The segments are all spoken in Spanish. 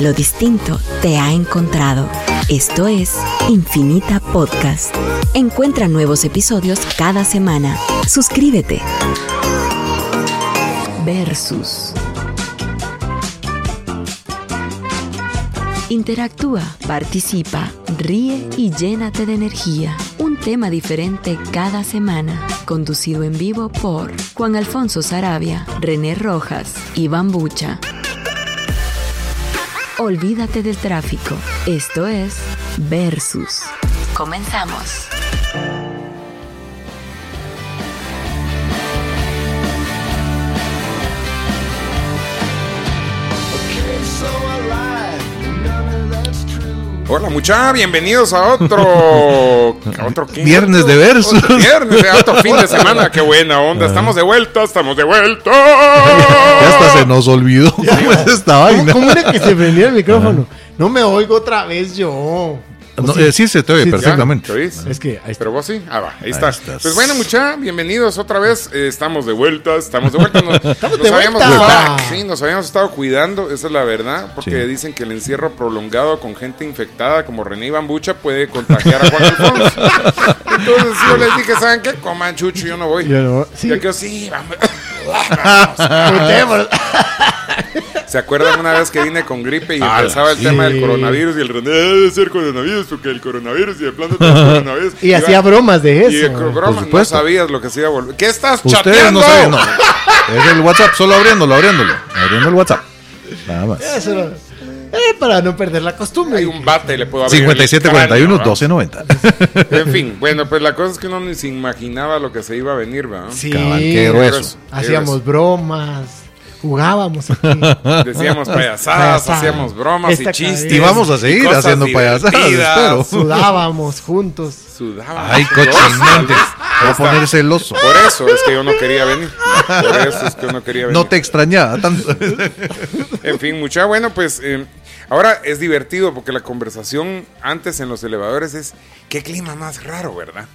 Lo distinto te ha encontrado. Esto es Infinita Podcast. Encuentra nuevos episodios cada semana. Suscríbete. Versus. Interactúa, participa, ríe y llénate de energía. Un tema diferente cada semana. Conducido en vivo por Juan Alfonso Sarabia, René Rojas, Iván Bucha. Olvídate del tráfico. Esto es Versus. Comenzamos. Hola mucha, bienvenidos a otro, a otro ¿qué? Viernes de verso. Otro viernes, a otro fin de semana, qué buena onda, estamos de vuelta, estamos de vuelta. Ya hasta se nos olvidó cómo es esta ¿Cómo, vaina. cómo era que se prendió el micrófono? No me oigo otra vez yo. No, eh, sí se te oye Sí, ¿Ya? perfectamente. ¿Lo oís? Es que ahí está. Pero vos sí, ah, va, ahí, está. estás. Pues bueno, mucha, bienvenidos otra vez. eh, estamos de vuelta, estamos de vuelta. Nos, nos de habíamos vuelta. estado- sí, nos habíamos estado cuidando, esa es la verdad, porque Sí. dicen que el encierro prolongado con gente infectada como René Iván Bucha puede contagiar a Juan Alfonso. Entonces yo les dije, ¿saben qué? Coman chucho, yo no voy. Yo no- sí. Ya que sí, vamos. Contémoslo. ¿Se acuerdan una vez que vine con gripe y Ah, empezaba el sí. tema del coronavirus y el René debe ser coronavirus porque el coronavirus y de plano todo es coronavirus? Y hacía bromas de Y de eso. broma, no supuesto. sabías lo que se iba a volver. ¿Qué estás Ustedes chateando? no saben, no. Es el WhatsApp, solo abriéndolo, abriéndolo. Abriendo el WhatsApp. Nada más. Eso era- eh, para no perder la costumbre. Hay un bate, le puedo abrir. el 5741 cráneo, 1290. ¿va? En fin, bueno, pues la cosa es que uno ni se imaginaba lo que se iba a venir, ¿verdad? Sí. Cabal, qué grueso. Hacíamos bromas. Jugábamos aquí. Decíamos payasadas, Payasadas. hacíamos bromas Esta y chistes. cabeza. Y vamos a seguir cosas haciendo payasadas, divertidas. espero. Sudábamos juntos. Sudábamos. Ay, cochinante. Ya Voy a está. poner celoso. Por eso es que yo no quería venir. Por eso es que yo no quería venir. No te extrañaba tanto. En fin, mucha, bueno, pues eh, ahora es divertido porque la conversación antes en los elevadores es qué clima más raro, ¿verdad?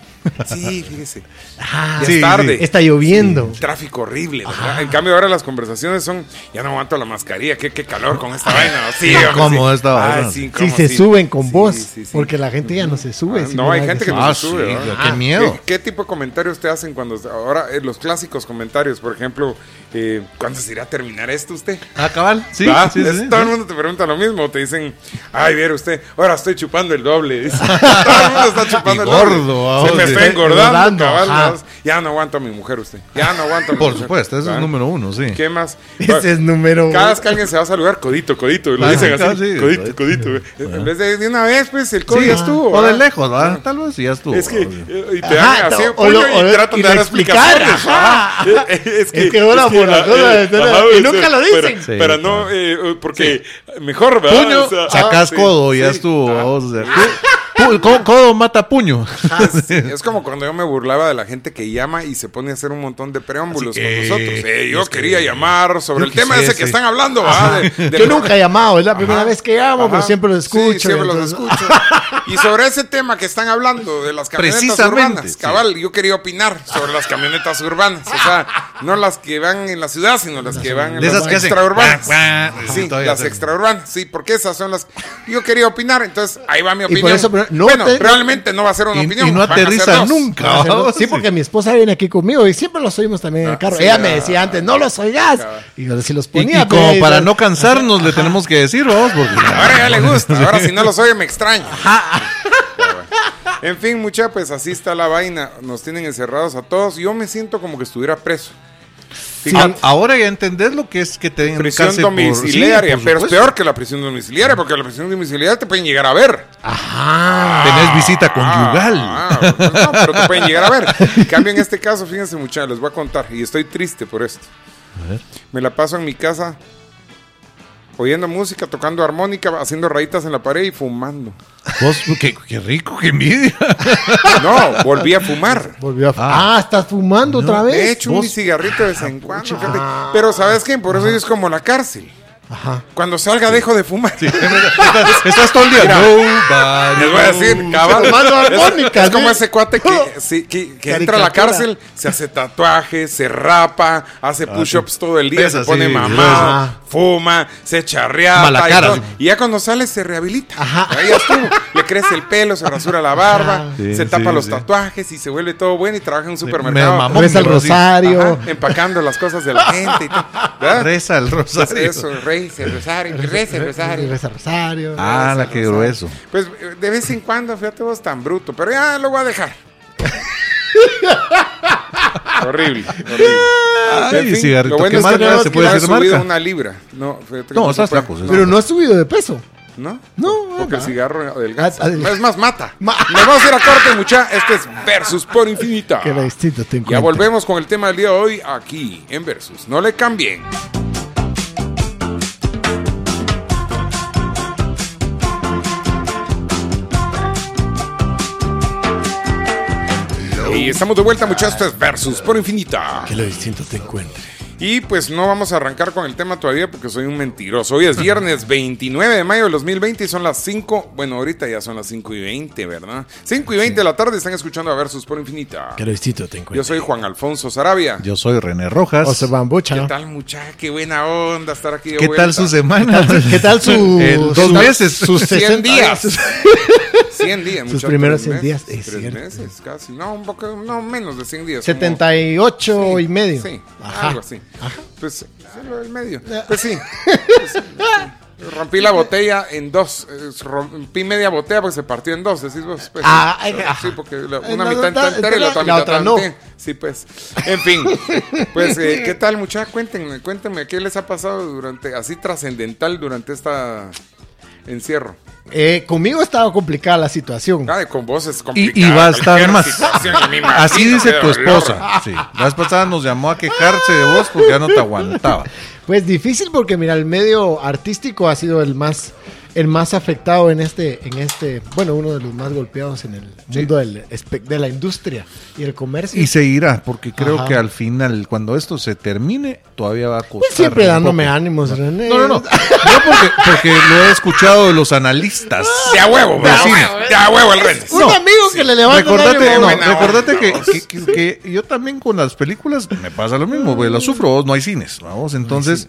Sí, fíjese. Ah, Ya Sí, es tarde. sí. Está lloviendo. Tráfico horrible, ¿verdad? En cambio, ahora las conversaciones son, ya no aguanto la mascarilla, qué, qué calor con esta vaina. Sí, hombre, Incómodo sí. esta Ay, vaina. sí, Si incómodo, se sí. suben con Sí, vos. sí, sí. Porque la gente ya no se sube. Ah, si no, hay la gente que dejan. no Ah, se sí, sube. ¿verdad? qué miedo. ¿Qué, qué tipo de comentarios te hacen cuando ahora eh, los clásicos comentarios, por ejemplo, eh, ¿cuándo se irá a terminar esto usted? Ah, cabal. Sí, ¿Va? sí, Es- sí. Todo el mundo te pregunta lo mismo. Te dicen, ay, viera usted, ahora estoy chupando el doble. dice. todo el mundo está chupando el Y doble. gordo, Se ah, me sí. está engordando, Engordando, cabal, ajá. ¿no? Ya no aguanto a mi mujer usted. Ya no aguanto a mi Por mujer. supuesto, ese es ¿Va? el número uno, sí. Ah. ¿Qué más? Ese es número Cada uno. vez que alguien se va a saludar, codito, codito. Lo Ah, dicen sí, así, sí, codito, codito. En vez de de una vez, pues, el codo ya estuvo. O de ¿verdad? lejos, ¿verdad? Tal vez ya estuvo. Es que eh, y te Ajá, dan así no, un puño o lo- y o lo- tratan y de lo dar explicar, explicaciones. ajá. Ajá. Eh, eh, Es que ahora por la ah, cosa de- ajá, y es- nunca lo pero- dicen. Pero, Sí, no, eh, porque mejor, ¿verdad? puño, O sea, sacas ah, sí, codo y ya sí. estuvo. Ah, vamos a hacer. Pu- co- codo mata puño. sí, Es como cuando yo me burlaba de la gente que llama y se pone a hacer un montón de preámbulos Así con que- nosotros. Eh, yo es que- quería llamar sobre yo el tema quisiese. ese que están hablando. ¿verdad? De- de- Yo nunca he llamado, es la primera Ajá. vez que llamo, pero Ajá. siempre lo Sí, escucho. siempre los entonces- escucho. Y sobre ese tema que están hablando de las camionetas Precisamente, urbanas, sí. cabal, yo quería opinar sobre las camionetas urbanas, o sea, no las que van en la ciudad, sino las que van en De las esas que hacen extraurbanas. guau, guau. Sí, Sí, todavía las hacen. extraurbanas, sí, porque esas son las yo quería opinar, entonces ahí va mi por opinión. eso, pero no bueno, te- realmente no va a ser una Y- opinión. y no van a ser aterriza dos. nunca. Ah, ¿no? Sí. Sí, porque mi esposa viene aquí conmigo y siempre los oímos también en Ah, el carro. sí, Ella ah, me decía antes, no los oigas. ah. Y ahora sí los Y- ponía. y, como pues, para ah, no cansarnos, le tenemos que decir, vamos, pues, porque- Ahora ya le gusta, ahora si no los oye me extraña. Pero bueno. En fin, mucha, pues así está la vaina. Nos tienen encerrados a todos. Yo me siento como que estuviera preso. A- ahora ya entendés lo que es que te den prisión cárcel por- domiciliaria, sí, por pero es supuesto. peor que la prisión domiciliaria, porque la prisión domiciliaria te pueden llegar a ver. Tenés visita conyugal. Ah, ah, pues no, pero te pueden llegar a ver. En cambio, en este caso, fíjense, muchachos, les voy a contar, y estoy triste por esto. Me la paso en mi casa oyendo música, tocando armónica, haciendo rayitas en la pared y fumando. Vos, qué, qué rico, qué envidia. No, volví a fumar. Volvió a fu- Ah. Ah, estás fumando otra vez. De hecho, un cigarrito de vez en cuando. fíjate. Pero ¿sabes qué? Por eso es como la cárcel. Cuando salga dejo de fumar. estás, estás todo el día. Nobody Les voy a decir, knows. cabal. Tomando Es- armónica, es como ¿sí? ese cuate que, sí, que- que entra a la Caricatura. cárcel, se hace tatuajes, se rapa, hace push-ups todo el día, Ah, Pesa, se pone sí, mamado, sí. fuma, se charrea. Mala cara, Y, todo. sí. Y ya cuando sale se rehabilita. Ajá. Ahí ya estuvo. Le crece el pelo, se rasura la barba, Sí, se tapa sí, los sí. tatuajes y se vuelve todo bueno y trabaja en un me supermercado. mamó. Reza el Hombre, así. rosario. Ajá, empacando las cosas de la gente y todo. ¿verdad? Pues Reza el rosario. Eso, reza el rosario, reza el rosario. Reza el rosario. Ah, la que grueso. Pues eh, de vez en cuando, fíjate vos, tan bruto, pero ya lo voy a dejar. horrible, horrible. En Ay, fin, cigarrito. lo bueno ¿Qué es que no marca? ¿Se hemos puede quedado decir subido marca? una libra. No, fíjate que No, se estás puede. flaco, sí. Pero no ha subido de peso. ¿No? No, Porque ah, el cigarro adelgaza. Ah, adelgaza. Es más, mata. Ma- Nos vamos a ir a corte, mucha. Este es Versus por Infinita. Qué distinto Ah. te Ya encuentras. volvemos con el tema del día de hoy aquí en Versus. No le cambien. Y estamos de vuelta, muchachos. Esto es Versus por Infinita. Que lo distinto te encuentre. Y pues no vamos a arrancar con el tema todavía porque soy un mentiroso. Hoy es viernes 29 de mayo del 2020 y son las 5. Bueno, ahorita ya son las 5 y 20, ¿verdad? 5 y 20 de la tarde están escuchando a Versus por Infinita. Que lo distinto te encuentre. Yo soy Juan Alfonso Sarabia. Yo soy René Rojas. O se bambucha, ¿Qué ¿no? tal, muchacha? Qué buena onda estar aquí. de ¿Qué vuelta. tal su semana? ¿Qué tal su... El- dos su- meses. Sus 60 100 días. años? 100 días, Sus muchacha, primeros tres 100 días, meses, es tres cierto. meses casi. No, un poco, no, menos de 100 días. Pues, como- 78 Sí, y medio. Sí, Ajá. Ah. algo así. Pues, solo el medio. Pues sí. Pues, sí. rompí la botella en dos. eh, Rompí media botella porque se partió en dos, decís vos. pues, Ah, sí. ajá. Sí, porque la- En una la mitad otra- entera, y la otra la mitad otra no. tantea. Sí, pues. En fin. Pues, eh, ¿qué tal, muchachos? Cuéntenme, cuéntenme, ¿qué les ha pasado durante, así trascendental durante esta encierro? Eh, conmigo estaba complicada la situación. Ah, con vos es Y, complicado. y va a estar más. Así Así dice tu esposa. Sí. La vez pasada nos llamó a quejarse de vos porque ya no te aguantaba. Pues difícil porque mira, el medio artístico ha sido el más el más afectado en este en este, bueno, uno de los más golpeados en el mundo del espe- de la industria y el comercio. Y seguirá, porque creo Ajá. que al final, cuando esto se termine, todavía va a costar. Pues siempre un dándome poco. ánimos, René. No, no, no. Yo porque, porque lo he escuchado de los analistas. De a huevo, De ¿eh? de a cine. huevo, de a huevo el René. Un amigo que le levanta el Recordate, ánimo. no, buena recordate onda, que, vos. que- que- que yo también con las películas me pasa lo mismo, güey, las sufro, vos, no hay cines, vamos, entonces,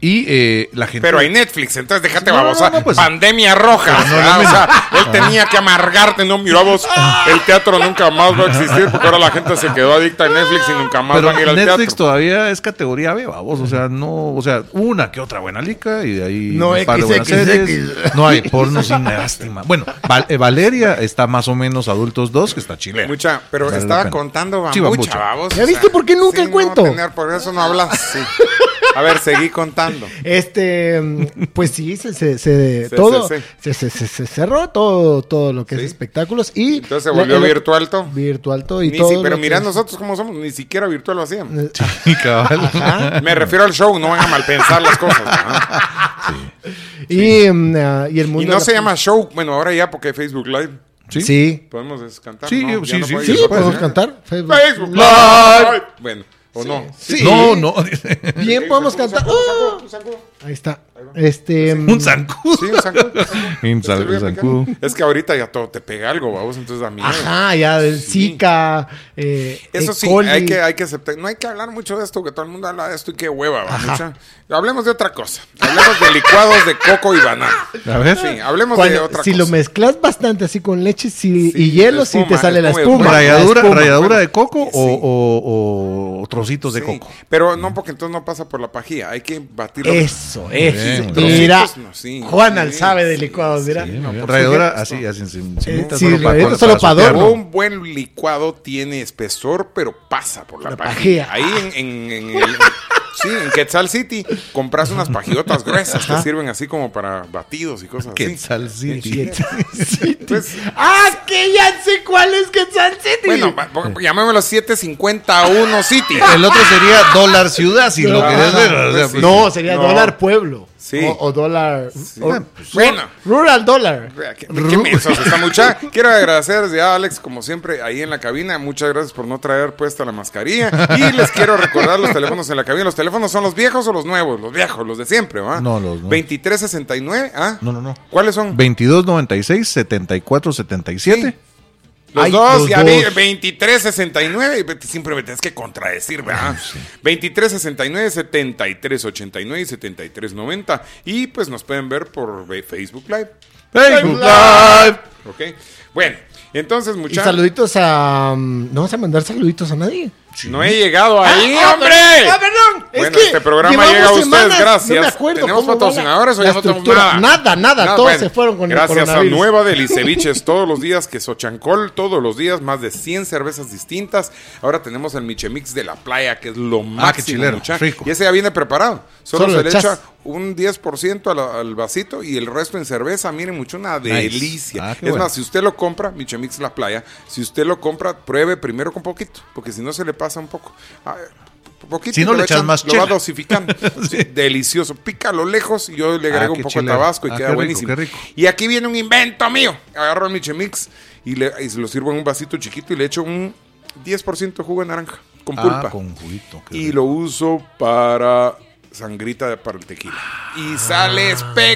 y eh, la gente... Pero hay Netflix, entonces déjate No, babosar. no, pues- Pandemia roja. Pero no es lo ah, o mismo. Ah. sea, él tenía que amargarte, no mira vos. El teatro nunca más va a existir porque ahora la gente se quedó adicta a Netflix y nunca más Pero van a ir al Netflix teatro. todavía es categoría B, vamos, o sea, no, o sea, una que otra buena lica y de ahí No, un par de buenas XXX. series. no hay porno sin lástima. Bueno, Val- eh, Valeria está más o menos Adultos 2, que está chilena. Mucha, pero Vale la estaba pena. contando Sí, bambucha, bambucha. babos. ¿Ya o viste sea, por qué nunca el no cuento? tener- por eso no hablas. sí. A ver, seguí contando. Este, mm, pues sí, se, se, se- Se- todo se- se, se- se- se cerró todo todo lo que Sí. es espectáculos y Entonces se volvió la- el- virtual todo. virtual todo y Ni todo. si- pero lo mirá que- Eh. nosotros cómo somos, ni siquiera virtual lo hacíamos. Sí, cabal. Me refiero al show, no van a malpensar las cosas. ¿no? y, mm, ah, y el mundo Y de no la- se llama show, bueno, ahora ya porque hay Facebook Live. Sí. Sí. ¿Podemos cantar? Sí, No, ya sí, no sí, puedo sí, ir, ¿no? podemos ¿Eh? cantar. Facebook. Facebook Live. Live. Bueno, o no. Sí. No, no. Bien, podemos Sacudo, cantar. sacudo, ¡Ah! sacudo, sacudo. Ahí está. Este. Un zancudo. Sí, un sacudo. Un Te voy a pegar. zancudo. Es que ahorita ya todo te pega algo, vamos, entonces da miedo. Ajá, ya del Sí. Zika. eh, Eso E. sí, coli. hay que, hay que aceptar. No hay que hablar mucho de esto, que todo el mundo habla de esto y qué hueva. ¿va? Mucha- Hablemos de otra cosa. Hablemos de licuados de coco y banana. A ver. Sí, hablemos de Cuando- otra si cosa. lo mezclas bastante así con leche sí, Sí, y hielo, sí espuma, te sale la espuma, espuma. ¿Ralladura, La espuma. ralladura bueno. de coco Sí. o, o- o trocitos de Sí, Ah, coco? Pero no, porque entonces no pasa por la pajilla. Hay que batirlo. Eso, eso. bien, mira, trocitos, no, sí, Juan sí, Al sabe de sí, licuados, mira. Sí, no, bien. por ralladura supuesto. así, así, sin, Eh, sin sí, ralladita solo pa' para adorno. asociarlo. Un buen licuado tiene espesor, pero pasa por la, La pajilla. pajilla. Ahí en, en- en el- sí, en Quetzal City compras unas pajillotas gruesas que sirven así como para batidos y cosas así. Quetzal City. Sí. Pues, ¡Ah, que ya sé cuál es que City! bueno, va- po- llamémoslo 751 City. El otro sería Dólar Ciudad, si lo No, querés ver. o sea, pues pues, no, sería No. dólar pueblo. Sí. O, o dólar. o- Ah, Bueno. Rural dólar. ¿Qué, qué mensos está mucha. Quiero agradecer ya a Alex, como siempre, ahí en la cabina. Muchas gracias por no traer puesta la mascarilla. Y les quiero recordar los teléfonos en la cabina. ¿Los teléfonos son los viejos o los nuevos? Los viejos, los de siempre, ¿va? No, los nuevos. 2369, ¿ah? No, no, no. ¿Cuáles son? 2296 7477. Sí. Los Ay, dos, los ya vi, dos. 2369, vete, siempre me tenés que contradecir, ¿verdad? 2369, 7389 y 7390. Y pues nos pueden ver por eh, Facebook Live. Facebook Live. ¿Ok? Bueno, entonces, Y muchachos. saluditos a. mm, No vas a mandar saluditos a nadie. No he llegado ahí, Ah, hombre. Ah, perdón. Es Bueno, que este programa llevamos llega a ustedes, semanas, gracias. No me acuerdo ¿Tenemos cómo va la- patrocinadores o la ya no tenemos estructura? nada? Nada, nada. todos bueno, se fueron con el Gracias a coronavirus. Nueva Deliceviches todos los días, que Sochancol todos los días, más de 100 cervezas distintas. Ahora tenemos el Michemix de la playa, que es Ah, lo máximo, chilero, mucha. rico. Y ese ya viene preparado. Solo, Solo se le le echas. echa un 10% al, al vasito y el resto en cerveza. Miren, mucho una Nice. delicia. Ah, es qué bueno. más, si usted lo compra, Michemix La Playa, si usted lo compra, pruebe primero con poquito, porque si no se le pasa un poco. Ah, poquito Si y no le lo echas echan, más lo va chela. dosificando. Sí, Delicioso. Pica a lo lejos y yo le Ah, agrego un qué poco chilero. de tabasco y Ah, queda qué rico, buenísimo. qué rico. Y aquí viene un invento mío. Agarro el Michemix y, le, y se lo sirvo en un vasito chiquito y le echo un 10% de jugo de naranja con pulpa. Ah, con juguito. qué Y rico. lo uso para sangrita de- para el tequila. Y sale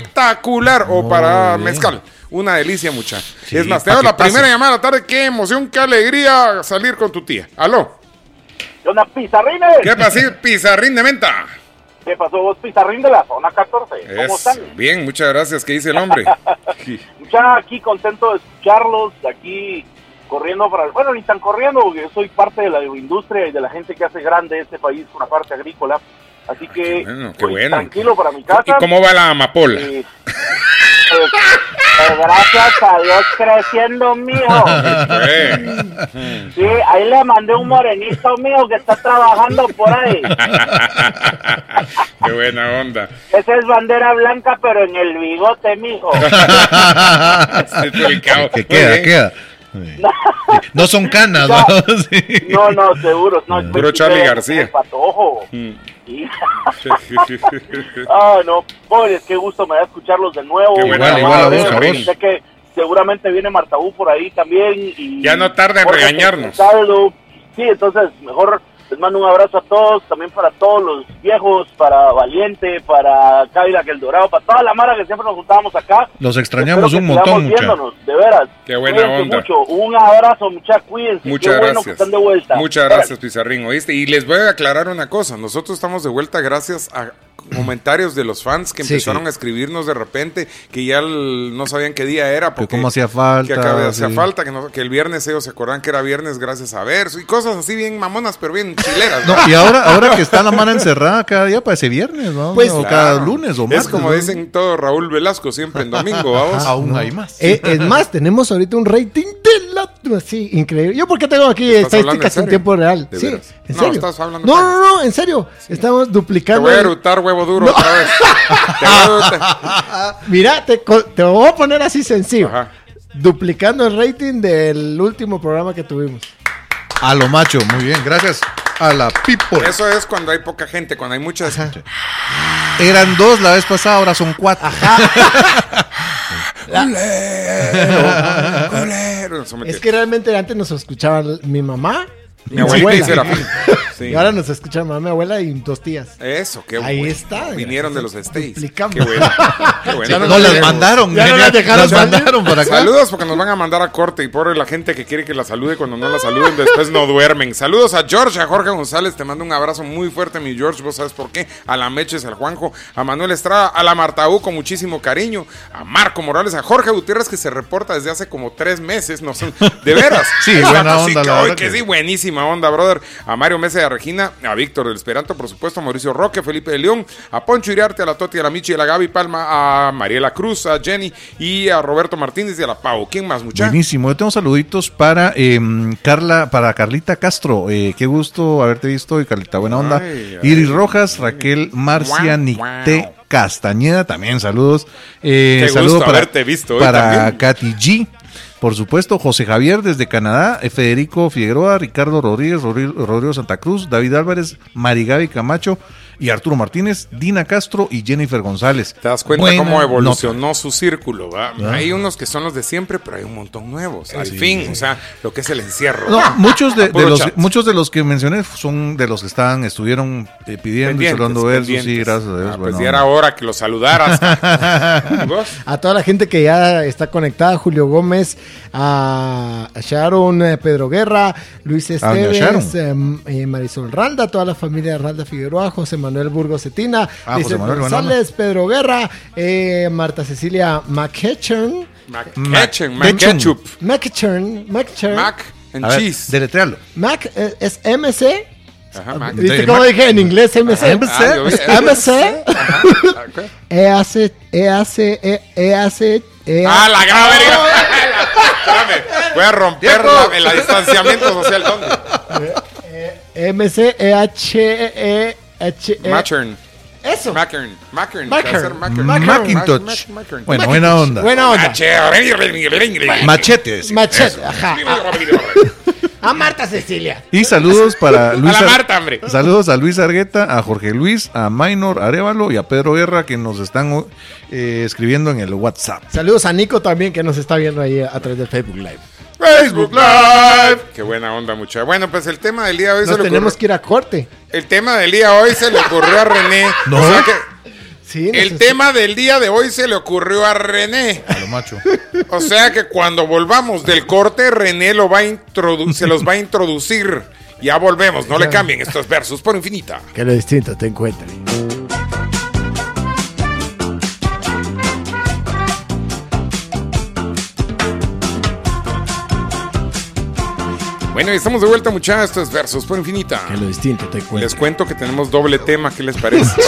espectacular. O para Ah. bien. mezcal. Una delicia, mucha. Sí, es más, te pa' hago que la pase. primera llamada de la tarde. Qué emoción, qué alegría salir con tu tía. Aló. ¿Qué onda, Pizarrines? ¿Qué pasa, Pizarrín de Menta? ¿Qué pasó vos, Pizarrín de la zona 14? ¿Cómo Es- están? Bien, muchas gracias. ¿Qué dice el hombre? Sí. Ya aquí contento de escucharlos, aquí corriendo para... Bueno, ni tan corriendo, porque yo soy parte de la agroindustria y de la gente que hace grande este país con la parte agrícola. Así qué que bueno, qué pues, bueno. tranquilo para mi casa. ¿Y cómo va la amapola? Eh, pues, pues, gracias a Dios creciendo, mijo. Eh, Sí, ahí le mandé un morenito mío que está trabajando por ahí. qué buena onda. Esa es bandera blanca, pero en el bigote, mijo. Estoy delicado. que Muy queda, bien. queda. Sí. No son canas, Ya. ¿no? Sí. No, no, seguro. No, Puro Charlie García. El patojo. Mm. Sí. Ah, no. Pobres, qué gusto me da escucharlos de nuevo. Qué buena Igual, igual a vos, Sé cabrón. Sé que seguramente viene Martabú por ahí también. Y Ya no tarda en Jorge regañarnos. Caldo. Sí, entonces mejor les mando un abrazo a todos, también para todos los viejos, para Valiente, para Kaila que el Dorado, para toda la mara que siempre nos juntábamos acá. Los extrañamos Espero un que sigamos montón, muchachos. viéndonos, de veras. Qué buena Cuídense onda. Mucho. Un abrazo, muchas cuídense. Muchas Qué bueno que gracias. están de vuelta. Muchas Órale. gracias, Pizarrín, ¿oíste? Y les voy a aclarar una cosa. Nosotros estamos de vuelta gracias a comentarios de los fans que Sí, empezaron sí. a escribirnos de repente que ya el- no sabían qué día era porque cómo hacía falta, que acá hacía sí. falta que, no- que el viernes ellos se acordaban que era viernes gracias a Verso y cosas así bien mamonas pero bien chileras No, ¿verdad? y ahora, ahora que está la mano encerrada cada día para ese viernes, ¿no? Pues, o Claro. cada lunes o martes. es como ¿no? Ah, dicen todo Raúl Velasco siempre en domingo vamos Aún hay más. Eh, es más, tenemos ahorita un rating de la. Sí, increíble. Yo, porque tengo aquí eh, ¿Estás hablando estadísticas en en, serio? tiempo real. ¿De Sí, veras? en No, serio. estás hablando no, paja. no, no, en serio. Estamos te duplicando. voy a el- erutar huevo duro otra vez Te voy a erutar. Mira, te, co- te voy a poner así sencillo. Ajá. Duplicando el rating del último programa que tuvimos. A lo macho, muy bien, gracias. A la people. eso es cuando hay poca gente cuando hay muchas Eran dos la vez pasada, ahora son cuatro. culero, culero, no se metió. Es que realmente antes nos escuchaban mi mamá, Mi abuelita y Serafín. Sí. Y ahora nos escucha mamá, mi abuela y dos tías. Eso, qué Ahí bueno. está. Vinieron de los States. Duplicamos. Qué bueno. Qué bueno. Ya no, no las mandaron. Ya no las dejaron Las salir. mandaron para acá. Saludos porque nos van a mandar a corte y pobre la gente que quiere que la salude cuando no la saluden después no duermen. Saludos a George, a Jorge González, te mando un abrazo muy fuerte mi George, vos sabes por qué, a la Meches, al Juanjo, a Manuel Estrada, a la Marta U con muchísimo cariño, a Marco Morales, a Jorge Gutiérrez que se reporta desde hace como tres meses, no sé, de veras. Sí, buena Así onda, que, la ay, verdad que que- sí, buenísima onda, brother. A Mario Mesa de Regina, a Víctor del Esperanto, por supuesto, a Mauricio Roque, a Felipe de León, a Poncho Iriarte, a la Toti, a la Michi, a la Gaby Palma, a Mariela Cruz, a Jenny y a Roberto Martínez y a la Pau. ¿Quién más, muchachos? Buenísimo, yo tengo saluditos para eh, Carla, para Carlita Castro, eh, qué gusto haberte visto y Carlita, buena onda. Ay, ay. Iris Rojas, Raquel Marcia, Guau, Nicté guau. Castañeda, también saludos. Eh, Qué gusto saludo para, haberte visto hoy para también. Katy G. Por supuesto, José Javier desde Canadá, eh, Federico Figueroa, Ricardo Rodríguez, Rodri- Rodrigo Santa Cruz, David Álvarez, Marigaby Camacho, y Arturo Martínez, Dina Castro y Jennifer González. Te das cuenta Buena cómo nota. evolucionó su círculo. ¿va? Ah. Hay unos que son los de siempre, pero hay un montón nuevos. Al Sí. fin, o sea, lo que es el encierro. No, muchos de, de Ah, Puro los chat. muchos de los que mencioné son de los que estaban estuvieron eh, pidiendo y Pendientes, cerrando versos, sí, pendientes. gracias a Dios. Ah, bueno. pues ya era hora que lo saludaras. ¿Vos? A toda la gente que ya está conectada, Julio Gómez, a Sharon eh, Pedro Guerra, Luis Doña Esteves, eh, eh, Marisol Ralda, toda la familia de Ralda Figueroa, José Manuel Burgos Cetina, Ah, José Vicente Manuel, buena González, Pedro Guerra, eh, Marta Cecilia McEachern, Mac Mac- Ketchup. Mac Ketchup. Ketchup. McEachern, McEachern, Mac and A ver, cheese. deletrealo. Mac eh, es MC. Ajá, Mac. ¿Viste de- cómo Mac- dije en inglés MC? Ah, yo vi- MC. Ajá, Ah, ok. EAC, EAC, E EAC, ¡Ah, EAC. la gran verga! Espérame, voy a romper la- el distanciamiento social. ¿Dónde? MC, EH, E, H, E. Machern. Eso. Macern. Macern. Macern. Macintosh. Bueno. Bueno, buena onda. Buena onda. Machete. E. decía. Machete. Eso. Ajá. Ah. A Marta Cecilia. Y saludos para Luis. la Ar- Marta, hombre. Saludos a Luis Argueta, a Jorge Luis, a Minor Arevalo y a Pedro Guerra que nos están eh, escribiendo en el WhatsApp. Saludos a Nico también que nos está viendo ahí a través del Facebook Live. Facebook Live. Qué buena onda, muchacha. Bueno, pues el tema del día de hoy se Nos le tenemos ocurrió- que ir a corte. El tema del día hoy se le ocurrió a René. No. O sea que Sí, nos el es- tema del día de hoy se le ocurrió a René. Lo macho. O sea que cuando volvamos del corte, René lo va a introdu- se los va a introducir. Ya volvemos, no le cambien estos versos por infinita. Que lo distinto te encuentre. Bueno, y estamos de vuelta, muchachos. Estos versos por infinita. Que lo distinto te Les encuentre. cuento que tenemos doble tema, ¿qué les parece?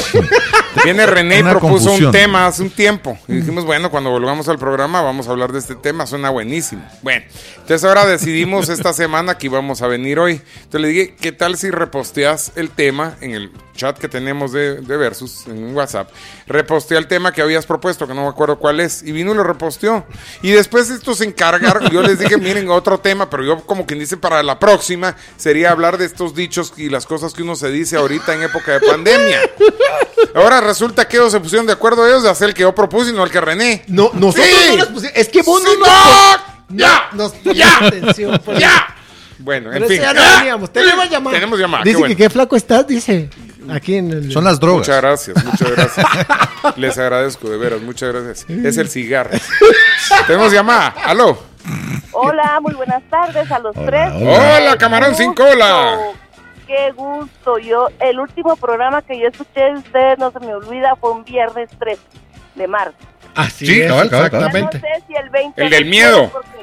Viene René y Una propuso confusión. un tema hace un tiempo. Y dijimos, bueno, cuando volvamos al programa vamos a hablar de este tema, suena buenísimo. Bueno, entonces ahora decidimos esta semana que íbamos a venir hoy. Entonces le dije, ¿qué tal si reposteas el tema en el chat que tenemos de, de Versus, en WhatsApp? Repostea el tema que habías propuesto, que no me acuerdo cuál es. Y vino y lo reposteó. Y después estos se encargaron, yo les dije, miren, otro tema, pero yo como quien dice, para la próxima sería hablar de estos dichos y las cosas que uno se dice ahorita en época de pandemia. Ahora resulta que ellos se pusieron de acuerdo ellos de hacer el que yo propuse y no el que René. No, nosotros Sí. no nos pusimos. Es que vos Sí, no nos no. ¡Ya! nos pones ¡Ya! atención, por ¡Ya! Bueno, en Pero fin. eso ya no ¡Ah! veníamos. Tenemos llamada. Tenemos llamada, qué Dice bueno. que qué flaco estás, dice. Aquí en el. Son las drogas. Muchas gracias, muchas gracias. Les agradezco, de veras, muchas gracias. Es el cigarro. Tenemos llamada. ¡Aló! Hola, muy buenas tardes a los tres. hola. Hola, Qué camarón gusto, sin cola. Qué gusto. Yo el último programa que yo escuché de ustedes no se me olvida fue un viernes 3 de marzo. Así Sí, es, cabal, cabal, cabal. Ya no exactamente. sé si el 20 El del después, miedo. porque-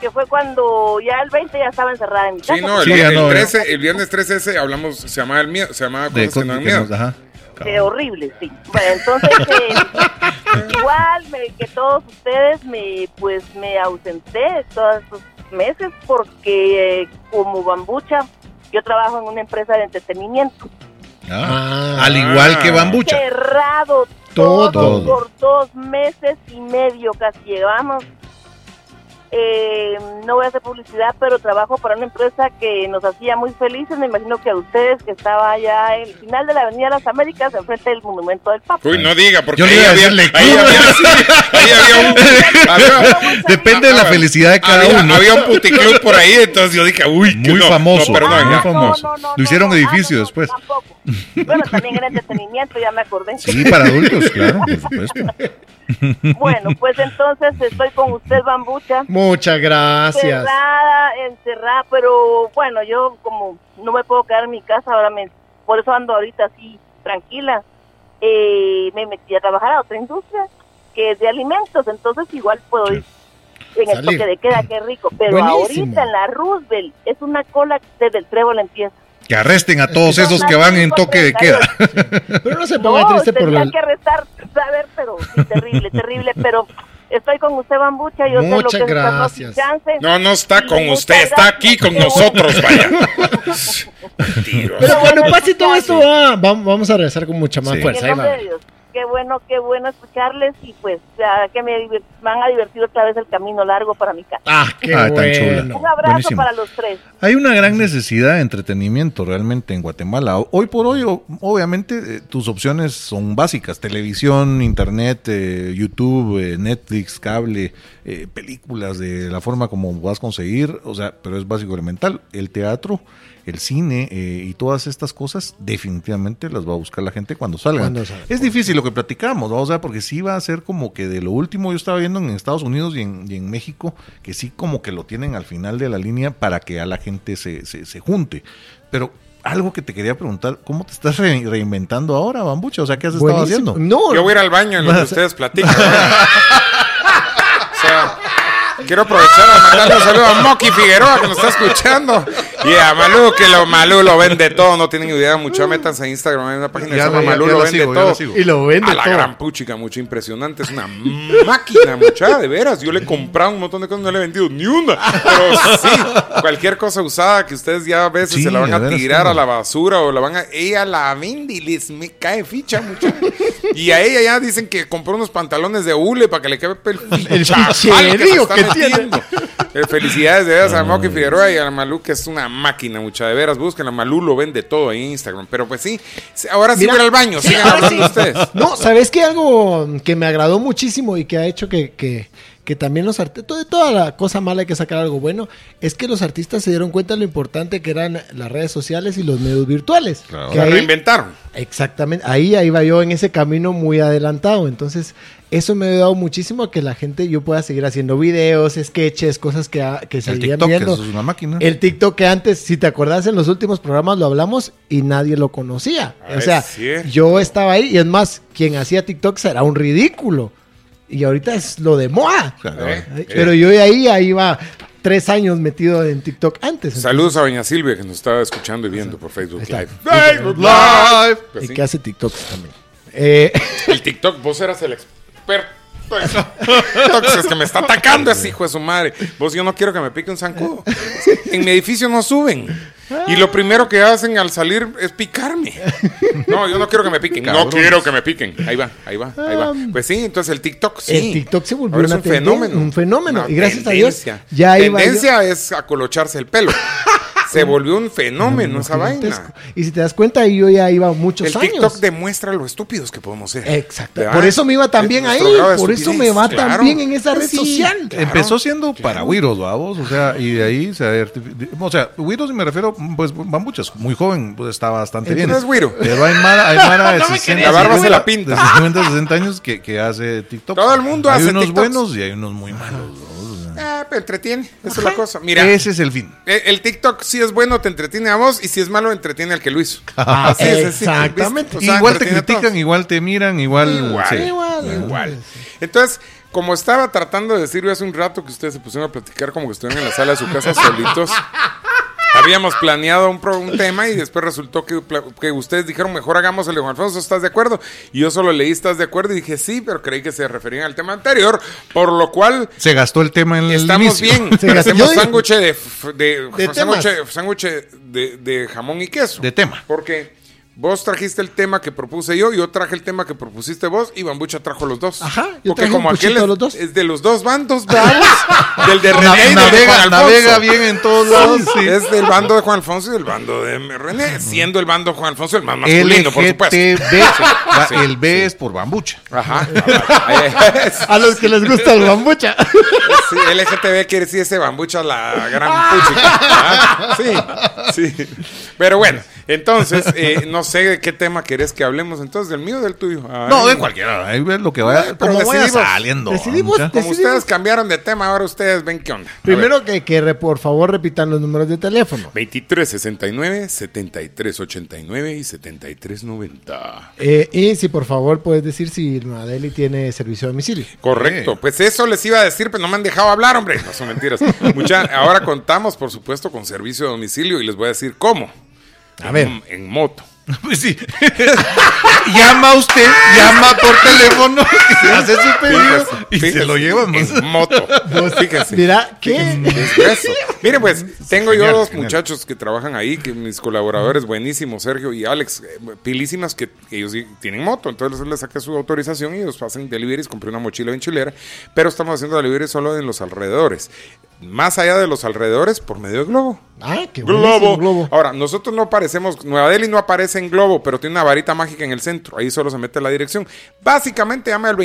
que fue cuando ya el 20 ya estaba encerrada en mi casa. Sí, no, el, Sí, ya el no, ya. 13, el viernes 13 ese hablamos, se llamaba el miedo, se llamaba De cosas pues, que cosas no dan que miedo. nos- ajá. Qué horrible, sí. Bueno, entonces, eh, igual me- que todos ustedes, me pues me ausenté todos estos meses porque eh, como bambucha, yo trabajo en una empresa de entretenimiento. Ah, Al igual que Bambucha. Cerrado Todo. todo, por dos meses y medio casi llevamos. Eh, no voy a hacer publicidad, pero trabajo para una empresa que nos hacía muy felices. Me imagino que a ustedes, que estaba allá en el final de la Avenida de las Américas, enfrente del Monumento del Papa. Uy, no diga, porque Yo le ahí iba a había, decirle, ahí ¿cómo? había, sí, ahí había un... había- Depende de la Ah, felicidad de cada había, uno. Había un puticlub por ahí, entonces yo dije, uy, que Muy no, famoso, No, perdón, muy ya. famoso. Lo hicieron Ah, edificio después. tampoco. Bueno, también era entretenimiento, ya me acordé. Sí, para adultos, claro, por supuesto. Bueno, pues entonces estoy con usted, Bambucha. Muchas gracias. Encerrada, encerrada, pero bueno, yo como no me puedo quedar en mi casa, ahora me, por eso ando ahorita así tranquila. Eh, me metí a trabajar a otra industria que es de alimentos, entonces igual puedo ir en el Salir. toque de queda, qué rico. Pero Buenísimo. ahorita en la Roosevelt es una cola desde el trébol empieza. Que arresten a todos esos que van en toque de queda. Pero no se ponga No, triste por tendría el- que restar, saber, pero sí, terrible, terrible, pero estoy con usted, Bambucha, yo Muchas sé lo que es darnos gracias. chance. No, no está con usted, está aquí con nosotros, vaya. Tiros. Pero cuando pase todo esto, ah, vam- vamos a regresar con mucha más Sí. En el fuerza. Ahí pues, nombre va. de Dios. qué bueno, qué bueno escucharles y pues ya que me divir- van a divertir otra vez el camino largo para mi casa. Ah, qué Ah, tan bueno. Un abrazo buenísimo. para los tres. Hay una gran necesidad de entretenimiento realmente en Guatemala. Hoy por hoy, o- obviamente, eh, tus opciones son básicas. Televisión, internet, eh, YouTube, eh, Netflix, cable, eh, películas de la forma como vas a conseguir. O sea, pero es básico elemental. El teatro, el cine eh, y todas estas cosas definitivamente las va a buscar la gente cuando salgan. Cuando salgan. Es difícil lo que platicamos, ¿no? o sea, porque sí va a ser como que de lo último yo estaba viendo en Estados Unidos y en, y en México, que sí como que lo tienen al final de la línea para que a la gente se, se, se junte. Pero algo que te quería preguntar, ¿cómo te estás re- reinventando ahora, Bambucha? O sea, ¿qué has estado Buenísimo. Mm, haciendo? No, Yo voy a ir al baño en lo que ustedes platican. ¿verdad? o sea, quiero aprovechar a mandarle un saludo a Moki Figueroa que nos está escuchando. Y a Malú, que lo Malú lo vende todo. No tienen idea, mucha metas a Instagram. Hay una página que se Ya, llama ya, ya Malú la lo vende sigo, ya la todo. sigo. y lo vende A la todo. gran puchica, mucho impresionante. Es una máquina, mucha, de veras. Yo le he comprado un montón de cosas, no le he vendido ni una. Pero sí, cualquier cosa usada que ustedes ya a veces Sí, se la van de a veras, tirar ¿cómo? a la basura o la van a. Ella la vende y les me cae ficha, mucha. Y a ella ya dicen que compró unos pantalones de hule para que le quede el El fichajal se ficherío está que tiene. metiendo. Eh, Felicidades de veras a Moki Figueroa y a la Malú, que es una máquina, mucha de veras. Busquen, la Malú lo vende todo ahí en Instagram. Pero pues sí, ahora sí Mira, voy al baño, sí, sigan ahora hablando sí. ustedes. No, ¿sabes qué? Algo que me agradó muchísimo y que ha hecho que, que, que también los artistas, de toda la cosa mala hay que sacar algo bueno, es que los artistas se dieron cuenta de lo importante que eran las redes sociales y los medios virtuales. Claro. Que La ahí- reinventaron. exactamente, ahí, ahí va yo en ese camino muy adelantado. Entonces, eso me ha ayudado muchísimo a que la gente, yo pueda seguir haciendo videos, sketches, cosas que, ha- que El seguían TikTok, viendo. eso es una máquina. El TikTok que antes, si te acordás, en los últimos programas lo hablamos y nadie lo conocía. Ah, o sea, es cierto. yo estaba ahí y es más, quien hacía TikTok era un ridículo. Y ahorita es lo de moda. Claro. Eh. Ay, Pero yo de ahí, ahí iba tres años metido en TikTok antes. Saludos a doña Silvia que nos está escuchando y viendo por Facebook Ahí está. Live. Facebook Live. Pues Y sí. que hace TikTok también. Eh, El TikTok, vos eras el experto. en TikTok, es que me está atacando ese hijo de su madre. Vos, yo no quiero que me pique un zancudo. En mi edificio no suben. Y lo primero que hacen al salir es picarme. No, yo no quiero que me piquen. No Cabrones. quiero que me piquen. Ahí va, ahí va, ahí va. Pues sí, entonces el TikTok sí. Ah. El TikTok se volvió Ahora es una un tenden- fenómeno. un fenómeno. Una Y gracias a Dios, tendencia. ya iba yo- tendencia es acolocharse el pelo. Se volvió un fenómeno esa gigantesco. vaina. Y si te das cuenta, ahí yo ya iba muchos el años. TikTok demuestra lo estúpidos que podemos ser. Exacto. ¿Verdad? Por eso me iba tan Es bien ahí. nuestro grado de Por eso me estupidez, va claro. tan bien en esa red Sí, social. claro. Empezó siendo para Wiros, vamos, o sea, y de ahí se artifi- o sea, Wiros me refiero, pues Bambuchas, muy joven, pues está bastante bien. Entonces, Wiro. Pero hay Mara, hay Mara de No me 60, querías. La barba se la 50, pinta. De 50, 60 años que, que hace TikTok. Todo el mundo hay hace unos TikToks. buenos y hay unos muy malos. ¿no? O sea, Ah, pero entretiene. Esa es la cosa. Mira, Ese es el fin. el, el TikTok si es bueno te entretiene a vos y si es malo entretiene al que lo hizo. Así es sencillo, Ah, ¿viste? exactamente. O sea, igual te entretiene a todos. critican, igual te miran, igual. Igual. sí. Igual. Igual. Entonces, como estaba tratando de decir hace un rato que ustedes se pusieron a platicar como que estuvieron en la sala de su casa solitos. Habíamos planeado un, pro- un tema y después resultó que, pla- que ustedes dijeron, mejor hagamos el de Juan Alfonso, ¿estás de acuerdo? Y yo solo leí, ¿estás de acuerdo? Y dije, sí, pero creí que se referían al tema anterior, por lo cual Se gastó el tema en el Estamos inicio. bien. Sí, gracias. Hacemos Yo digo- sándwich de, f- de, De sándwich- temas. sándwich de, de jamón y queso. De tema. Porque vos trajiste el tema que propuse yo, yo traje el tema que propusiste vos y Bambucha trajo los dos. Ajá, yo Porque traje como un aquel puchito es, de los dos. es de los dos bandos bravos, del de Na- René y del de Juan navega, Alfonso. navega bien en todos lados. sí. Es del bando de Juan Alfonso y del bando de René, siendo el bando de Juan Alfonso el más masculino, por supuesto. LGTB. Va, el B es por Bambucha. Ajá. cabal. Es- A los que les gusta el bambucha. Sí, LGTB quiere decir ese bambucha la gran puchica. ¿verdad? Sí, sí. Pero bueno, entonces, eh, no sé de qué tema querés que hablemos entonces, del mío o del tuyo. A No, ver, de cualquiera. Ahí ves lo que vaya. Pero decidimos- Como vaya saliendo. decidimos- Bambucha. Como decidimos. ustedes cambiaron de tema, ahora ustedes ven qué onda. A ver, Primero que, que re- por favor repitan los números de teléfono. 23, 69, 73, 89 y 73, 90. Eh, y si por favor puedes decir si Madeli tiene servicio a domicilio. Correcto, Sí. pues eso les iba a decir, pero no me han dejado hablar, hombre. No son mentiras. Mucha, ahora contamos, por supuesto, con servicio de domicilio y les voy a decir cómo. A En- ver. En moto. Pues sí. llama usted, llama por teléfono, hace su pedido Fíjese, y fíjese, se lo llevamos. En moto. Fíjese. Mira, ¿qué? Es eso. Mire, pues, tengo yo Genial, dos genial. muchachos que trabajan ahí, que mis colaboradores buenísimos, Sergio y Alex, eh, pilísimas, que, que ellos sí tienen moto. Entonces les saqué su autorización y ellos hacen deliveries. Compré una mochila en chilera, pero estamos haciendo deliveries solo en los alrededores. Más allá de los alrededores, por medio de Globo. Ah, qué Globo. buenísimo, globo. Ahora, nosotros no aparecemos, Nueva Delhi no aparece en Globo, pero tiene una varita mágica en el centro. Ahí solo se mete la dirección. Básicamente llame al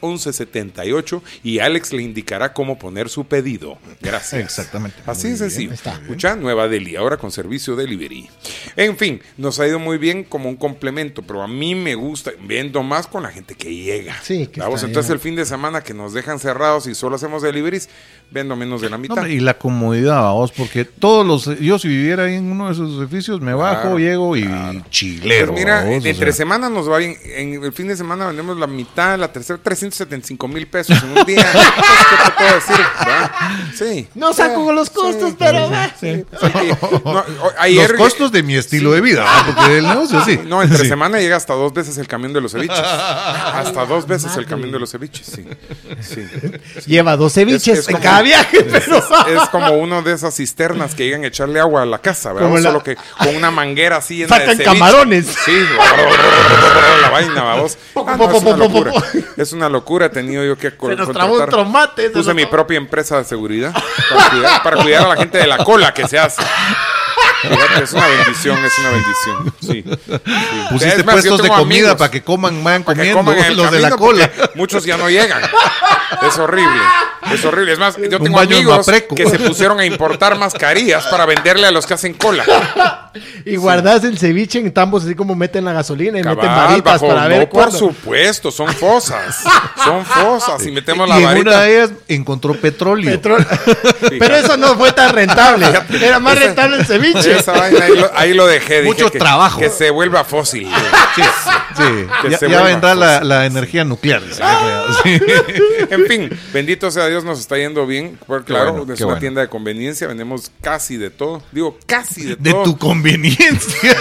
2366-1178 y Alex le indicará cómo poner su pedido. Gracias. Exactamente. Así Muy es bien, sencillo. está bien. Escucha, Nueva Delhi, ahora con servicio delivery. En fin, nos ha ido muy bien como un complemento, pero a mí me gusta viendo más con la gente que llega. Sí, que Vamos, está entonces ahí. el fin de semana que nos dejan cerrados y solo hacemos deliveries, vendo menos de la No, mitad. hombre, y la comodidad, vos, porque todos los. Yo, si viviera ahí en uno de esos edificios, me bajo, Claro, llego y chilero. Pues mira, babos, o entre sea. semana nos va bien. En el fin de semana vendemos la mitad, la tercera, 375 mil pesos en un día. ¿Qué te puedo decir? ¿verdad? Sí. No saco los costos, pero va. Sí. No, o- Los ayer- costos de mi estilo de vida, ¿verdad? porque del negocio sí. No, entre Sí. semana llega hasta dos veces el camión de los ceviches. Hasta dos veces el camión de los ceviches, sí. sí. Lleva dos ceviches Es- es en como- cada viaje, pero Es como uno de esas cisternas que llegan a echarle agua a la casa, ¿verdad? Como la- Solo que con una manguera así llena de sacan ceviche. camarones. Sí, la vaina, babos. Poco, Ah, no, poco, es una poco, locura. poco. Es una locura. He tenido yo que co- Se nos trabó un tromate, se Puse nos mi trabó. propia empresa de seguridad para cuidar, para cuidar a la gente de la cola que se hace. Fíjate, es una bendición, es una bendición. Sí. sí. Pusiste Es más, yo puestos de tengo comida amigos para que coman man para que comiendo, coman en el los de la camino, porque cola. Muchos ya no llegan. Es horrible. Es horrible. Es más, yo Un tengo baño en amigos Mapreco. que se pusieron a importar mascarillas para venderle a los que hacen cola. Y guardas el ceviche en tambos, así como meten la gasolina y meten Cabal, varitas bajo, para ver no, por cuándo. supuesto, son fosas. Son fosas. Y metemos la y en una varita. de ellas encontró petróleo. Petróleo. Pero eso no fue tan rentable. Era más rentable el ceviche. pues, Esa vaina, ahí, lo, ahí lo dejé. dije Mucho que- trabajo. Que se vuelva fósil. Sí, sí. Que Ya, se ya vuelva Ah. vendrá la, fósil. la energía nuclear. dice. Sí. En fin, bendito sea Dios, nos está yendo bien. Por- Qué Claro, bueno, es qué una bueno. tienda de conveniencia, vendemos casi de todo. Digo, casi de, De todo. tu conveniencia.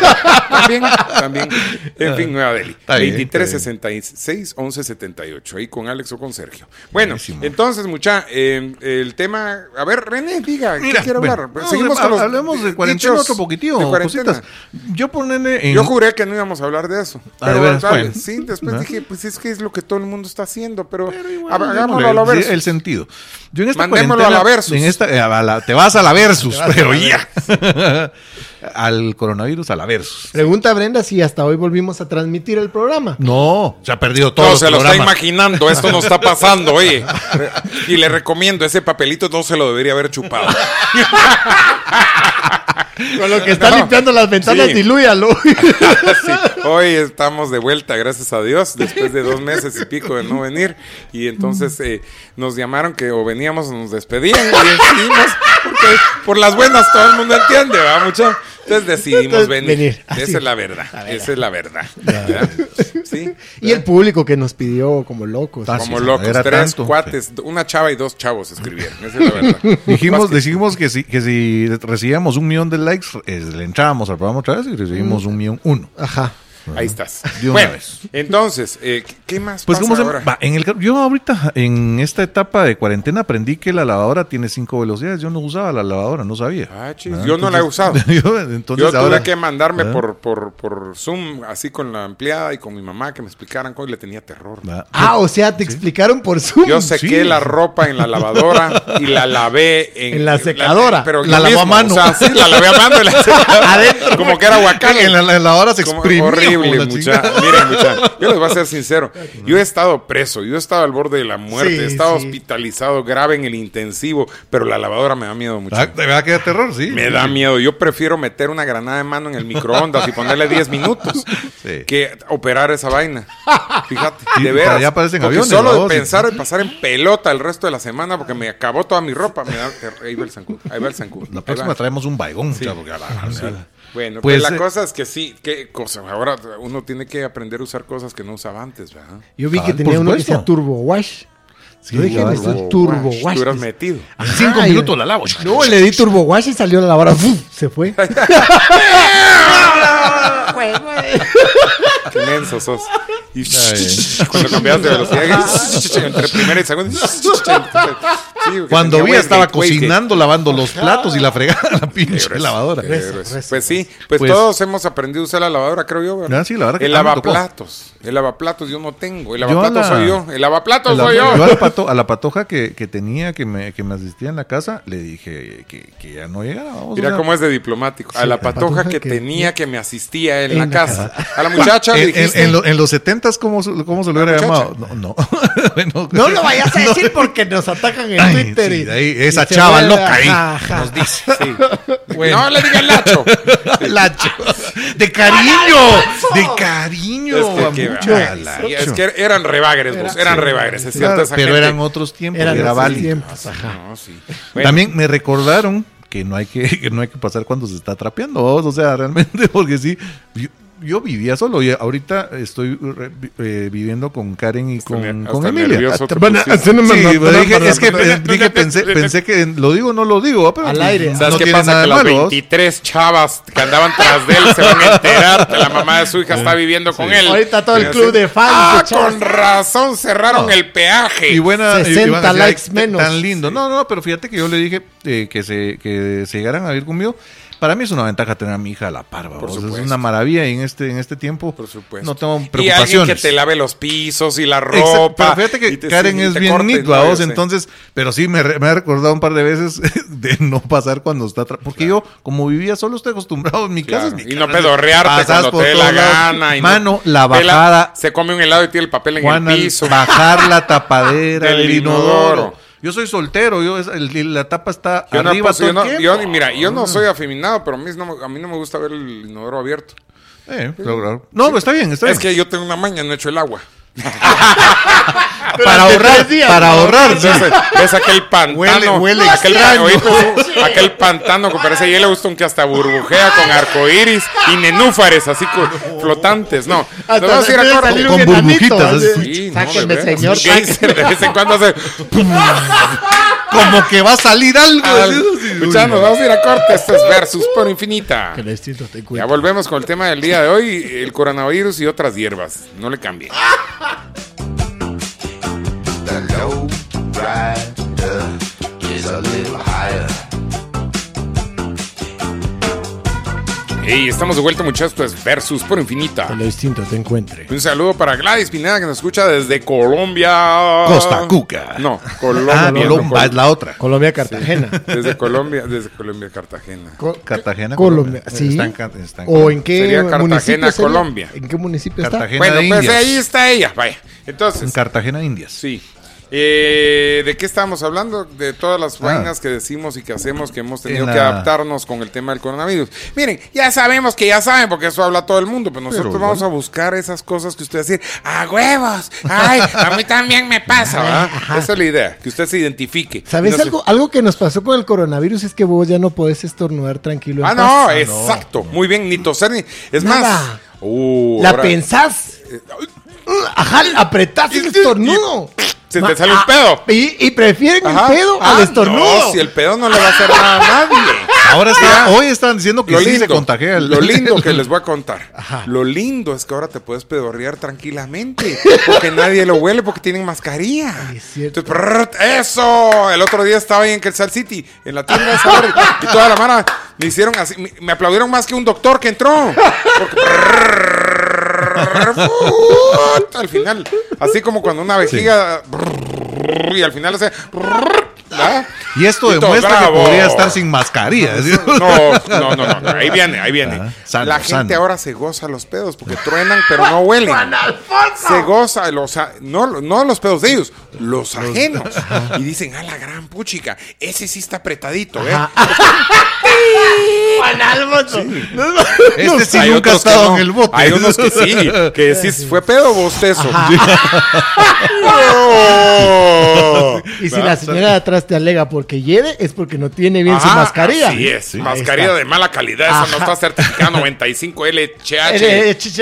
También, también. En fin, Nueva Delhi. Ah, Está bien, está bien. 2366 1178. Ahí con Alex o con Sergio. Bueno, Buenísimo. entonces, mucha, eh, el tema. A ver, René, diga, ¿qué Mira, quiere bueno, hablar? no, de- hablemos de cuarentena dichos otro poquitito. de cuarentena. cositas. Yo ponerle en. Yo juré que no íbamos a hablar de eso. Ah, de Pero veras, dale, bueno. sí, después ¿Ah? dije, pues es que es lo que todo el mundo está haciendo, pero, Igual, a- hagámoslo démosle a la el- versus. El sentido. Yo en esta Mandémoslo cuarentena- a la versus. en esta- eh, a la- te vas a la versus, pero ya. Al coronavirus a la versus. Pregunta Brenda si hasta hoy volvimos a transmitir el programa. No, se ha perdido todo. No, se lo está imaginando, esto no está pasando, oye. Y le recomiendo, ese papelito no se lo debería haber chupado. Con lo que está No. limpiando las ventanas, Sí. dilúyalo. Sí, Hoy estamos de vuelta, gracias a Dios, después de dos meses y pico de no venir. Y entonces eh, nos llamaron que o veníamos o nos despedían. Y decidimos, porque por las buenas todo el mundo entiende, ¿verdad, mucha? Entonces decidimos Entonces, venir. venir, así. Esa es la verdad, esa es la verdad. ¿verdad? Sí. y el público que nos pidió como locos. Ah, sí. Como sí, locos, era tres tanto, cuates, una chava y dos chavos escribieron. Esa es la verdad. Dijimos, dijimos que si, que si recibíamos un millón de likes, eh, le entrábamos al programa otra vez y recibimos un millón uno. Ajá. Ahí estás. De una bueno, vez. entonces, eh, ¿qué- ¿qué más Pues pasa ¿cómo se ahora? va, en el, yo ahorita en esta etapa de cuarentena aprendí que la lavadora tiene cinco velocidades. Yo no usaba la lavadora, no sabía. Ah, chis, yo no la he entonces- usado. yo, entonces Yo tuve ahora- que mandarme ¿Ah? por, por, por Zoom, así con la empleada y con mi mamá, que me explicaran cómo y le tenía terror. Ah, Ah, o sea, te explicaron por Zoom. Yo sequé sí. la ropa en la lavadora y la lavé en, En la secadora. pero La yo lavó a mismo, mano. O sea, sí, la lavé a mano. y la- Adentro. Como que era guacán. En la, en la lavadora se Como exprimió. horrible, la mucha. chingada. Miren, mucha. Yo les voy a ser sincero. Yo he estado preso, yo he estado al borde de la muerte, Sí, he estado sí. hospitalizado grave en el intensivo, pero la lavadora me da miedo mucho. Ah, De verdad que da terror, sí. Me da miedo. Yo prefiero meter una granada de mano en el microondas y ponerle 10 minutos Sí. que operar esa vaina. Fíjate, Y de para veras. allá aparecen Porque aviones, solo babos, de y- pensar en pasar en pelota el resto de la semana porque me acabó toda mi ropa. Me da terror. ahí va el zancudo, ahí va el zancudo, La ahí próxima va. traemos un baigón. mucha, porque a la- a la- Bueno, pues, Pues, la eh, cosa es que sí, qué cosa. Ahora uno tiene que aprender a usar cosas que no usaba antes, ¿verdad? Yo vi Ah, que tenía por uno que supuesto. decía Turbo Wash. Yo dije, claro. le estoy turbo Guau, wash. Te hubieras metido. En cinco Ay, minutos la lavo. No, le di turbo wash y salió la hora. ¡fuf! Se fue. Qué menso sos. Y cuando cambias de velocidad, entre primera y segunda. Sí, que Cuando tenía vi Waze, estaba Waze, cocinando, lavando los platos y la fregada, la pinche grueso. lavadora. Qué Grueso, grueso. grueso. Pues sí, pues, Pues- todos hemos aprendido a usar la lavadora, creo yo. ¿verdad? Ah, sí, la verdad que El a mí me tocó. lavaplatos. El lavaplatos yo no tengo. El Yo lavaplatos a la- soy yo. El lavaplatos A la- soy yo. a la, pato- a la patoja que, que tenía, que me, que me asistía en la casa, le dije que, que ya no llegaba. vamos, o Mira sea, cómo es de diplomático. A Sí, la patoja que, tenía que me asistía en, la casa. A la muchacha le En, en- dijiste. en lo- en los 70 ¿cómo, se- cómo se lo hubiera muchacha. llamado? No, no. Bueno, No lo vayas a decir porque nos atacan en Ay, Twitter. sí, y- de ahí, y esa se chava vuelve- loca ahí. Ajá, ajá. Sí. No le digas lacho. Lacho. De cariño. De cariño. Es que, mucho. que- A la- sí, es que er-, eran rebagres, vos, eran rebagres, es cierto. Claro, esa pero gente. eran otros tiempos. Eran era otros válido. tiempos, ajá. No, sí. Bueno, También me recordaron que no hay que, que no hay que pasar cuando se está trapeando, vamos, o sea, realmente, porque sí, yo, yo vivía solo y ahorita estoy re- vi- eh, viviendo con Karen y con, ne- con hasta Emilia. nervioso te Bueno, pusiste. sí, pues, pero dije, es que Pero- pe- dije, pensé, pensé que lo digo o no lo digo, ah, pero Al aire. no ¿Sabes qué tiene pasa? nada Que de las malo, vos. 23 chavas que andaban tras de él se van a enterar que la mamá de su hija está viviendo con él. Ahorita todo el Y club así, de fans Ah, de chavas". con razón cerraron el peaje. y buena, y- y 60 van a decir, likes "Ay, menos". Tan lindo. No, no, pero fíjate que yo le dije eh, que, se, que se llegaran a vivir conmigo. Para mí es una ventaja tener a mi hija a la par, vamos, es supuesto. una maravilla y en este, en este tiempo Por supuesto. no tengo Y alguien que preocupaciones. te lave los pisos y la ropa. Exacto, pero fíjate y que te- Karen y es te bien corten, nit, vamos, yo sé. entonces, pero sí me, re- me ha recordado un par de veces de no pasar cuando está atrás, porque yo, como vivía solo, estoy acostumbrado en mi Claro, casa. es mi Y no casa, pedorrearte pasas cuando por te dé la todos lados. gana. y no- Mano, la Pela- bajada, se come un helado y tiene el papel en Juana, el piso. bajar la tapadera Del del inodoro. inodoro. Yo soy soltero, yo es- el- la tapa está Yo no, arriba paso- todo yo el no- tiempo. Ah. yo- mira, yo no soy afeminado, pero a mí no, me- a mí no me gusta ver el inodoro abierto. Eh, claro, claro. No, está bien, está bien. Es que yo tengo una maña, no echo el agua. para ahorrar, para ahorrar. sí. Entonces, es aquel pantano. Huele- huele aquel, extraño. oíste, aquel pantano que parece Yellowstone que hasta burbujea con arcoíris y nenúfares así co- flotantes. No, Hasta Te vas a ir a debe corto. salir Con un enanito, burbujitas, así. así. Sí, no, Pues, de Sáquenme, veras. señor. Un geyser de vez en cuando hace. Como que va a salir algo. al- así, así. Escucha, nos vamos a ir a corte. Esto es Versus por Infinita. Que el instinto te cuida. Ya volvemos con el tema del día de hoy: el coronavirus y otras hierbas. No le cambien. The low rider is a little higher. Hey, estamos de vuelta, muchachos. Esto es Versus por Infinita. Que el instinto te encuentre. Un saludo para Gladys Pineda que nos escucha desde Colombia. Costa Cuca. No, Colombia. Ah, no, Colomba es Col- la otra. Colombia, Cartagena. desde Colombia, desde Colombia, Cartagena. Cartagena, Colombia. Colombia. Sí. Está en Car- está en ¿O en qué Sería Cartagena, municipio sería? Colombia. ¿En qué municipio Cartagena Bueno, de pues Indias. ahí está ella, vaya. En Entonces, Cartagena, Indias. sí. Eh, ¿De qué estábamos hablando? De todas las Ah. vainas que decimos y que hacemos que hemos tenido En que la- adaptarnos con el tema del coronavirus. Miren, ya sabemos que ya saben, porque eso habla todo el mundo, pero nosotros Pero, vamos a buscar esas cosas que usted decir, ¡a huevos! ¡Ay, a mí también me pasa! ¿verdad? Esa es la idea, que usted se identifique. está? ¿Sabes Y no se- algo? Algo que nos pasó con el coronavirus es que vos ya no podés estornudar tranquilo. en Ah, paz. no, exacto. Muy bien, ni toser ni. Es Nada. más. Uh, La ahora- Eh, pensás. Ajá, apretás el estornudo. Se te Ma- sale un ah, pedo. Y, y prefieren Ajá. el pedo Ah, al estornudo. No, si el pedo no le va a hacer nada a nadie. Ahora Mira, está, hoy están diciendo que Ah, Lo sí lindo, se contagia. el- lo lindo que les voy a contar. Lo lindo es que ahora te puedes pedorrear tranquilamente. Porque nadie lo huele porque tienen mascarilla. Es cierto. Entonces, prrrt, ¡Eso! El otro día estaba ahí en Quetzal City, en la tienda de sabor, y toda la mara me hicieron así. Me, me aplaudieron más que un doctor que entró. Porque, prrrt, fut, al final, así como cuando una vejiga. brrr, Y al final hace. brrr, ¿verdad? Y esto Y todo, demuestra que bravo. podría estar sin mascarilla. ¿sí? No, no, no, no, ahí viene, ahí viene. Ajá. Sano, la gente sano. ahora se goza los pedos porque truenan, pero no huelen. Se goza, los, a- no, no los pedos de ellos, los ajenos. Y dicen, a la gran puchica, ese sí está apretadito, ¿eh? Este sí Hay nunca ha otros que estado no. en el bote. Hay unos que sí, que sí fue pedo bostezo. ¡Oh! Y si la señora de atrás te alega porque lleve, es porque no tiene bien su Ajá, mascarilla. Así es, Ahí mascarilla está. de mala calidad. Esa no Ajá. está certificada 95 LHH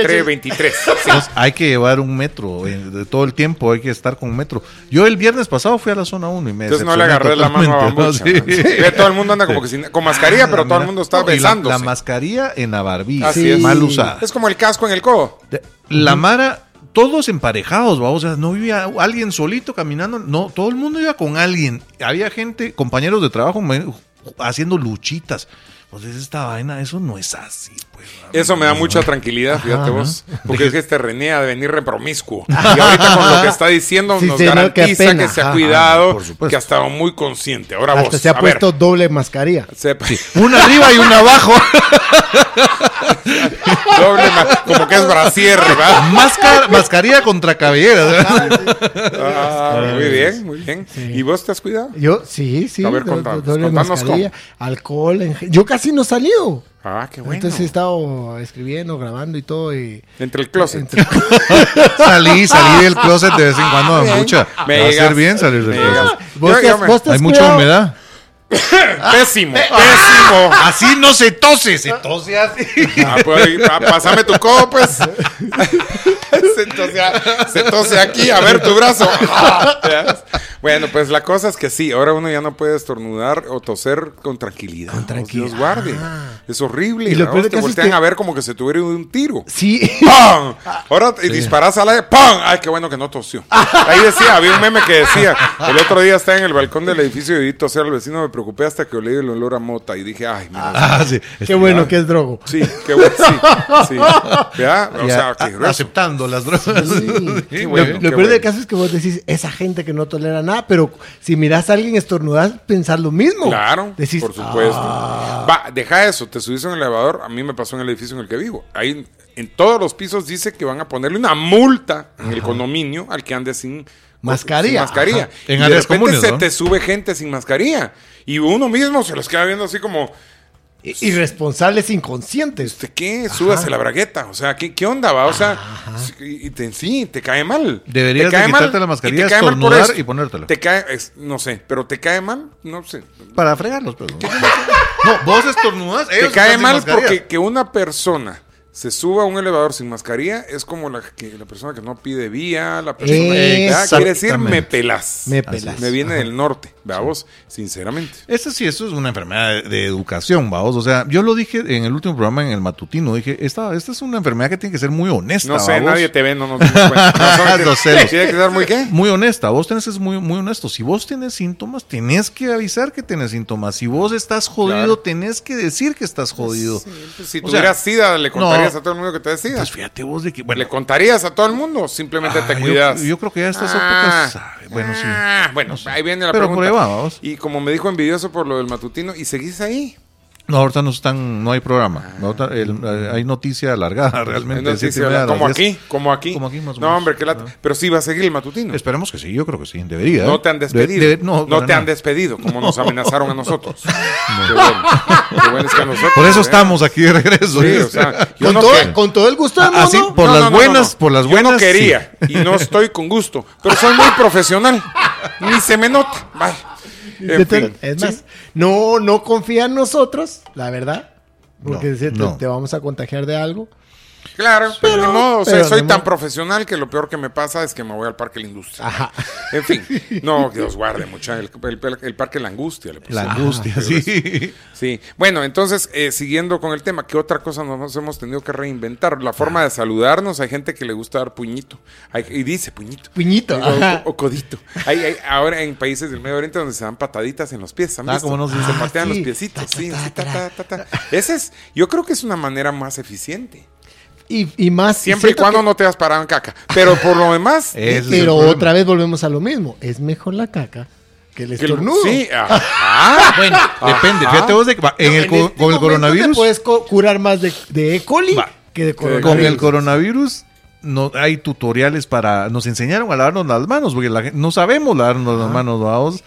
323. Sí. Hay que llevar un metro eh, de todo el tiempo, hay que estar con un metro. Yo el viernes pasado fui a la zona 1 y me Entonces no le decepcioné agarré la mano a totalmente, Bambucha. ¿no? Sí. Sí, ve, Todo el mundo anda como que sin- con mascarilla, pero todo el mundo está No, y la- La, besándose. mascarilla en la barbilla, Así es. mal usada. Es como el casco en el codo. De- La Mara, todos emparejados, ¿va? o sea, no había alguien solito caminando, no, todo el mundo iba con alguien. Había gente, compañeros de trabajo, me- haciendo luchitas. Pues es esta vaina, eso no es así, pues. Eso me da mucha tranquilidad, fíjate vos. Porque es que este René ha de venir repromiscuo. Y ahorita con lo que está diciendo Sí, nos sí, no, qué garantiza pena. que se ha Ajá, cuidado, por supuesto. que ha estado muy consciente. Ahora Hasta vos, se ha a ver, puesto doble mascarilla. sepa- Una arriba y una abajo. doble ma- como que es brasier, ¿verdad? Máscara, mascarilla contra cabellera. Ah, muy bien, muy bien. ¿Y vos te has cuidado? Yo, sí, sí, A ver, do- contanos, doble contanos mascarilla, alcohol. en ge- Yo casi no he salido. Ah, qué bueno. Entonces he estado escribiendo, grabando y todo. Y, Entre el closet. salí, salí del closet de vez en cuando, mucha. Me Va a llegas, ser bien salir me del llegas. closet. ¿Vos Yo- te yo has- me- vos te Hay has mucha cuidado? humedad. Pésimo, pésimo. Así no se tose, se tose así. Ah, pues, pa- pásame tu codo, pues. se, tosea, se tose aquí, a ver tu brazo. bueno, pues la cosa es que sí, ahora uno ya no puede estornudar o toser con tranquilidad. Con tranquilidad. Dios guarde. Es horrible. Y lo ¿no? peor del te caso es voltean que- a ver como que se tuviera un tiro. Sí. Ah. ¡Pam! Ahora te- disparás al aire, ¡pam! Ay, qué bueno que no tosió. Ahí decía, había un meme que decía, el otro día estaba en el balcón del edificio y vi toser al vecino, me preocupé hasta que olí el olor a mota y dije, ay, mira, Ah, sí. Qué bueno que es drogo. Sí, qué bueno, sí, sí. ¿Ya? O sea, Ya, ah, qué a- grueso. aceptando las drogas. Sí. Qué Lo- bueno, lo qué peor bueno. del caso es que vos decís, esa gente que no tolera nada, pero si miras a alguien estornudar, pensás lo mismo. Claro, Decís, por supuesto. "Ah". Va, deja eso, te subís en el elevador, a mí me pasó en el edificio en el que vivo. Ahí en todos los pisos dice que van a ponerle una multa en el condominio al que ande sin Mascarilla. sin mascarilla. Ajá. En y de áreas repente comunes, se ¿no? te sube gente sin mascarilla y uno mismo se los queda viendo así como I- Irresponsables inconscientes. ¿Usted qué? Súbase la bragueta. O sea, ¿qué, qué onda va? O sea, y, y te, sí, te cae mal. Deberías Te de quitarte la mascarilla, y te cae mal por estornudar eso. y ponértela. Te cae, es- no sé, pero te cae mal, no sé. Para fregarlos, pero. No, vos estornudas. Te ellos cae están sin mal mascarilla. porque que una persona se suba a un elevador sin mascarilla es como la, que, la persona que no pide vía, la persona que ya quiere decir me Exactamente. pelas. Me pelas. Me viene del norte, veamos, sinceramente. Eso sí, eso es una enfermedad de, de educación, vamos. O sea, yo lo dije en el último programa, en el matutino. Dije, esta, esta es una enfermedad que tiene que ser muy honesta. No sé, ¿va vos? nadie te ve, no nos dimos cuenta. No, ¿sabes Los qué? celos. Tiene que ser muy qué. Muy honesta, vos tenés que ser muy, muy honesto. Si vos tenés síntomas, tenés que avisar que tenés síntomas. Si vos estás jodido, Claro. tenés que decir que estás jodido. Si O sea, tuvieras sida, le no. contarías a todo el mundo que te decida. Pues fíjate vos de que. Bueno, ¿Le contarías a todo el mundo? o Simplemente ah, te yo- cuidas. Yo, creo que ya a estas Ah, épocas. sabe, Bueno, sí. ah, bueno, No sé. ahí viene la Pero pregunta. prueba, vamos. Y como me dijo envidioso por lo del matutino, ¿y seguís ahí? No, ahorita no están, no hay Ah. programa. Ahorita el- eh, hay noticia alargada realmente. No, sí, siete sí, y media a las como diez. aquí, como aquí. Como aquí, más o no, menos. hombre, qué lata. Pero sí va a seguir el matutino. Esperemos que sí, yo creo que sí, debería. No ¿eh? te han De- despedido. de- no para te han nada. despedido, como nos amenazaron a nosotros. Qué bueno. Qué bueno es que a nosotros, Por eso ¿eh? estamos aquí de regreso. Sí, ¿eh? o sea, yo Con, no Ah, todo, que- con todo el gusto del mundo. Así, por No, las no, no, buenas, no. por las Yo buenas. no sí. quería y no estoy con gusto, pero soy muy profesional. Ni se me nota. Vaya. En ¿Qué tal? fin, es sí. más, no, no confía en nosotros, la verdad. Porque No, se- te, no. te vamos a contagiar de algo. Claro, pero ni modo, o sea, pero soy ni tan modo. profesional que lo peor que me pasa es que me voy al Parque de la Industria. Ajá. En fin, no, que Dios guarde, mucha, el, el- el Parque de la Angustia. le La pusieron. angustia, sí. Sí, bueno, entonces, eh, siguiendo con el tema, ¿qué otra cosa nos hemos tenido que reinventar? La forma de saludarnos, hay gente que le gusta dar puñito, hay- y dice puñito. Puñito, Digo, ajá. O, o codito. Hay, hay- ahora en países del Medio Oriente donde se dan pataditas en los pies. ¿han Ah, visto? como nos se dicen. patean Ah, los sí. piecitos, Ta, ta, sí, ta, sí, ta, ta, ta, ta, ta. Esa es, yo creo que es una manera más eficiente. Y, y más. Siempre y siento cuando que- Eh, no te has parado en caca. Pero por lo demás, Ese es el pero problema. otra vez volvemos a lo mismo. Es mejor la caca que el que el- estornudo. Sí, ajá. Ah, Bueno, depende. Ajá. Fíjate vos de que va, en No, el, co- este con el momento Te coronavirus. puedes co- curar más de, de E. coli Va. que de coronavirus. Con el coronavirus no hay tutoriales para nos enseñaron a lavarnos las manos porque la gen- no sabemos lavarnos las manos vamos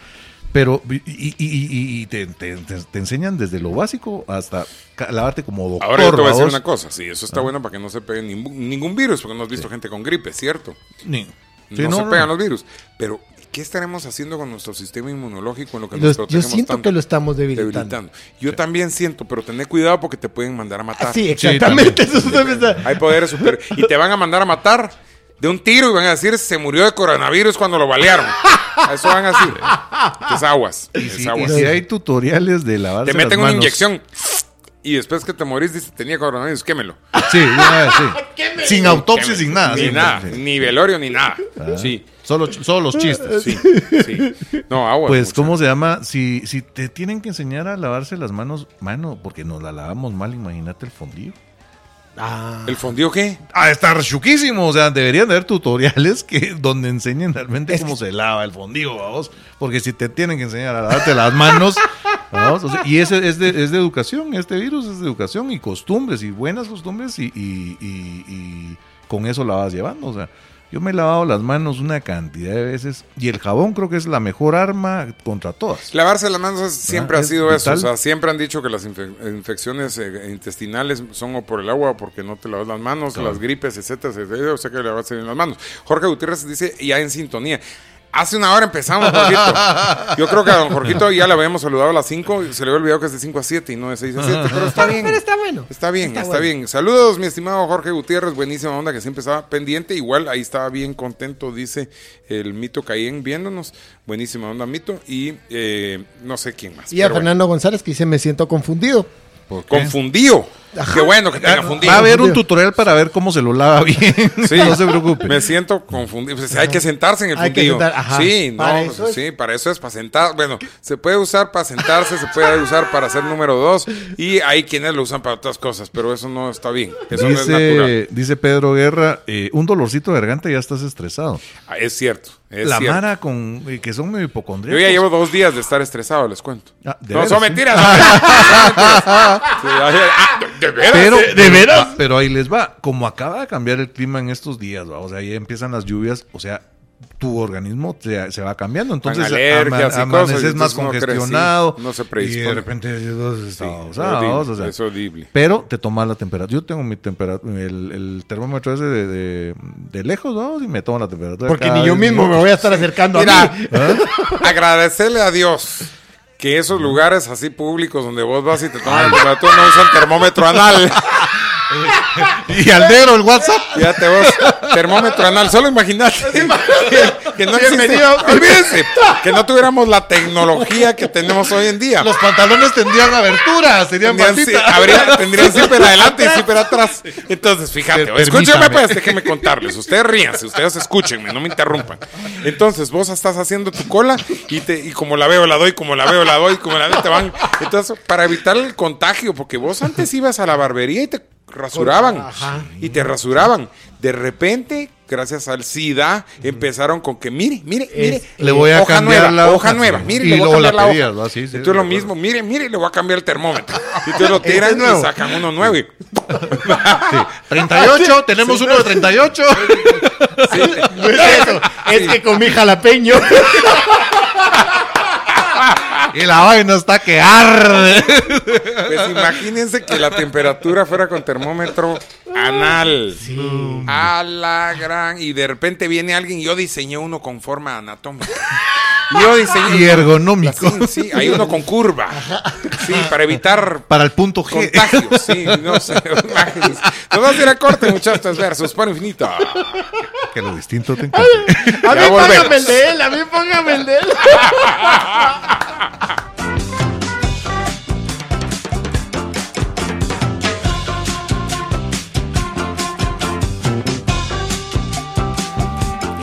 pero y, y- y- y- y te, te- te- te enseñan desde lo básico hasta ca- lavarte como doctor Ahora yo te voy a decir ¿vaos? Ah. una cosa, sí, eso está bueno para que no se pegue ningún, ningún virus, porque no has visto gente con gripe, ¿cierto? Ni- Sí, no, no, se no. pegan los virus. Pero, ¿qué estaremos haciendo con nuestro sistema inmunológico en lo que Los- nos yo protegemos siento tanto? que lo estamos debilitando. debilitando? Yo también siento, pero tené cuidado porque te pueden mandar a matar. Ah, sí, exactamente. eso es lo que está- Hay poderes super... Y te van a mandar a matar de un tiro y van a decir, se murió de coronavirus cuando lo balearon. A Eso van a decir. Es aguas. Y Es si, aguas. y si hay tutoriales de lavarse Te meten las una manos. inyección y después que te morís dice tenía coronavirus, quémelo. Sí, de una vez, sí. sin autopsia, Quémelo. sin Ah. nada. Ni sí, nada, sí. ni velorio, ni nada. Sí, Solo, ch- solo los chistes. sí, sí. No, agua. Pues, mucho. ¿cómo se llama? Si, si te tienen que enseñar a lavarse las manos, mano, porque nos la lavamos mal, imagínate el fondillo. Ah, ¿El fondido qué? Ah, está rechuquísimo. O sea, deberían haber tutoriales que donde enseñen realmente Es cómo se lava el fondillo, vamos. Porque si te tienen que enseñar a lavarte las manos, vamos. o sea, y ese es de, es de educación, este virus es de educación y costumbres y buenas costumbres y, y- y- y con eso la vas llevando. O sea, yo me he lavado las manos una cantidad de veces y el jabón creo que es la mejor arma contra todas. Pues, Lavarse las manos es- siempre Ah, ha es sido eso. vital. O sea, siempre han dicho que las infe- infecciones eh, intestinales son o por el agua o porque no te lavas las manos, las gripes, etcétera, etcétera. O sea, que lavarse bien las manos. Jorge Gutiérrez dice, ya en sintonía. Hace una hora empezamos, Jorgito. Yo creo que a don Jorgito ya le habíamos saludado a las 5. Se le había olvidado que es de 5 a 7 y no de 6 a 7. Pero está bien. pero está bueno. Está bien, está, Está bueno. bien. Saludos, mi estimado Jorge Gutiérrez, buenísima onda que siempre estaba pendiente. Igual ahí estaba bien contento, dice el mito Cayen viéndonos. Buenísima onda, mito. Y eh, no sé quién más. Y a pero bueno. Fernando González que dice, me siento confundido. ¿Por qué? Confundido. Qué bueno que tenga fundido. Va a haber un Confundido. tutorial para ver cómo se lo lava bien. Sí. No se preocupe. Me siento confundido. Pues, hay que sentarse en el Hay que fundido. sentar- ajá. Sí, no, Para pues, eso es. sí, para eso es para sentar. Bueno, se puede usar para sentarse, se puede usar para hacer número dos. Y hay quienes lo usan para otras cosas, pero eso no está bien. Eso no es natural. Dice, dice Pedro Guerra, eh, un dolorcito de garganta y ya estás estresado. Ah, Es cierto. Es la cierto. Mara con eh, que son medio Yo hipocondríacos. ya llevo dos días de estar estresado, les cuento. Ah, ¿de no, veras, son sí? mentiras. son mentiras, son mentiras. Sí, ah, ¿De veras? pero, sí. Ah, Pero ahí les va. Como acaba de cambiar el clima en estos días, ¿va? o sea, ya empiezan las lluvias, o sea, tu organismo te- se va cambiando. Entonces, alergias y cosas, y amaneces más entonces no crees, congestionado. sí, no se Y predispone. de repente, Dios, está es osado, horrible, o sea. es horrible. Pero te tomas la temperatura. Yo tengo mi temperatura, el, el termómetro ese de, de- de lejos, ¿no? Y me tomo la temperatura. Porque cada ni yo vez mismo me voy a estar acercando a Mira, mí. agradecerle a Dios que esos lugares así públicos donde vos vas y te toman el temperatura no usan termómetro anal. Y al dedo el WhatsApp. Fíjate vos, termómetro anal. Solo imaginate que, que no existe, olvídense, que no tuviéramos la tecnología que tenemos hoy en día. Los pantalones tendrían abertura, serían Tendrían, bandita. sí- habría- tendrían siempre adelante y siempre atrás. Entonces, fíjate, Per- escúchenme permítame. pues, déjenme contarles. Ustedes ríanse, ustedes escúchenme, no me interrumpan. Entonces, vos estás haciendo tu cola y te y como la veo, la doy, como la veo, la doy, como la veo, te van. Entonces, para evitar el contagio, porque vos antes ibas a la barbería y te rasuraban. Ajá. Y te rasuraban. De repente, gracias al SIDA, empezaron con que, mire, mire, mire. Le voy a hoja cambiar nueva, la hoja hoja, nueva. sí. Mire, Y le voy a luego la cambiar la pedías, hoja. ¿no? Sí, sí, Entonces, lo recuerdo. mismo mire, mire, le voy a cambiar el termómetro. Y te lo tiran Este es nuevo. y sacan uno nuevo. y- 38, tenemos uno de 38. No es eso, es que con mi jalapeño. y la vaina está que arde. Pues imagínense que la temperatura fuera con termómetro anal. A la gran. Y de repente viene alguien, yo diseñé uno con forma anatómica. Yo diseñé. Y ergonómico. Sí, sí, hay uno con curva. Sí, para evitar Para el punto G. contagios. Sí, no sé. imágenes. Nos vamos a ir a corte, muchachos, versus para infinito. que lo distinto te encanta. A mí Ya volvemos. póngame el de él, a mí póngame el de él.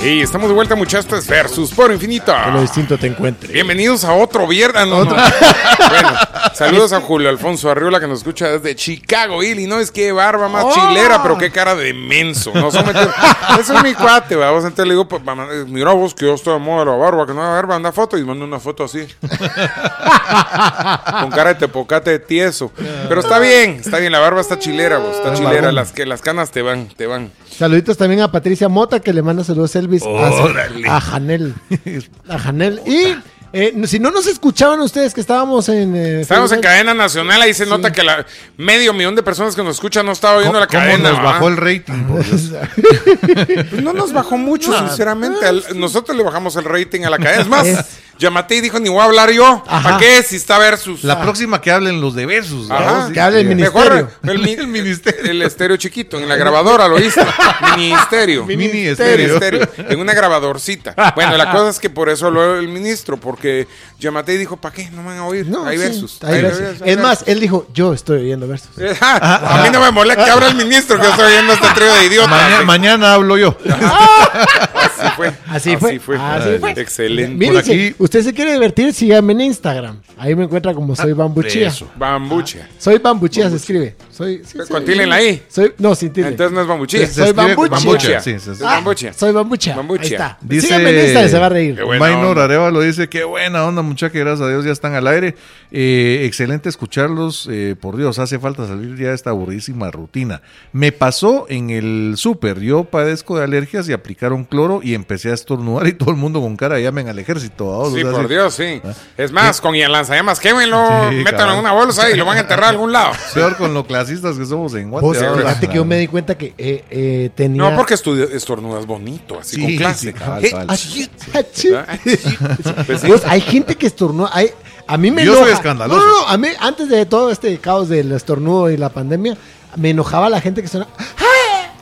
Y estamos de vuelta, muchachos, versus por infinito. Que lo distinto te encuentre. Bienvenidos a otro viernes. no, no. Bueno, saludos a Este. Julio Alfonso Arriola que nos escucha desde Chicago, Illinois. Qué barba más Oh. chilera, pero qué cara de menso. No son mentiras. Eso es mi cuate, vamos. Entonces le digo, pues, mamá, eh, mira vos que yo estoy de moda de la barba, que no hay barba, anda foto y mando una foto así. Con cara de tepocate de tieso. Pero está bien, está bien, la barba está chilera, vos. Está chilera, las, que, las canas te van, te van. Saluditos también a Patricia Mota, que le manda saludos Elvis a- Órale. a, Janel. A Janel. Y Eh, si no nos escuchaban ustedes que estábamos en... eh, Estamos en Facebook, cadena nacional, ahí se nota que la medio millón de personas que nos escuchan no estaba viendo la cadena. nos ¿va? bajó el rating? por Dios? Pues No nos bajó mucho, sinceramente. Al- nosotros le bajamos el rating a la cadena. Es más, Es- Yamate dijo, ni voy a hablar yo. Ajá. ¿Para qué? Si está versus. La próxima que hablen los de Versus. Ajá. ¿no? Sí, Que hable el sí. ministerio. Mejor el, mi- el ministerio. El estéreo chiquito, en la grabadora, lo oíste. ministerio. Mini estéreo. Ministerio, en una grabadorcita. Bueno, la cosa es que por eso habló el ministro, porque Yamate dijo, ¿para qué? No me van a oír. No, hay sí, versus. Ah, hay versus. Es más, él dijo, yo estoy oyendo versus. a mí no me molesta que abra el ministro, que estoy oyendo este trío de idiotas. Maña- Así- mañana hablo yo. Así fue. Así fue. Así fue. Excelente. Miren, por si aquí. usted se quiere divertir, síganme en Instagram. Ahí me encuentra como soy bambuchía. eso. Bambuche. Soy bambuchía, se escribe. Soy, sí, Con sí. tilde en la I. Soy, no, sin tilde. Entonces no es bambuchía. Soy escribe con bambuchia. bambucha, sí, sí, es sí. Ah, bambuchea. Soy bambuchia. Bambuchea. Ahí está. Dice- Síganme en Instagram, se va a reír. Qué buena Maynor onda. Arevalo dice, qué buena onda muchacha, gracias a Dios ya están al aire. Eh, excelente escucharlos, eh, por Dios, hace falta salir ya de esta aburridísima rutina. Me pasó en el súper, yo padezco de alergias y aplicaron cloro y empecé a estornudar y todo el mundo con cara, llamen al ejército. ¿va? O Sí, sea, por sí. Dios, sí. Ah. Es más, con el lanzallamas, quémelo, Sí, métanlo cabrón. en una bolsa y lo van a enterrar a algún lado. Peor con los clasistas que somos en Vos, Guatemala. fíjate que yo me di cuenta que eh, eh, tenía... No, porque estudio- estornudas bonito, así Sí, con clase. sí, cabal, Eh, cabal. ah, Achí, achí. ¿verdad? Pues sí. Vos, hay gente que estornuda. hay- a mí me Yo enoja. soy escandaloso. No, no, no, a mí, antes de todo este caos del estornudo y la pandemia, me enojaba la gente que sonaba.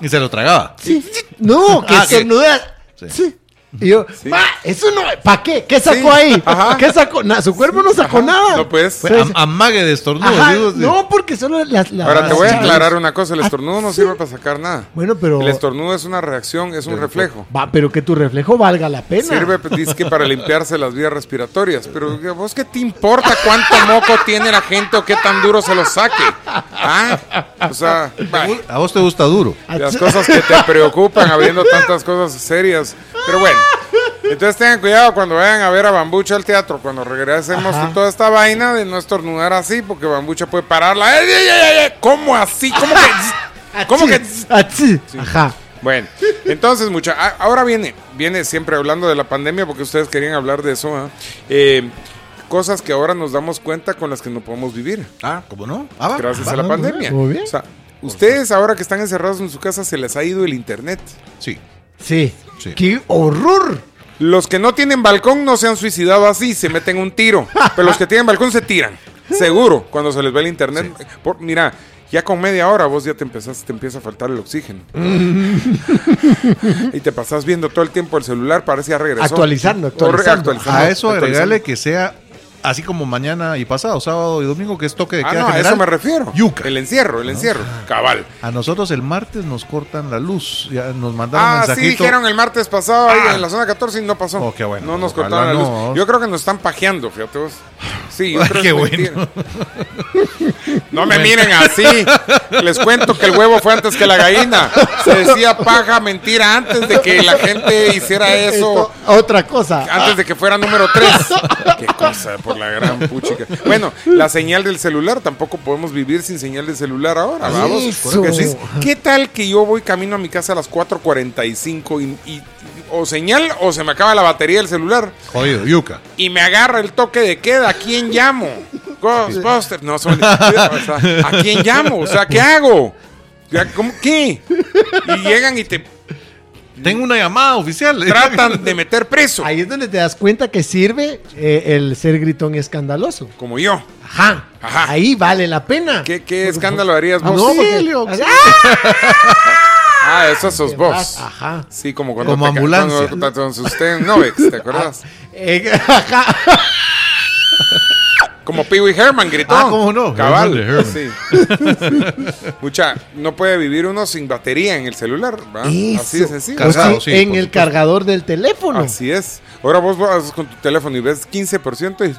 Y se lo tragaba. Sí, sí. No, que Ah, que- estornuda. Sí. Sí. Y yo, ma, eso no, ¿para qué? ¿Qué sacó Sí, ahí? ajá. ¿Qué sacó? Na- su cuerpo no sacó nada. No, pues. Fue am- amague de estornudo. Ajá, digo, sí. no, porque solo las. las- Ahora te voy a las- aclarar una cosa, el Ah, estornudo no sí. sirve para sacar nada. Bueno, pero- El estornudo es una reacción, es un reflejo. Va, pero que tu reflejo valga la pena. Sirve, pues, dice que para limpiarse las vías respiratorias. Pero ¿a vos qué te importa cuánto moco tiene la gente o qué tan duro se lo saque. ¿Ah? O sea, bye. A vos te gusta duro. Ah, las cosas que te preocupan habiendo tantas cosas serias. Pero bueno, entonces tengan cuidado cuando vayan a ver a Bambucha al teatro, cuando regresemos de toda esta vaina de no estornudar así, porque Bambucha puede pararla. ¡Ey, ey, ey, ey! ¿Cómo así? ¿Cómo que? ¿Cómo que? Achí. ah, Ajá. Bueno, entonces mucha, a- ahora viene, viene siempre hablando de la pandemia porque ustedes querían hablar de eso. ¿ah? Eh, cosas que ahora nos damos cuenta con las que no podemos vivir Ah, ¿cómo no? Ah, va. gracias Va. a la va, pandemia. muy bien. O sea, ustedes ahora que están encerrados en su casa se les ha ido el internet. Sí. Sí. Sí. ¡Qué horror! Los que no tienen balcón no se han suicidado así, se meten un tiro. Pero los que tienen balcón se tiran. Seguro, cuando se les va el internet. Por- mira, ya con media hora vos ya te empezás, te empieza a faltar el oxígeno. Mm. y te pasás viendo todo el tiempo el celular, parece ya regresó. Actualizando, actualizando. A eso agregarle que sea así como mañana y pasado, sábado y domingo, que es toque de Ah, queda no, a general. eso me refiero. Yuca. Ah. El encierro, el encierro. Cabal. A nosotros el martes nos cortan la luz. Ya nos mandaron Ah, sí, mensajito. Ah. dijeron el martes pasado ahí en la zona 14 y no pasó. Oh, qué bueno. No nos Ojalá cortaron la luz. no. Yo creo que nos están pajeando, fíjate vos. Sí, yo Ay, creo qué que es bueno. mentira. No me miren así. Les cuento que el huevo fue antes que la gallina. Se decía paja, mentira, antes de que la gente hiciera Ah, eso. Esto- otra cosa. Antes de que fuera número 3. Qué cosa, por la gran puchica. Bueno, la señal del celular, tampoco podemos vivir sin señal del celular ahora, vamos. Eso. Porque sí, ¿Qué tal que yo voy camino a mi casa a las 4.45 y, y- o señal o se me acaba la batería del celular Jodido, yuca. y me agarra el toque de queda? ¿A quién llamo? Ghostbusters. No, son- o sea, ¿A quién llamo? O sea, ¿qué hago? Ya, ¿cómo- ¿Qué? Y llegan y te Tengo una llamada oficial. tratan de meter preso, Ahí es donde te das cuenta que sirve eh, el ser gritón y escandaloso. como yo. Ajá. Ajá. Ahí vale la pena. ¿Qué, qué escándalo Ah, harías vos? Auxilio, auxilio. Ah, eso sos vos. Ajá. Sí, como cuando Como te ca- ambulancia. Cuando, cuando usted en Novex, ¿te acuerdas? Eh, ajá. Como Pee Wee Herman gritó. Ah, ¿cómo no? Cabal. Herman Sí. Mucha, no puede vivir uno sin batería en el celular, ¿va? Ah, Así de Eso. sencillo. Pues Cargado, sí, sí, en por el supuesto. cargador del teléfono. Así es. Ahora vos vas con tu teléfono y ves 15% y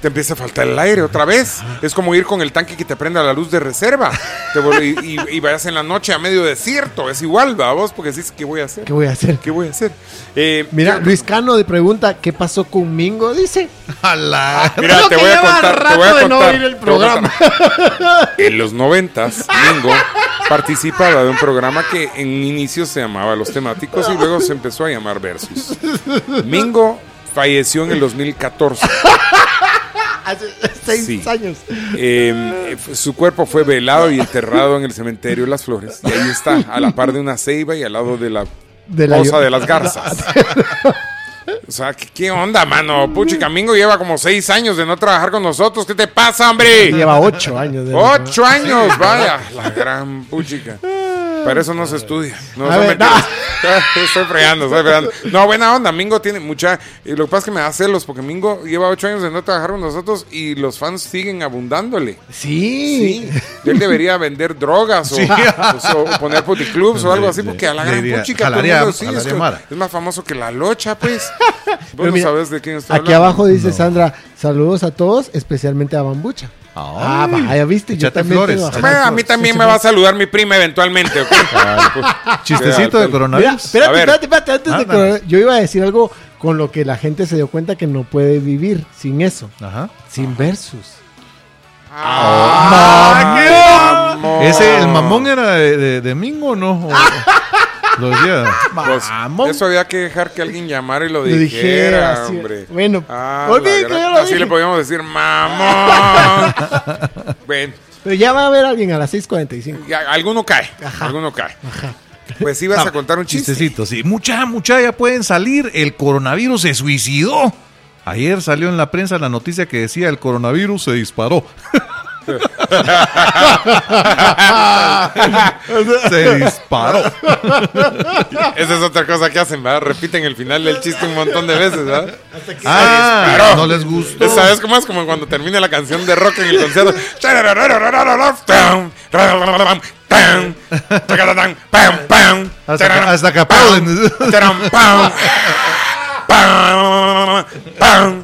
te empieza a faltar el aire otra vez. Es como ir con el tanque que te prenda la luz de reserva. Te vuelve- y, y- y vayas en la noche a medio desierto. Es igual, ¿va? Vos porque decís, ¿qué voy a hacer? ¿Qué voy a hacer? ¿Qué voy a hacer? Eh, Mira, Luis Cano de pregunta, ¿qué pasó con Mingo? Dice. A la- Mira, Creo te que voy, a lleva contar, te voy a contar. rato de no oír el te voy a programa. contar. En los noventas, Mingo participaba de un programa que en inicio se llamaba Los Temáticos y luego se empezó a llamar Versus. Mingo Falleció en el 2014. Hace seis Sí. años. Eh, eh, fu- su cuerpo fue velado y enterrado en el cementerio de las flores. Y ahí está, a la par de una ceiba y al lado de la De la- Cosa de las garzas. O sea, ¿qué, qué onda, mano? Puchi Camingo lleva como seis años de no trabajar con nosotros. ¿Qué te pasa, hombre? Lleva ocho años. de- Ocho años, vaya. La gran puchica. Para eso no se estudia. No, A son ver, mentiras. Estoy fregando, estoy fregando. No, buena onda. Mingo tiene mucha... y lo que pasa es que me da celos porque Mingo lleva ocho años de no trabajar con nosotros y los fans siguen abundándole. Sí. Sí. Él debería vender drogas o, Sí. o- o poner puticlubs o algo así, Le- porque a la gran le diría, puchica todo el jalaría- mundo sí, es, jalaría co- Mara. es más famoso que la locha, pues. Vos Pero no mira, sabes de quién estoy Aquí hablando. abajo dice Sandra, saludos a todos, especialmente a Bambucha. Ah, vaya, viste, yo Échate también flores. tengo- échate Bueno, a mí también me va a saludar mi prima eventualmente. ¿ok? Chistecito de Mira, coronavirus. A espérate, ver. espérate, espérate, antes Ah, de dale. correr, yo iba a decir algo con lo que la gente se dio cuenta que no puede vivir sin eso, Ajá. sin versus. Ah, mamón. ¿Ese, el mamón era de, de, de Mingo o no? O- lo decía. Pues, eso había que dejar que alguien llamara y lo Lo dijera, dijera, sí. hombre. Bueno, Ah, olviden la que gran- yo lo así dije. le podíamos decir, mamón. Ven. Pero ya va a haber alguien a las 6:45. Y a- alguno cae. Alguno cae. Pues ibas a contar un chiste. Chistecito, sí. Mucha, mucha, ya pueden salir. El coronavirus se suicidó. Ayer salió en la prensa la noticia que decía el coronavirus se disparó. se disparó. Esa es otra cosa que hacen, ¿verdad? Repiten el final del chiste un montón de veces, ¿verdad? Ah, no les gustó. ¿Sabes cómo es? Como cuando termina la canción de rock en el concierto. Hasta que- hasta que aplauden.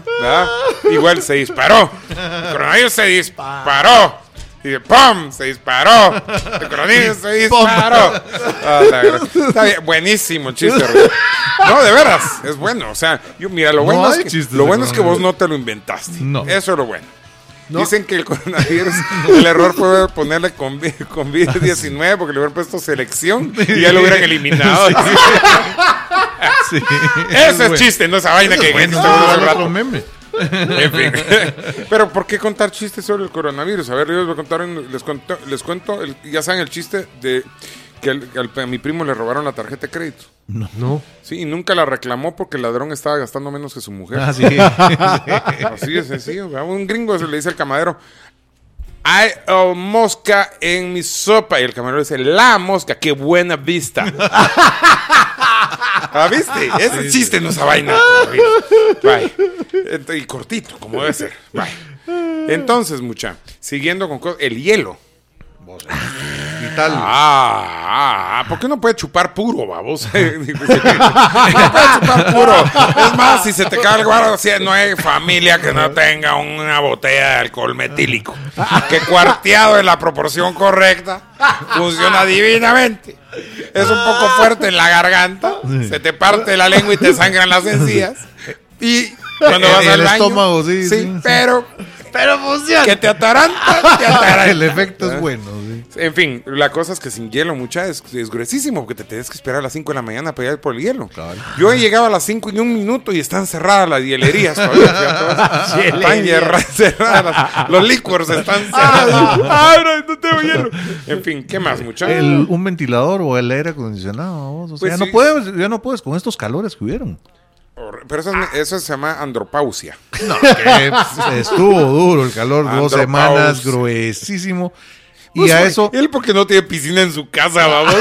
¿Verdad? Igual se disparó. El coronavirus se disparó. Y de ¡pum! Se disparó. El coronavirus se disparó. Ah, la gran- Está bien, Buenísimo el chiste, Rudy. No, de veras. Es bueno. O sea, yo, mira, lo bueno, No hay es, que, chistes lo de bueno es que vos coronavirus. no te lo inventaste. No. Eso es lo bueno. Dicen que el coronavirus, el error fue ponerle convi- COVID-19 porque le hubieran puesto selección y ya lo hubieran eliminado. Sí, sí. Sí. Eso es bueno. chiste, no esa vaina Eso que es bueno, dijiste eso vos es hace otro rato. meme. En fin. Pero ¿por qué contar chistes sobre el coronavirus? A ver, yo les voy a contar, un- les, conto- les cuento, el- ya saben el chiste de que al- que al- a mi primo le robaron la tarjeta de crédito. No, no. Sí, y nunca la reclamó porque el ladrón estaba gastando menos que su mujer. Ah, sí. Así de sencillo. ¿verdad? Un gringo se le dice al camarero, hay oh, mosca en mi sopa. Y el camarero dice, la mosca, qué buena vista. ¿Ah, viste? Ese chiste no esa vaina. Bye. Ent- Y cortito, como debe ser. Bye. Entonces, mucha, siguiendo con co- el hielo. Vital. Ah, ah, ah, ¿por qué no puede chupar puro, babos? no puede chupar puro. Es más, si se te cae el guaro, si no hay familia que no tenga una botella de alcohol metílico. Que cuarteado en la proporción correcta, funciona divinamente. Es un poco fuerte en la garganta, se te parte la lengua y te sangran las encías. Y cuando El- vas el al baño, estómago, sí, sí, sí. pero Pero funciona. que te ataranta, te ataranta. El efecto es bueno. sí. En fin, la cosa es que sin hielo, mucha, es, es gruesísimo, porque te tienes que esperar a las 5 de la mañana para ir por el hielo. Claro. Yo he llegado a las 5 y un minuto y están cerradas las hielerías. todavía, fíjate vos. están hierra- cerradas. las- Los liquors están Ah, cerrados. ¡Ay, no tengo hielo! En fin, ¿qué más, mucha? El- un ventilador o el aire acondicionado. vos, o sea, Pues ya, sí. no puedes, ya no puedes con estos calores que hubieron. Hor- Pero eso, es- eso se llama andropausia. Ah, estuvo duro el calor, dos Andropausia. semanas, gruesísimo. Y Pues, a güey, eso, Ah, Él porque no tiene piscina en su casa, vamos.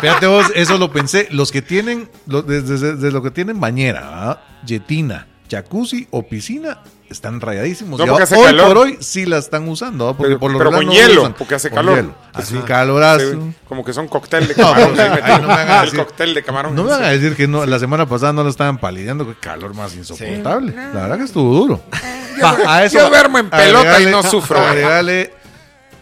fíjate vos, eso lo pensé. Los que tienen, lo- desde, desde- desde lo que tienen bañera, ¿ah? jetina, jacuzzi o piscina, están rayadísimos. No, Y porque a- hace hoy calor. por hoy sí la están usando. ¿ah? Porque Pero- por lo pero regular con no hielo, usan. porque hace con calor. Pues hielo. Hace un Se calorazo. ve Como que son cóctel de No, camarón. pues, ahí ay, metido. no me hagan el así. cóctel de camarón. No me van a decir que no, la semana pasada no lo estaban palideando, qué calor más insoportable. La verdad que estuvo duro. Va, a yo duermo en pelota y no sufro. Agregale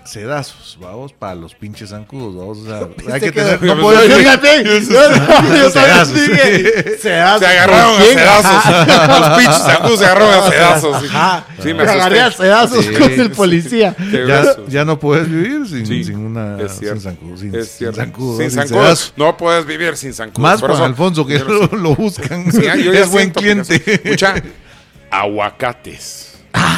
sedazos, vamos, para los pinches zancudos, vamos. O sea, hay que Viste que tener. no puedo- Fíjate, yo- yo también Sedazos. dije, Ah, sedazos. Ah, Se agarraron a ¿Por quién? pedazos. Los pinches zancudos se agarraron a pedazos. Sí, Ajá. Sí, me Me agarré a asusté. sedazos Sí. con el policía. Qué Ya, grueso. ya no puedes vivir sin, Sí, sin una. es cierto. sin zancudo. Sin, Es sin cierto. zancudo. Sin sin zancudo. sedazo. No puedes vivir sin zancudo. Más Por para eso- Alfonso, que yo no lo, sé. lo buscan. Sí, ah, yo ya es buen siento que no sé. cliente. Ah. Escucha, aguacates.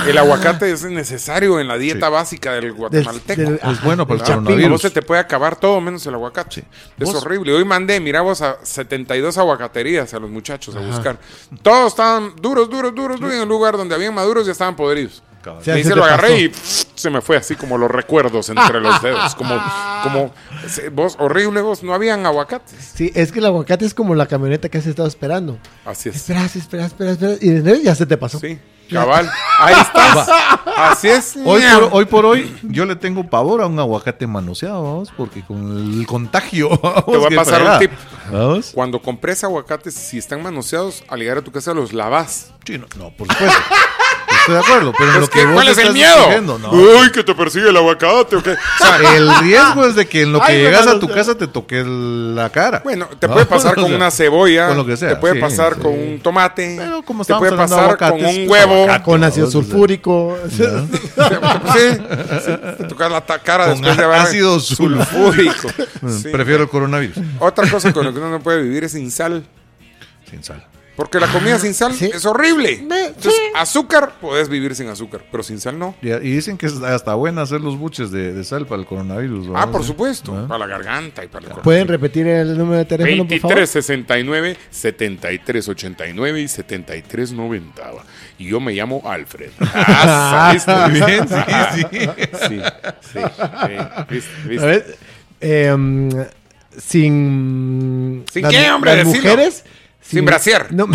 El aguacate es necesario en la dieta básica del guatemalteco. del- Es bueno para el Chapín. A vos coronavirus. se te puede acabar todo menos el aguacate. Es Vos- horrible. Hoy mandé, mira vos, a 72 aguacaterías a los muchachos a buscar. Todos estaban duros, duros, duros, duros. Y en un lugar donde habían maduros ya estaban podridos. Cabal. Sí, y ahí se se te lo agarré pasó. y pff, se me fue así como los recuerdos entre los dedos. Como, como se- vos, horrible vos, no habían aguacates. Sí, es que el aguacate es como la camioneta que has estado esperando. Así es. Esperas, esperas, esperas, esperas. Y de nuevo ya se te pasó. Sí, cabal. Ahí estás. Así es. Hoy por, hoy por hoy, yo le tengo pavor a un aguacate manoseado, vamos, porque con el contagio. Vamos, Te voy a qué pasar un fregada. tip. Vamos. Cuando compres aguacates, si están manoseados, al llegar a tu casa los lavas. Sí, no, no, por supuesto. Estoy de acuerdo, pero en Es lo que, que, vos ¿Cuál es el estás miedo? Uh. diciendo, no. Uy, que te persigue el aguacate o qué. O sea, El riesgo es de que en lo que Ay, llegas no, no, a tu no. casa te toque el- la cara. bueno, te puede No, pasar o con sea, una cebolla, Ah, con lo que sea, te puede sí, pasar sí. con un tomate, Pero como te estamos puede hablando pasar de con aguacates, un pues, huevo, aguacate. Con ácido Vamos, o sea. sulfúrico. Sí, sí, te toca la ta- cara Con después de haber ácido sulfúrico. Mm, Sí. Prefiero el coronavirus. Otra cosa con la que uno no puede vivir es sin sal. Sin sal. Porque la comida sin sal sí. es horrible. Me- Entonces, sí. azúcar, puedes vivir sin azúcar, pero sin sal no. Y, y dicen que es hasta bueno hacer los buches de, de sal para el coronavirus. Ah, ¿verdad? por Sí. supuesto. ¿Ah? Para la garganta y para el corazón. ¿Pueden repetir el número de teléfono, por favor? 2369, 7389 y 7390. Y yo me llamo Alfred. Ah, ¿sabiste? Bien, sí, sí. Sí, sí, sí. ¿Viste? A ¿Viste? ver, em, sin... ¿Sin qué, hombre? Las Decilo. mujeres... Sin brasier. no,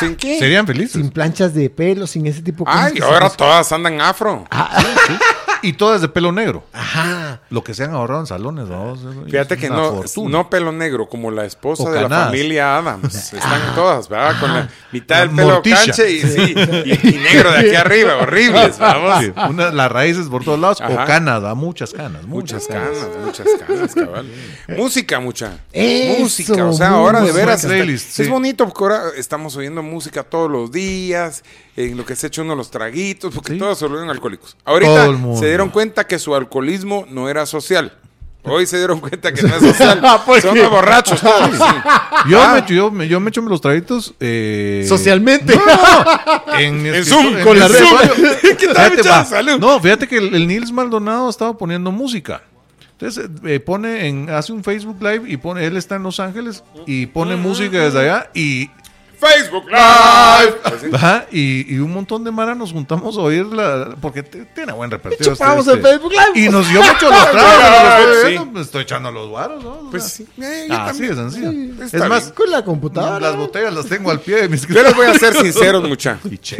¿Sin qué? Serían felices. sin planchas de pelo, sin ese tipo de cosas. Ay, que se ahora nos- todas andan afro. Ah, Y todas de pelo negro. Ajá. Lo que se han ahorrado en salones. vamos, es Fíjate que una no, fortuna. no pelo negro, como la esposa O de la canadas. familia Adams. Están todas, ¿verdad? Con la mitad del Ah. La pelo morticia. canche y, sí, y- y negro de aquí arriba, horribles, vamos. Sí, una- las raíces por todos lados. Ajá. O canas, da muchas canas. Muchas Muchas, canas, canas. muchas canas, cabal. música, mucha. Eso, música, o sea, ahora de música. veras. Buen playlist, está- sí. Es bonito porque ahora estamos oyendo música todos los días, en lo que se echa uno los traguitos, porque Sí. todos se vuelven alcohólicos. Ahorita Todo el mundo. se dieron cuenta que su alcoholismo no era social. Hoy se dieron cuenta que no es social. Ah, pues ¿Por Son qué? unos borrachos todos. sí. Yo, Ah. me, yo, me- yo me echo los traguitos. eh, Socialmente. En, mi En escritorio- Zoom, en con mi la red. escritorio. ¿Qué tal, Fíjate, muchachos? va. Salud. No, fíjate que el, el Nils Maldonado estaba poniendo música. Entonces eh, pone en, hace un Facebook Live y pone, él está en Los Ángeles y Mm. pone música desde allá y, Facebook Live. Pues Así. ajá, y, y un montón de mara nos juntamos a oírla porque te- tiene buen repertorio. este- Chupamos este. el Facebook Live. Y nos dio mucho los tragos. Sí. me los estoy bebiendo, me estoy echando los varos, ¿no? O sea, Pues sí. Eh, yo así también. de sencillo. está es más, bien. Con la computadora. las botellas las tengo al pie de mis Yo les voy a ser sinceros, mucha.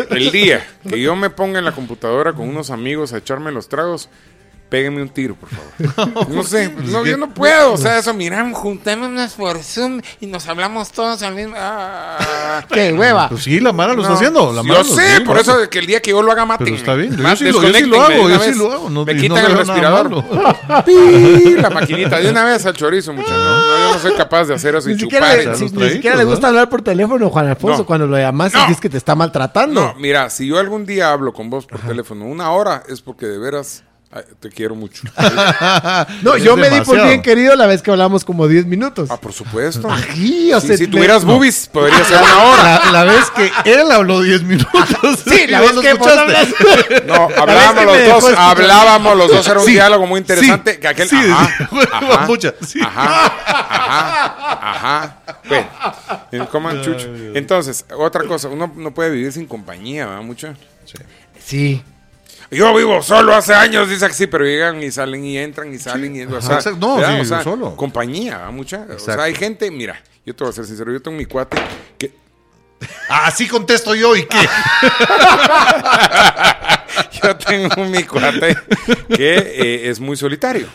El día que yo me ponga en la computadora con unos amigos a echarme los tragos, péguenme un tiro, por favor. No sé, pues no, yo no puedo. O sea, eso, mira, juntémonos por Zoom y nos hablamos todos al mismo. Ah. ¡Qué hueva! Pues sí, la Mara lo No, está haciendo. La Mara yo lo sé, está por haciendo. eso de que el día que yo lo haga, maten. Pero está bien, yo Más sí lo- yo sí lo desconéctenme hago, de yo una sí vez. lo hago, no- Me y no quitan me el veo nada respirador. malo. Pi, la maquinita. De una vez al chorizo, muchachos. No, yo no soy capaz de hacer eso y Ni siquiera, chupar. le, echar si- los ni siquiera le pues, traguitos, gusta hablar por teléfono, Juan Alfonso, No. cuando lo llamas No. y es que te está maltratando. No, mira, si yo algún día hablo con vos por teléfono una hora, es porque de veras ay, te quiero mucho. ah, No, Es yo me di por demasiado. bien querido la vez que hablamos como 10 minutos. por supuesto. Aquí, o Si- sea, si me- tuvieras boobies, podría ser una hora. La, la vez que él habló 10 minutos. Sí, la ¿Y vez vos que lo vos escuchaste? No, La hablábamos vez que me los dos, dejó escuchar. hablábamos los dos, era un Sí, diálogo muy interesante. sí, que aquel, sí, ajá, sí, ajá, mucha, sí. ajá, ajá, ajá. Ven, en- coman chucho. Entonces, otra cosa, uno no puede vivir sin compañía, ¿verdad, mucha? Sí. Yo vivo solo hace años, dice que sí, pero llegan y salen y entran y salen y o sea, Exacto. No, ¿verdad? sí, O sea, solo. Compañía, ¿va? mucha. O sea, Exacto. hay gente, mira, yo te voy a ser sincero, yo tengo mi cuate que Así contesto yo y qué. yo tengo mi cuate que eh, es muy solitario.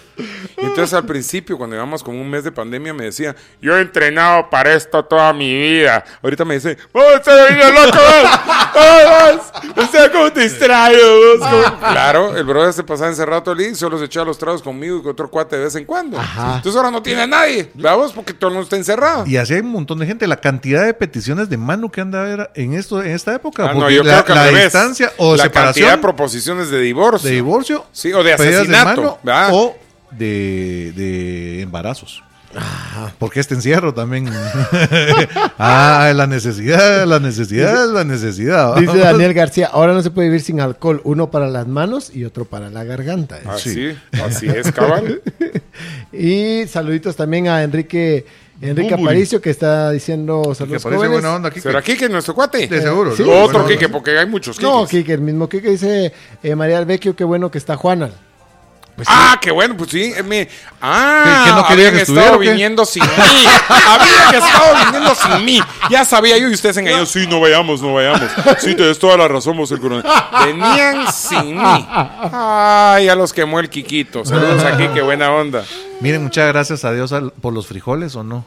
Entonces al principio, cuando íbamos como un mes de pandemia, me decía, yo he entrenado para esto toda mi vida. Ahorita me dice, ¡Oh, se me vino loco! vos! ¡Oh, vos! O sea, como te distraigo. vos, como-". Claro, el brother se pasaba encerrado todo el día y solo se echaba los tragos conmigo y con otro cuate de vez en cuando. Ajá. Entonces ahora no tiene a nadie, vamos, porque todo el mundo está encerrado. Y así hay un montón de gente. La cantidad de peticiones de mano que anda a ver en, esto, en esta época. Ah, no, porque yo la, creo que al la revés. distancia o la cantidad de separación proposiciones de divorcio. de divorcio Sí, o de pérdidas asesinato, ¿verdad? o de, de embarazos. Ah. Porque este encierro también. ah, la necesidad, la necesidad, la necesidad. Dice Daniel García, ahora no se puede vivir sin alcohol, uno para las manos y otro para la garganta. Así, Sí. así es, cabal. Y saluditos también a Enrique Enrique Bumburi. Aparicio que está diciendo Que saludos parece jóvenes. buena onda aquí. ¿Será Kike nuestro cuate? De seguro. Sí. ¿no? Otro Buena onda. Kike, porque hay muchos Kikes. No, Kike, el mismo Kike dice eh, María del Vecchio, qué bueno que está Juana. ah, qué bueno, pues sí. eh, mi- Ah, ¿Que- que no quería habían que estuviera, estado o qué? viniendo sin mí. habían estado viniendo sin mí. Ya sabía yo y ustedes engañaron. Sí, no vayamos, no vayamos. Sí, tienes toda la razón, vos el coronel. Venían sin mí. Ay, a los quemó el Kikito. Saludos a Kike, buena onda. Miren, muchas gracias a Dios al- por los frijoles o no.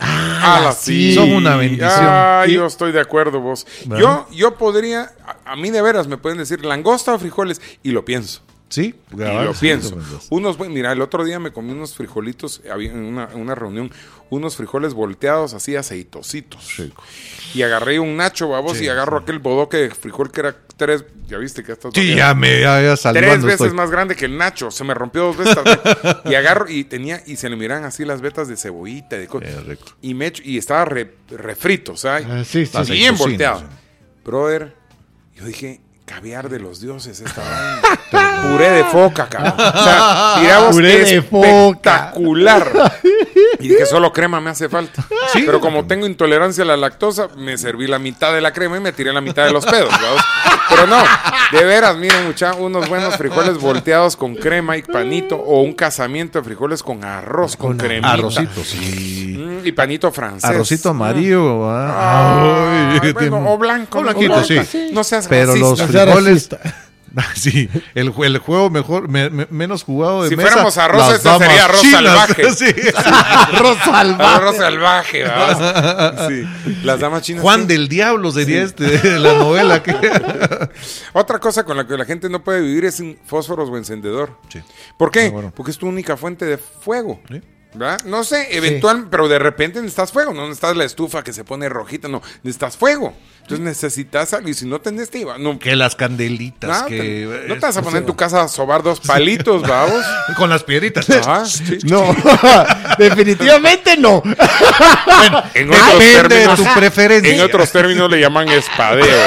Ah, la sí. Son una bendición. Ah, yo estoy de acuerdo, vos. ¿Verdad? Yo, yo podría, a, a mí de veras me pueden decir langosta o frijoles y lo pienso. Sí, Y lo grabar, sí, pues, pienso. grabar. Unos, buen- mira, el otro día me comí unos frijolitos, había en una, en una reunión, unos frijoles volteados así aceitositos. Y agarré un nacho, babos, y agarro aquel bodoque de frijol que era tres, ya viste que estas Sí, ya me ya, ya salvando Tres veces estoy. más grande que el Nacho, se me rompió dos veces. también. y agarro y tenía, y se le miran así las vetas de cebollita y de co- Qué Eh, rico. Y me echo- y estaba re- refrito, o sea, Ah, sí, sí, sí. bien Aceitosina, volteado. sí. Brother, yo dije, caviar de los dioses esta vaina. Puré de foca, cabrón. O sea, miramos Puré que de foca. espectacular. Y dije, solo crema me hace falta. Pero como tengo intolerancia a la lactosa, me serví la mitad de la crema y me tiré la mitad de los pedos, ¿verdad? Pero no, de veras, miren, mucha, unos buenos frijoles volteados con crema y panito o un casamiento de frijoles con arroz, con, cremita. Arrocito, sí. Mm, y panito francés. Arrocito amarillo. ah. Ah, Ay, bueno, tiene- o blanco. O ¿no? blanquito, O sí. blanco. No seas Pero los racista. sea frijoles. racista. Sí, el, jue- el juego mejor, me- me- menos jugado de Si mesa. fuéramos arroz, las este sería damas arroz salvaje. Sí. arroz salvaje. Arroz salvaje, ¿verdad? Sí. Las damas chinas. Juan sí. del Diablo sería este de la novela. Que... Otra cosa con la que la gente no puede vivir es sin fósforos o encendedor. ¿Por qué? Ah, bueno. Porque es tu única fuente de fuego. Sí. ¿verdad? No sé, eventual, pero de repente necesitas fuego. No necesitas la estufa que se pone rojita, no. Necesitas fuego. Entonces necesitas algo. Y si no tenés, te iba. No, Que las candelitas. no, que, eh, te, no te vas a poner en tu casa a sobar dos palitos, babos. Con las piedritas. Ajá, sí. No, definitivamente no. En otros Depende de términos- tu preferencia. En otros términos le llaman espadeo.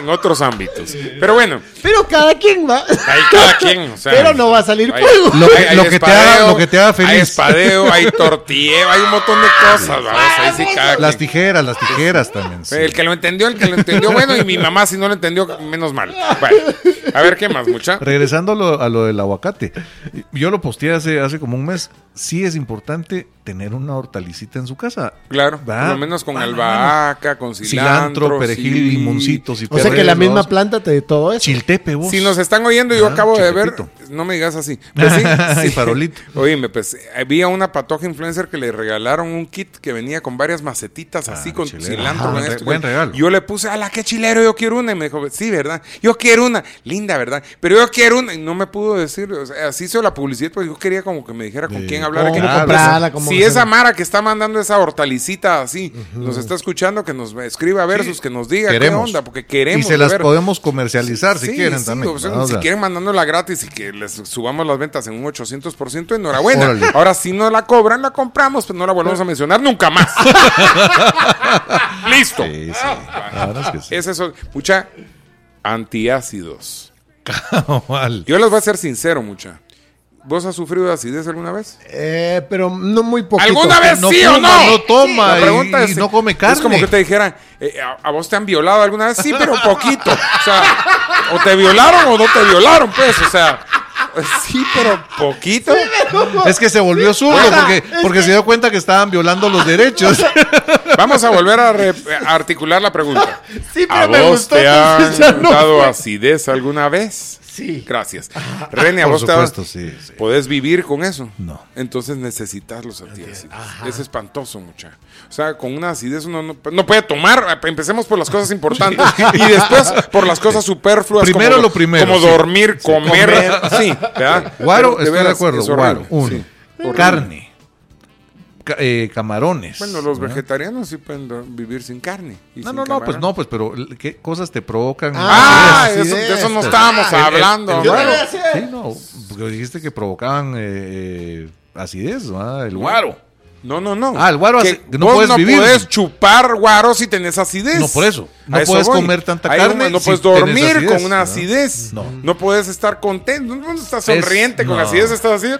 en otros ámbitos. Pero bueno, Pero cada quien va. hay cada quien. o sea, Pero no va a salir hay- fuego. Lo que- lo que te haga- espadeo, lo que te haga Hay feliz. espadeo, hay tortilleo, hay un montón de cosas. ¿verdad? Ahí sí cada Las quien. tijeras, las tijeras también. sí. El que lo entendió, el que lo entendió, bueno, y mi mamá si no lo entendió, menos mal. Bueno, a ver, ¿qué más, mucha? Regresando a lo, a lo del aguacate, yo lo posteé hace, hace como un mes. Sí es importante tener una hortalicita en su casa. Claro, Va, Ah, por lo menos con va, albahaca, con cilantro, Cilantro, perejil, sí. limoncitos y O sea que la perejil, misma babos. planta te de todo eso. Chiltepe, vos. Si nos están oyendo, yo Ah, acabo de ver, chiquitito. no me digas así. Pues sí, Ay, sí. farolito. Oíme, pues había una patoja influencer que le regalaron un kit que venía con varias macetitas así Ah, con chilero. cilantro. Ah, con re- esto. buen regalo. Yo le puse, ala, qué chilero, yo quiero una. Y me dijo, sí, ¿verdad? Yo quiero una. Linda, ¿verdad? Pero yo quiero una. Y no me pudo decir, o sea, así hizo la publicidad, porque yo quería como que me dijera con De quién hablar. cómo y qué- comprarla, cómo si hacer- esa Mara que está mandando esa hortalicita así, nos está escuchando, que nos escriba versus, que nos diga qué Queremos. onda, porque queremos. Y se las ver. podemos comercializar si Sí, quieren sí, también. o sea, ¿verdad? O si sea, quieren mandándola gratis y que les subamos las ventas en un 800%, enhorabuena. Órale. Ahora, si no la cobran, la compramos, pues no la volvemos a mencionar nunca más. Listo. sí, sí. La verdad es que sí. Ah, Es eso. Mucha antiácidos. Cabal. Yo les voy a ser sincero, mucha. ¿Vos has sufrido de acidez alguna vez? Eh, pero no muy poquito. ¿Alguna vez No sí o fuma, no? no toma y- y no come Es como carne. que te dijera, eh, a, a vos te han violado alguna vez? Sí, pero poquito. O sea, o te violaron o no te violaron, pues. O sea, Sí, pero poquito. Es que se volvió zurdo porque, porque se dio cuenta que estaban violando los derechos. Vamos a volver a, re- a articular la pregunta. Sí, pero ¿A me vos gustó, te han entonces ya no dado fue. acidez alguna vez? Sí. Gracias. René, a Por vos te ha- supuesto, sí, sí. ¿Podés vivir con eso? No. Entonces necesitas los antiácidos. Es espantoso, mucha. O sea, con una acidez uno no, no puede tomar. Empecemos por las cosas importantes y después por las cosas superfluas. Primero como, lo primero, Como sí. dormir, comer. comer. Sí, ¿verdad? Guaro, Pero estoy de veras, acuerdo. es horrible, Guaro, uno. sí. Horrible. Carne. Ca- eh, camarones. Bueno, los ¿no? vegetarianos sí pueden do- vivir sin carne. y No, sin no, no, pues camarón. no, pues, pero ¿qué cosas te provocan? Ah, Ah, eso- acidez. de eso no estábamos Ah, hablando. El guaro. Guaro. Sí, no, porque dijiste que provocaban eh, eh, acidez, ¿verdad? El guaro. No, no, no. Ah, el guaro Que hace- no vos puedes no vivir. puedes chupar guaro si tenés acidez. No, por eso. A No puedes voy. comer tanta Ahí carne No si puedes tenés dormir acidez, con una ¿no? acidez. No. No. puedes estar contento. No estás sonriente con no. acidez. Estás así.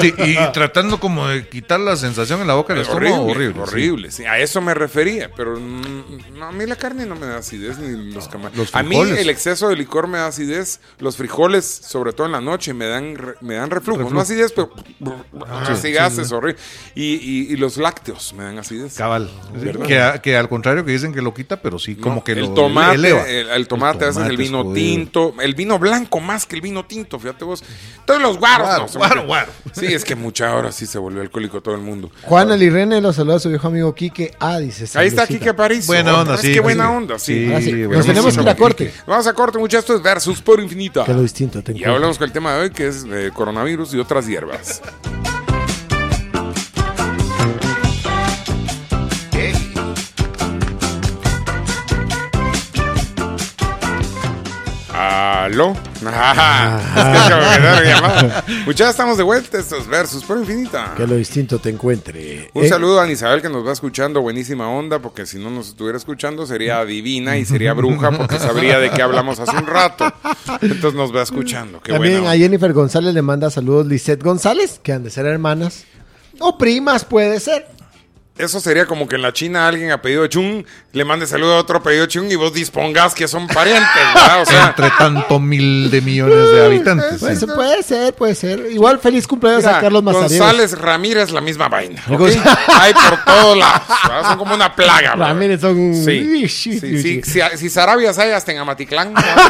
Sí, y tratando como de quitar la sensación en la boca del horrible, estómago, horrible. horrible. sí. sí. A eso me refería. Pero mm, no, a mí la carne no me da acidez ni los camarones. los a mí frijoles. el exceso de licor me da acidez. Los frijoles, sobre todo en la noche, me dan, re- me dan reflujo. No Reflujo. Ah, acidez, pero así gases, horrible. Y, y- y los lácteos me dan acidez. Cabal. Que, a- que al contrario que dicen que lo quita, pero sí, como No, que el lo tomate, eleva. El, el tomate, a veces el tomate es vino jodido. tinto, el vino blanco más que el vino tinto, fíjate vos. Todos los guaros, Guaro, no, son- guaro, guaro. Sí, es que mucha hora sí se volvió alcohólico todo el mundo. Juan Alirene lo saluda a su viejo amigo Quique. Ah, dice. Ahí está saludcita. Kike París. Buena onda, sí. Qué sí. buena onda, sí. Ah, sí. Nos buena tenemos onda. que ir a corte. Vamos a corte, muchachos, esto es versus por infinita. Que lo distinto te Y encuentro. hablamos con el tema de hoy que es eh, coronavirus y otras hierbas. Aló. Muchas estamos de vuelta. Estos versus por infinita. Que lo distinto te encuentre. Un Eh, saludo a Ana Isabel que nos va escuchando, buenísima onda, porque si no nos estuviera escuchando sería adivina y sería bruja porque sabría de qué hablamos hace un rato. Entonces nos va escuchando, qué También bueno. a Jennifer González le manda saludos Lisette González, que han de ser hermanas. O primas, puede ser. Eso sería como que en la China alguien a pedido Chung le mande saludo a otro a pedido Chung y vos dispongas que son parientes, ¿verdad? O sea, Entre tanto mil de millones de habitantes. Pues, sí. puede ser, puede ser. Igual feliz cumpleaños mira, a Carlos Mazariegos. González Ramírez, la misma vaina. ¿ok? Gonz- Hay por todos lados. ¿verdad? Son como una plaga. ¿verdad? Ramírez son- Sí. Sí, sí, Si, si Sarabia hay hasta en Amatitlán. ¿verdad?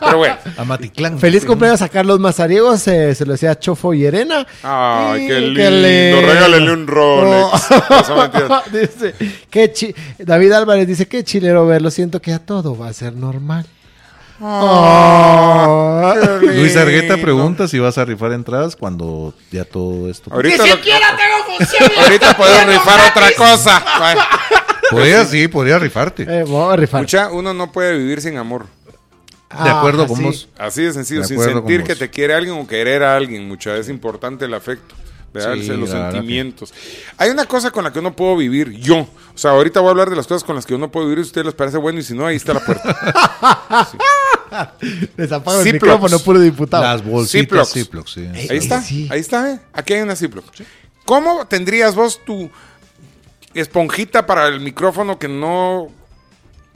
Pero bueno. Amaticlán. Feliz Sí. cumpleaños a Carlos Mazariegos, eh, se lo decía a Chofo y Erena. Ay, Y qué que lindo. le- Regálenle un Rolex. No son mentiras. dice, qué chi- David Álvarez dice, qué chilero verlo, siento que ya todo va a ser normal. Oh. Luis Argueta pregunta si vas a rifar entradas cuando ya todo esto. Ahorita, Ni lo- siquiera tengo función. ahorita podemos rifar otra cosa. Bueno, Podría, sí, podría rifarte. De Eh, vamos a rifar. Mucha, uno no puede vivir sin amor. Ah, acuerdo con sí. vos. Así de sencillo, De sin acuerdo con sentir vos. que te quiere alguien o querer a alguien, mucha. Es importante el afecto, ¿verdad? Sí, los la verdad sentimientos. Hay una cosa con la que no puedo vivir, yo. O sea, ahorita voy a hablar de las cosas con las que yo no puedo vivir, si a ustedes les parece bueno y si no, ahí está la puerta. Les apago el Ziplocs. micrófono, puro diputado. Las bolsitas Ziplocs. Ziplocs, Eh, sí. Ey, Ahí está, Sí. ahí está, ¿eh? Aquí hay una Ziploc. ¿Cómo tendrías vos tu esponjita para el micrófono que no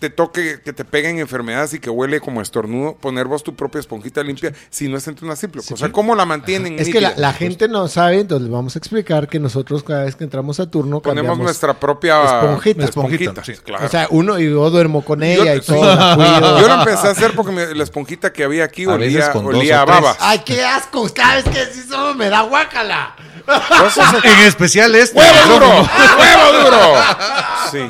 te toque, que te peguen enfermedades y que huele como estornudo? Poner vos tu propia esponjita limpia si no es entre una Ziploc. o sea, ¿cómo la mantienen? Es que la, nítida? la gente no sabe, entonces les vamos a explicar que nosotros cada vez que entramos a turno Ponemos cambiamos- nuestra propia esponjita. esponjita, Esponjita, sí. claro. O sea, uno y yo duermo con yo, ella y sí. todo. la cuido. Yo lo empecé a hacer porque me- la esponjita que había aquí A veces olía, con dos olía o a tres. baba. Ay, qué asco. Cada vez que decís eso me da guácala. Vos sos En especial este. ¡Huevo duro! ¡Huevo duro! Sí.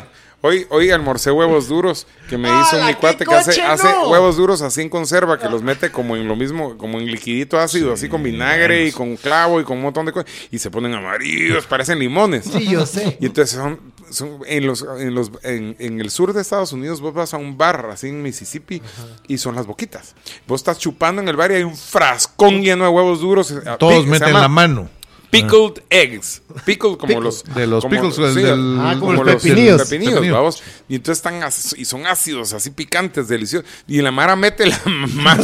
Hoy, hoy almorcé huevos duros que me hizo mi qué cuate que hace, coche, hace no! huevos duros así en conserva, que los mete como en lo mismo, como en liquidito ácido, así con vinagre y con clavo y con un montón de cosas. Y se ponen amarillos, parecen limones. Sí, yo sé. Y entonces son, son en los, en los, en, en el sur de Estados Unidos vos vas a un bar así en Mississippi y son las boquitas. Vos estás chupando en el bar y hay un frascón lleno de huevos duros. eh, pi- Todos se meten llama la mano. Pickled eggs. Pickled como los... De los como- pickles, el sí, del- Ah, como como los los pepinillos. pepinillos, Pepinillo. babos. Y entonces están as- y son ácidos, así picantes, deliciosos. Y la Mara mete la mano,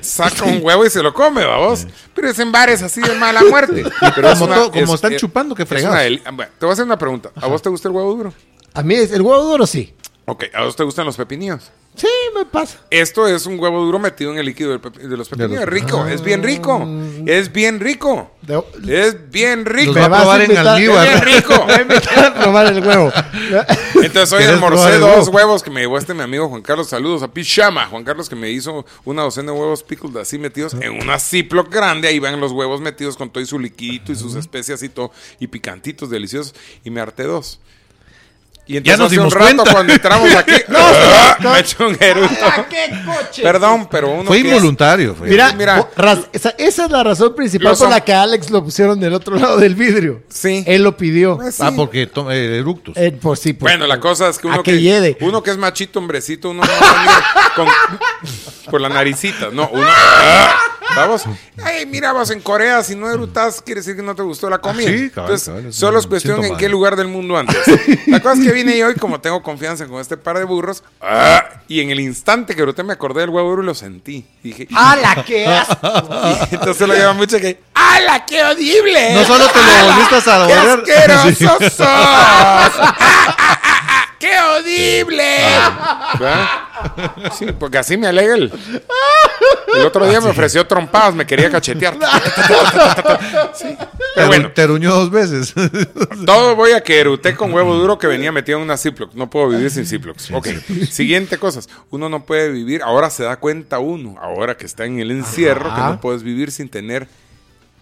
saca un huevo y se lo come, babos. Pero es en bares así de mala muerte. Pero es Como todo- como es- están es- chupando, qué es fregados. una deli- ah, Bueno, Te voy a hacer una pregunta. ¿A vos te gusta el huevo duro? A mí es- el huevo duro sí. Ok, ¿a vos te gustan los pepinillos? Sí, me pasa. Esto es un huevo duro metido en el líquido del pepe- de los pepinos. los- Ah. Es rico, es bien rico. Es bien rico. De- Es bien rico. Los va a vas a probar en invitar- Es almíbar. bien rico. Para probar el huevo. Entonces hoy ¿Quieres probar almorcé el dos huevo? huevos que me llevó este mi amigo Juan Carlos. Saludos a Pichama. Juan Carlos que me hizo una docena de huevos pickled así metidos en una Ziploc grande. Ahí van los huevos metidos con todo y su liquidito y sus especias y todo. Y picantitos, deliciosos. Y me harté dos. Y entonces nos hace un dimos rato cuenta. cuando entramos aquí, Ah, me eché un eructo. ¡Qué coche! Perdón, pero uno Ah, Fue que es- involuntario. fue. Mira, Mira. o- raz- esa, esa es la razón principal Los por hom- la que a Alex lo pusieron del otro lado del vidrio. Sí. Él lo pidió. Pues sí. Ah, porque to- eh, eructos. Eh, por sí, por- Bueno, la cosa es que uno a que lleve. uno que es machito, hombrecito, uno no ha venido con- por la naricita, no, uno Vamos, Eh. ay, mira, vas en Corea, si no erutas, quiere decir que no te gustó la comida. Ah, sí, cabal, Entonces, cabal, es solo un es cuestión en síntoma. qué lugar del mundo andas. La cosa es que vine yo y como tengo confianza con este par de burros, ah, y en el instante que eruté me acordé del huevo duro y lo sentí. Dije, ¡Hala, qué asco! y entonces lo lleva mucho que, ¡hala, qué horrible! Ah. No solo te lo volviste a Ah, ¡Qué saborear. asqueroso sos! ¡Ah, ah, ah, ah! ¡Qué audible! Ah. ¿Verdad? Sí, porque así me alegra el. El otro día me ofreció trompadas, me quería cachetear. Sí, Pero Te- bueno, Te ruñó dos veces. todo voy a que eruté con huevo duro que venía metido en una Ziploc. No puedo vivir sin Ziplocs. Ok, siguiente cosas. Uno no puede vivir, ahora se da cuenta uno, ahora que está en el encierro, que no puedes vivir sin tener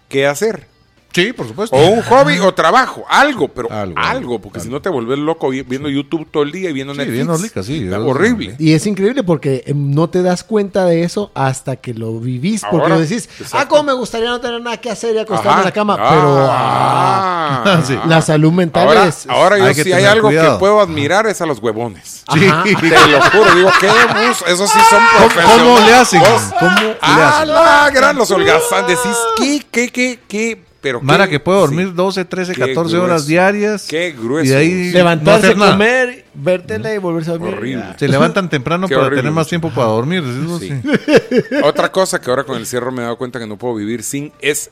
qué hacer. sí, por supuesto. O un hobby o trabajo, algo, pero algo, Algo, porque algo. si no te vuelves loco vi- viendo YouTube todo el día y viendo Sí, Netflix. viendo Lica, sí, Está yo- horrible. Y es increíble porque eh, no te das cuenta de eso hasta que lo vivís. Porque Ahora, lo decís, ah, exacto. cómo me gustaría no tener nada que hacer y acostarme Ajá. en la cama. Ah, Pero ah, ah. Sí. la salud mental Ahora, es. ahora yo Hay que sí hay tener algo que cuidado. puedo admirar es a los huevones. Sí. Te lo juro, digo, qué bus, esos sí son profesionales. ¿Cómo le hacen? Vos- ¿Cómo le Ah, hacen? la gran, los holgazán. Decís, ¿qué, qué, qué, qué? Pero Mara qué- que puede dormir sí. 12, 13, Qué 14 grueso. horas diarias. Qué grueso. Y de ahí no levantarse, hacer nada. comer, vértela y volverse a dormir. Horrible. Ah. Se levantan temprano Qué para horrible. tener más tiempo para dormir. eso Sí. sí. Otra cosa que ahora con el cierre me he dado cuenta que no puedo vivir sin es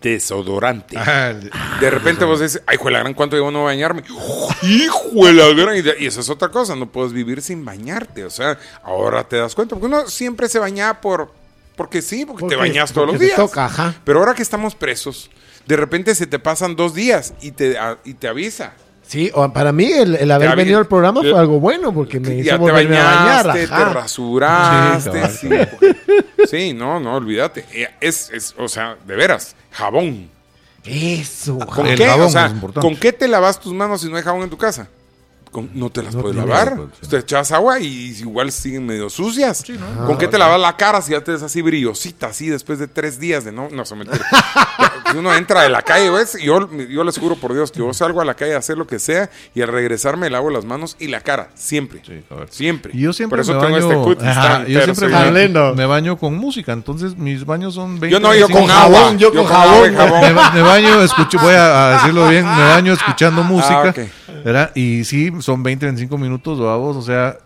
desodorante. Ah, De repente vos dices, ay, hijo de la gran, ¿cuánto llevo no bañarme? Hijo de la gran. Y de- Y eso es otra cosa, no puedes vivir sin bañarte. O sea, ahora te das cuenta, porque uno siempre se bañaba por, porque sí, porque, Porque- te bañas todos los porque te días. toca, ajá. Pero ahora que estamos presos, de repente se te pasan dos días y te, a- y te avisa. Sí, o- para mí el, el haber Ya vi- venido al programa fue el- algo bueno porque me ya hizo te volverme a bañaste, bañar. te ajá. rasuraste. Sí, Sí, porque- sí, no, no, olvídate. Eh, Es, es, o sea, de veras, jabón. Eso. ¿Con Ah, El qué? jabón O sea, es importante. ¿con qué te lavas tus manos si no hay jabón en tu casa? Con- no te las puedes no lavar. las puedes, sí. Te echas agua y igual siguen medio sucias. Ah, ¿Con qué te lavas la cara si ya te ves así brillosita, así después de tres días de no? No, se mentira. Ya, Uno entra de la calle, ¿ves? Yo, yo les juro por Dios que yo salgo a la calle a hacer lo que sea y al regresar me lavo las manos y la cara. Siempre. Sí, a ver. Siempre. Y yo siempre Por eso me tengo baño, este cutis Ajá, tan yo siempre terso, tan ¿verdad? me, lindo. me baño con música, entonces mis baños son 20. Yo no, yo con 25. agua. jabón, yo con agua y jabón. Me, ba- me baño, escucho, voy a, a decirlo bien, me baño escuchando música, Ah, ok. ¿verdad? Y sí, son 20, 25 minutos, vamos, o sea,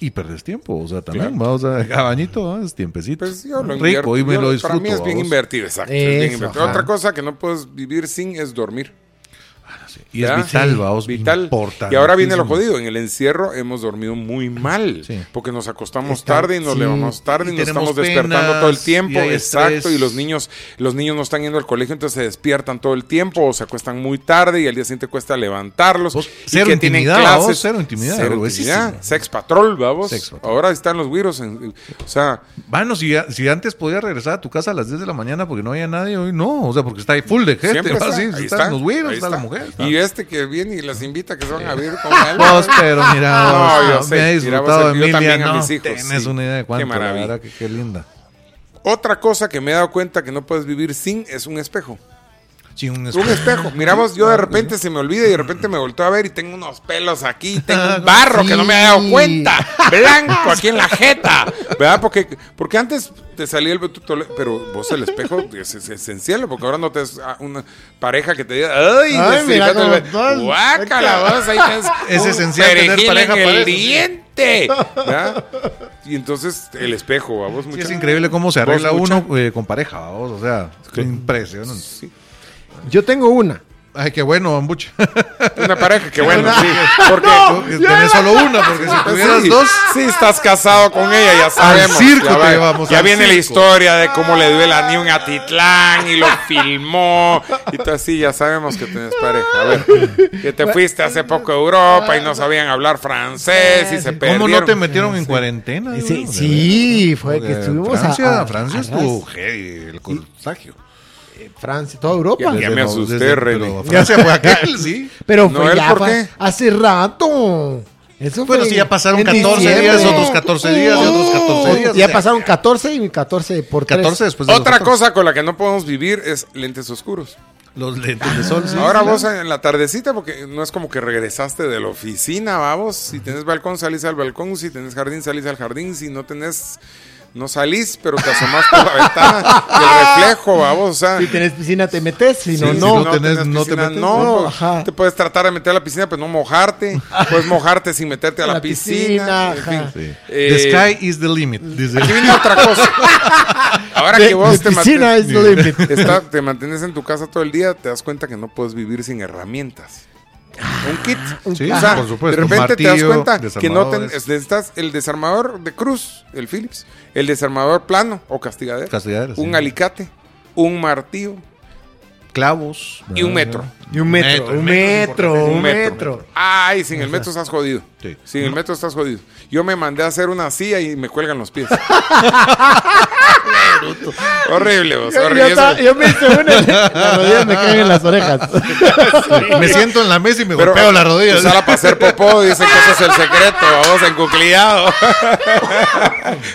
y perdés tiempo, o sea, también, vamos, a a bañito, ¿va? es tiempecito. Pues yo lo invierto. rico, y me Yo- lo disfruto. Para mí es bien ¿va? invertido, exacto. es Eso, bien invertido. ajá. Otra cosa que no puedes vivir sin es dormir. Y es ¿Ya? vital, vamos, Vital. importante. Y ahora viene lo jodido. En el encierro hemos dormido muy mal. Sí. Porque nos acostamos Está- tarde y nos sí. levamos tarde y, Y nos tenemos estamos despertando penas, todo el tiempo. y hay Exacto. estrés. Y los niños, los niños no están yendo al colegio, entonces se despiertan todo el tiempo o se acuestan muy tarde y al día siguiente cuesta levantarlos. Vos, y cero que tienen intimidad, clases. vos, cero intimidad, Cero gruesísimo. intimidad. Sex Patrol, vamos. Sex Patrol. Ahora están los güiros. en- o sea, Bueno, si, si antes podías regresar a tu casa a las 10 de la mañana porque no había nadie, hoy no. O sea, porque está ahí full de gente. Siempre ¿no? está, Este, Sí, ahí están está, los güeros, ahí está, la está. mujer. Y este que viene y las invita que se van a ver con él. Vos, pero mira, No, vos, yo me sé, ha mira, vos disfrutado aquí yo Emilia, también a no mis hijos, Tienes sí. una idea de Qué cuánto, la maravilla. verdad que qué linda. Otra cosa que me he dado cuenta que no puedes vivir sin es un espejo. Sí, un Un espejo. Miramos, yo de repente se me olvida y de repente me volteo a ver y tengo unos pelos aquí, tengo un barro que no me he dado Sí. cuenta. Blanco aquí en la jeta. ¿Verdad? Porque, porque antes te salía el betutole- pero vos el espejo es, es esencial, porque ahora no te es ah, una pareja que te diga, ay, Ay, te estoy mira cómo fijando el be- estás. guácala, vos ahí tienes Es un esencial tener perejil pareja en para el eso, sí. diente. ¿Verdad? Y entonces el espejo, a vos Sí, es mucha- increíble cómo se vos arregla mucha- uno eh, con pareja, vos, o sea, es impresionante. Yo tengo una. Ay, qué bueno, Bambuche. Una pareja, que bueno, sí. Porque Tenés solo una, porque si tuvieras Ah, sí, dos, Ah, sí, estás casado con ella, ya sabemos. circo ya te va- llevamos, Ya al viene la circo. historia de cómo le duele a Niño en Atitlán y lo filmó. Y tú así, ya sabemos que tenés pareja. A ver, que te fuiste hace poco a Europa y no sabían hablar francés y se perdieron. ¿cómo no te metieron en cuarentena? Sí, bro? sí, fue que Porque estuvimos Francia, a, a- Francia a estuvo ras- heavy el contagio. eh, Francia, toda Europa. Ya Desde me no- asusté, desde- René. pero Francia fue aquel, sí. Pero fue Noel, ya ¿por fue qué? hace rato. Eso Bueno, fue sí, ya pasaron en 14 diciembre. Uh, días, otros 14 días, otros 14 días, Ya o sea, pasaron 14 y 14 por 14 14. después Pues, de los Otra 14. cosa con la que no podemos vivr es lentes oscuros. Los lentes de sol, sí. Ahora sí, vos claro. en la tardecita, porque no es como que regresaste de la oficina, vamos. Si tenés balcón, salís al balcón. Si tenés jardín, salís al jardín. Si no tenés, no salís, pero te asomás por la ventana y el reflejo, vamos. O sea, Si tenés piscina te metes, si sí, no, si no. tenés- no te metes, no, no, pues, ajá. te puedes tratar de meter a la piscina, pero no mojarte. Puedes mojarte sin meterte a la, piscina. en ajá. fin. Sí. Eh, The sky is the limit. dice. Aquí viene otra cosa. Ahora De- que vos de te piscina mantén- es lo límite. Está- te mantienes en tu casa todo el día, te das cuenta que no puedes vivir sin herramientas. Un kit. Ah, Sí, o sea, por supuesto, de repente te das martillo, cuenta que no ten- desarmadores. necesitas el desarmador de cruz, el Phillips, el desarmador plano o castigadero, Castigadero, sí. un alicate, un martillo Clavos. ah. y un metro. Y un metro, Metro, un metro, un Un metro. metro. Ay, sin el metro estás jodido. Sí. Sin el metro estás jodido. Yo me mandé a hacer una silla y me cuelgan los pies. horrible, vos, Yo, horrible. yo ta- yo me hice una, las rodillas me caen en las orejas. Me siento en la mesa y me Pero golpeo la rodilla. Usala para hacer popó, dice que ese es el secreto, vamos, encucliado.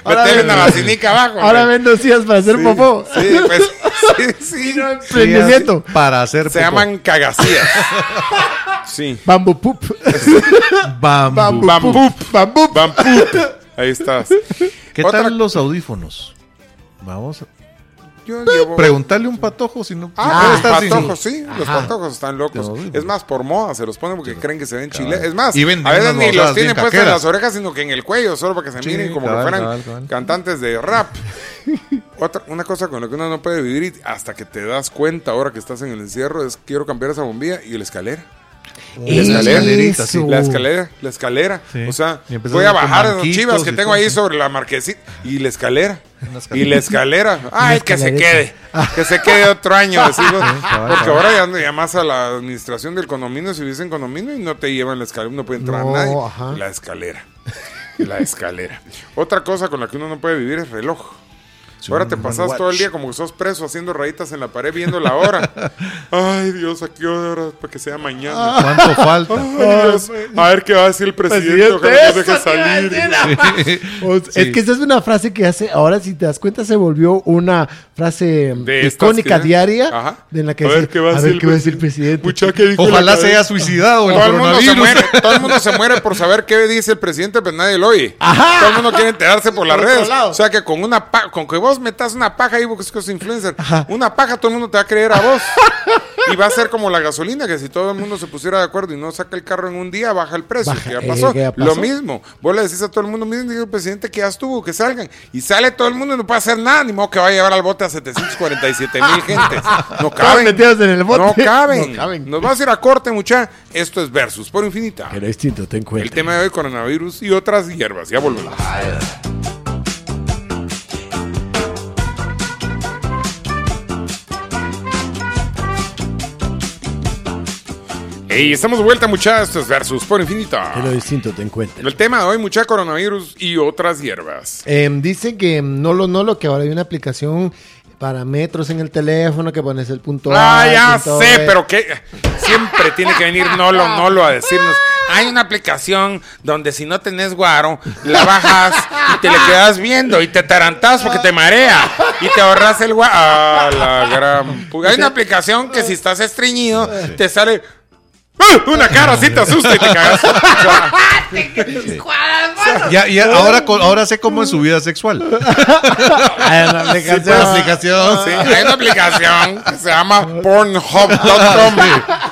Metele ven- una vacinica abajo. Ahora hombre. vendo sillas para hacer Sí, popó. Sí, pues, sí, sí. Emprendimiento. Para hacer Se llaman cagacías. Sí. Bamboo poop. bam. Bamboo Bambú. poop. Bamboo poop. Van Ahí estás. ¿Qué Otra- tal los audífonos? Vamos a Yo llevo- preguntarle a un patojo si no. Ah, puede estar los sin- patojos, sí. Los Ajá. patojos están locos. Te lo digo. Es más, por moda se los ponen porque creen que se ven chile. Es más, Y venden a veces unas ni los mozadas bien tienen puestos en caqueras. las orejas, sino que en el cuello, solo para que se Sí, miren como cabal, que fueran cabal, cabal. cantantes de rap. Otra, una cosa con la que uno no puede vivir y hasta que te das cuenta ahora que estás en el encierro es quiero cambiar esa bombilla y la escalera. Y la escalera. escalerita, sí. Eso. La escalera, la escalera. Sí. O sea, Y empezar voy a con bajar las banquitos chivas que y tengo todo, ahí sí. sobre la marquesita. Y la escalera. Una escalera. Y la escalera. Ay, que se escalerita. quede. Que se quede otro año. decimos. cabal, Porque cabal. ahora ya no llamas a la administración del condominio si hubiesen condominio y no te llevan la escalera. No puede entrar No, nadie. ajá. La escalera. La escalera. Otra cosa con la que uno no puede vivir es reloj. Ahora te pasas todo el día como que sos preso haciendo rayitas en la pared viendo la hora. Ay, Dios, ¿a qué hora? Para que sea mañana. ¿Cuánto falta? Ay, Dios. a ver qué va a decir el presidente. Presidente, Ojalá nos deje eso te iba a salir. decir. O sea, Es que esa es una frase que hace, ahora si te das cuenta, se volvió una frase mm, De estas icónica que- diaria Ajá. de en la que A ver decía, qué va a a hacer ver el qué va a pre- decir el presidente. Mucha que dijo Ojalá la se haya suicidado el Todo el, mundo se coronavirus. muere, todo el mundo se muere por saber qué dice el presidente, pero nadie lo oye. Todo el mundo quiere enterarse por las Por otro redes. lado. O sea que con una pa- con que vos metas una paja ahí, porque es que sos influencer, una paja todo el mundo te va a creer a vos. y va a ser como la gasolina, que si todo el mundo se pusiera de acuerdo y no saca el carro en un día, baja el precio. Baja, que ya eh, pasó. que ya pasó. Lo mismo. Vos le decís a todo el mundo, miren, dijo el presidente que ya estuvo, que salgan. Y sale todo el mundo y no puede hacer nada, ni modo que va a llevar al bote a 747 mil gentes. No Todos caben. metidos en el bote. No caben. No caben. Nos vamos a ir a corte, mucha. Esto es Versus por Infinita. Pero distinto, ten El cuenta. tema de hoy, coronavirus y otras hierbas. Ya volvemos. higher. Hey, estamos de vuelta, mucha. Esto es Versus por Infinita. Pero distinto, ten cuenta. El tema de hoy, mucha, coronavirus y otras hierbas. Eh, dicen que mm, no lo, no lo, que ahora hay una aplicación para metros en el teléfono que pones el punto Ah, ya el punto sé, B. pero que siempre tiene que venir Nolo, Nolo a decirnos. Hay una aplicación donde si no tenés guaro, la bajas y te le quedas viendo y te tarantás porque te marea y te ahorras el guaro. Ah, la gran pu- Hay una aplicación que si estás estreñido, te sale ¡Ah! una cara así, te asusta y te cagas. Ya, ya, ahora, co- ahora sé cómo es su vida sexual. Hay una Ah, aplicación. Esa aplicación. Sí, hay una aplicación que se llama pornhub.com.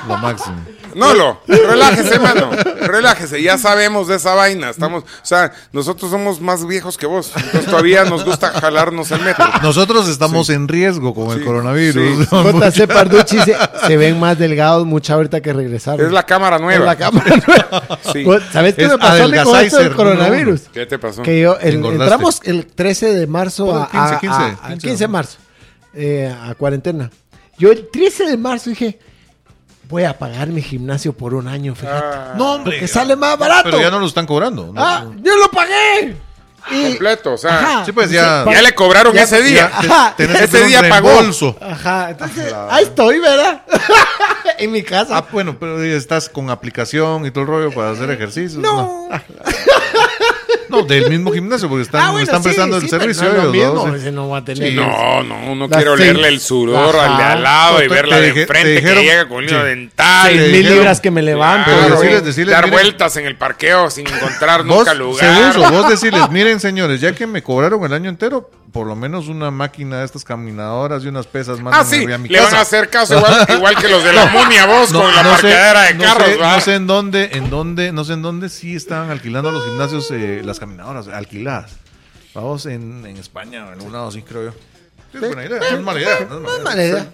Lo máximo. No, lo, relájese, mano. Relájese, ya sabemos de esa vaina. Estamos, o sea, nosotros somos más viejos que vos. Entonces todavía nos gusta jalarnos el metro. Nosotros estamos en riesgo con el Sí, coronavirus. JC Parducci dice, se ven más delgados mucho ahorita que regresaron. Es la cámara Es nueva. la cámara nueva. Sí. Vos, ¿Sabes qué Es me pasó a mí con esto del adelgazizer, coronavirus? ¿Qué te pasó? Que yo, el- Engordaste. entramos el 13 de marzo a, Por el 15, a- a- 15, el 15 de marzo eh, a cuarentena. Yo el 13 de marzo dije, voy a pagar mi gimnasio por un año, fíjate. Ah, No, hombre. Porque sale más barato. Pero ya no lo están cobrando. ¿no? Ah, ¡Ah, yo lo pagué! Y- completo, o sea, Ajá. Sí, pues, ya- ya le cobraron Ya- ese día. Ajá. Tenés que Ese hacer un día pagó. reembolso. Ajá, entonces, ahí estoy, ¿verdad? en mi casa. Ah, bueno, pero estás con aplicación y todo el rollo para hacer ejercicio. no. No, del mismo gimnasio, porque están, Ah, bueno, están sí, prestando sí, el pero servicio. no es lo ellos, ¿eh? ¿no? mismo, Sí. ese no va a tener. No, no, no Las quiero seis. leerle el sudor Ajá. al de al lado y Te- verla te de dije- enfrente te dijeron- que llega con sí. una dental. Sí, y- te Seis mil dijeron- libras que me levanto. Pero Claro, decirles- decirles, dar miren- vueltas en el parqueo sin encontrar Vos, nunca según lugar. eso, vos decirles, miren señores, ya que me cobraron el año entero, por lo menos una máquina de estas caminadoras y unas pesas más Ah, sí, a mi le casa. van a hacer caso igual, igual que los de la Munia, vos, con la sé- parqueadera de no carros, sé, ¿va? no sé en dónde, en dónde, no sé en dónde sí estaban alquilando los gimnasios eh, las caminadoras, alquiladas. Vamos en, en España, en algún lado sí creo yo. Sí, es buena idea, no es mala idea. no es mala No es idea. mala idea.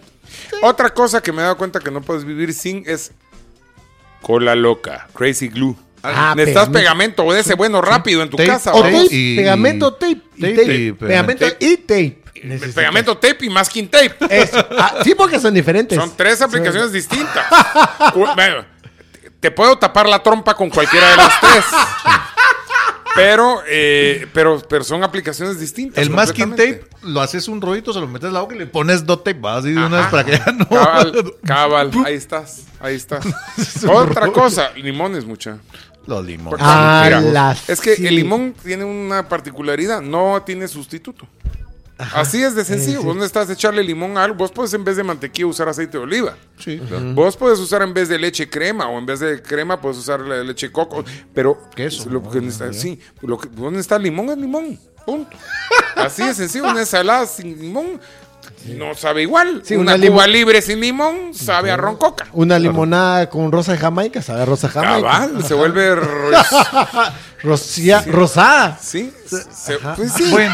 Otra cosa que me he dado cuenta que no puedes vivir sin es cola loca, crazy glue. Ah, Necesitas pegamento. pegamento o de ese bueno rápido en tu Tape, casa. O ¿va? Tape tape, y- pegamento, tape, y tape, tape, y pegamento pegamento. y tape. Necesitas. Pegamento tape y masking tape. Eso. Ah, sí, porque son diferentes. Son tres aplicaciones distintas. U- bueno, te- te puedo tapar la trompa con cualquiera de las tres. Pero, eh, pero, pero son aplicaciones distintas. El masking tape completamente. lo haces un rollito, se lo metes en la boca y le pones dot tape, vas así de una vez para que ya no. Cabal, cabal, ahí estás, ahí estás. Otra cosa, limones, mucha. Los limones. Ah, Mira, la es que sí. el limón tiene una particularidad, no tiene sustituto. Así es de sencillo. Vos no estás echarle limón a algo. Vos puedes en vez de mantequilla usar aceite de oliva. Sí, Vos puedes usar en vez de leche crema o en vez de crema puedes usar la leche de coco, pero Queso, Lo que necesita- sí, lo que, ¿dónde está limón? Es limón. Punto. Así es sencillo, una ensalada sin limón no sabe igual. Sí, una, una limo- cuba libre sin limón sabe a roncoca. Una limonada con rosa de Jamaica, ¿sabes? Rosa de Jamaica. Cabal, se vuelve ro- Rocía- Rosada. sí, se- se- pues sí. Qué-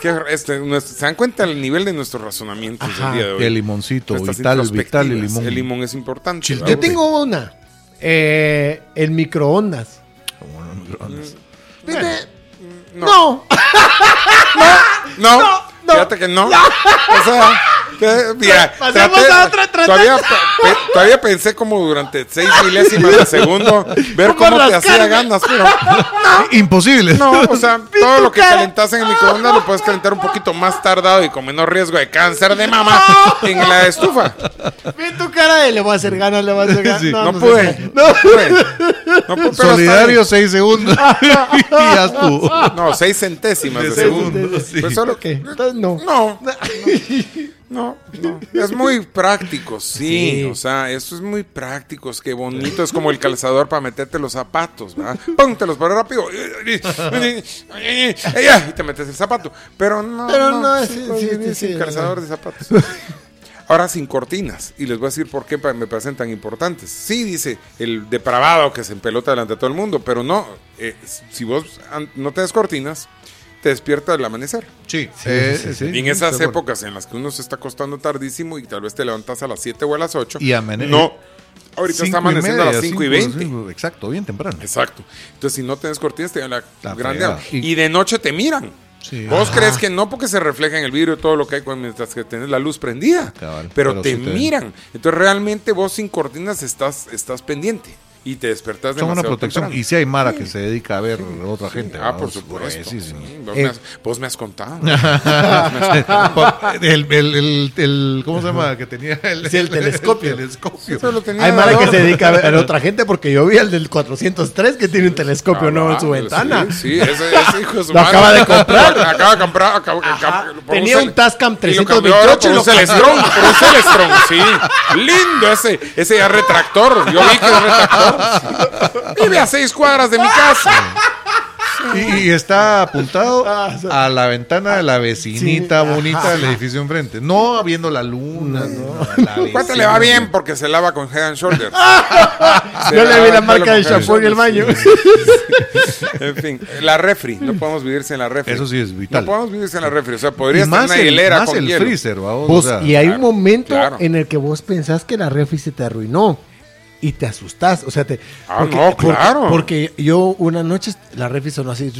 qué- este, nuestro- se dan cuenta el nivel de nuestros razonamientos Ajá. el día de hoy. El limoncito, Nuestras vital, vital, el introspectivas. limón. El limón es importante. Yo ¿verdad? tengo una. Eh, el microondas. Como los microondas. No. No. No, no. fíjate que no. O sea, te- mira, Pasemos traté- a otra, traté- todavía, pe- pe- todavía pensé como durante seis milésimas de segundo ver ¿Cómo cómo te hacía rascarme? ganas, pero Imposible. no, o sea, Vi todo tu lo que cara. calentas en el microondas lo puedes calentar un poquito más tardado y con menor riesgo de cáncer de mama en la estufa. Ve tu cara de le voy a hacer ganas, le voy a hacer ganas. Sí, No, sé pude, qué. no pude. No pude. pero está Solidario, seis segundos. y ya estuvo. bien. No, seis centésimas de, De segundo. segundo, sí. Pues solo Ok, entonces no. No, no, no. Es muy práctico, sí. O sea, esto es muy práctico. Es que bonito. Es como el calzador para meterte los zapatos, ¿verdad? Póntelos, pero rápido. Y te metes el zapato. Pero no. Pero no, sí, pues, sí, es sí, un sí, calzador de zapatos. Ahora sin cortinas. Y les voy a decir por qué pa- me parecen tan importantes. Sí, dice el depravado que se empelota delante de todo el mundo. Pero no. eh, si vos an- no tenés cortinas, te despierta al amanecer. Eh, Sí, Y en este esas épocas en las que uno se está acostando tardísimo y tal vez te levantas a las 7 o a las 8. Y eh, amane- No, ahorita está amaneciendo a las 5 y 20. Exacto, bien temprano. Exacto. Entonces, si no tienes cortinas, te dan la, La grande. fregada. Y, de noche te miran. Sí. Vos crees que no porque se refleja en el vidrio todo lo que hay cuando- mientras que tenés la luz prendida. Ah, Cabal, pero, pero te sí te ven. miran. Entonces, realmente vos sin cortinas estás, estás pendiente. Y te despertás de Son una protección. Y si hay Mara que se dedica a ver a otra gente. Ah, ¿verdad? por supuesto. Sí, sí. Sí, vos, Eh. me has, vos me has contado. el, el, el, el- ¿Cómo se llama? Que tenía el, Sí, el telescopio. el telescopio. Eso lo tenía Hay mala que Adorno. se dedica a ver a otra gente porque yo vi el del 403 que tiene un telescopio nuevo en su Cabal, ventana. Ah, Sí, sí, ese, ese hijo de su Lo madre. acaba de comprar. Acaba de comprar. acaba- acaba- por Tenía un cel- Tascam y lo cambió ahora 328 y Por lo un Celestrón, por un Celestrón, sí. Lindo ese, ese ya retractor. Yo vi que era retractor. Vive a seis cuadras de mi casa. Sí, Y, y está apuntado Ah, sí. a la ventana de la vecinita Sí, ajá, bonita del edificio enfrente. No viendo la luna, no. a la ¿Cuánto vecina. le va bien? Porque se lava con Head and Shoulders. Se Yo le lava vi la el pelo marca con del Head and champú en el Shoulders. baño. En fin, la refri. No podemos vivir sin la refri. Eso sí es vital. No podemos vivir sin la refri. O sea, podría Y estar una el- hilera más con el hielo. freezer, vamos, Vos- o sea, Pues, y hay un claro, momento claro. en el que vos pensás que la refri se te arruinó y te asustás. O sea, te. Ah, no, claro. Porque, yo una noche la refri sonó así.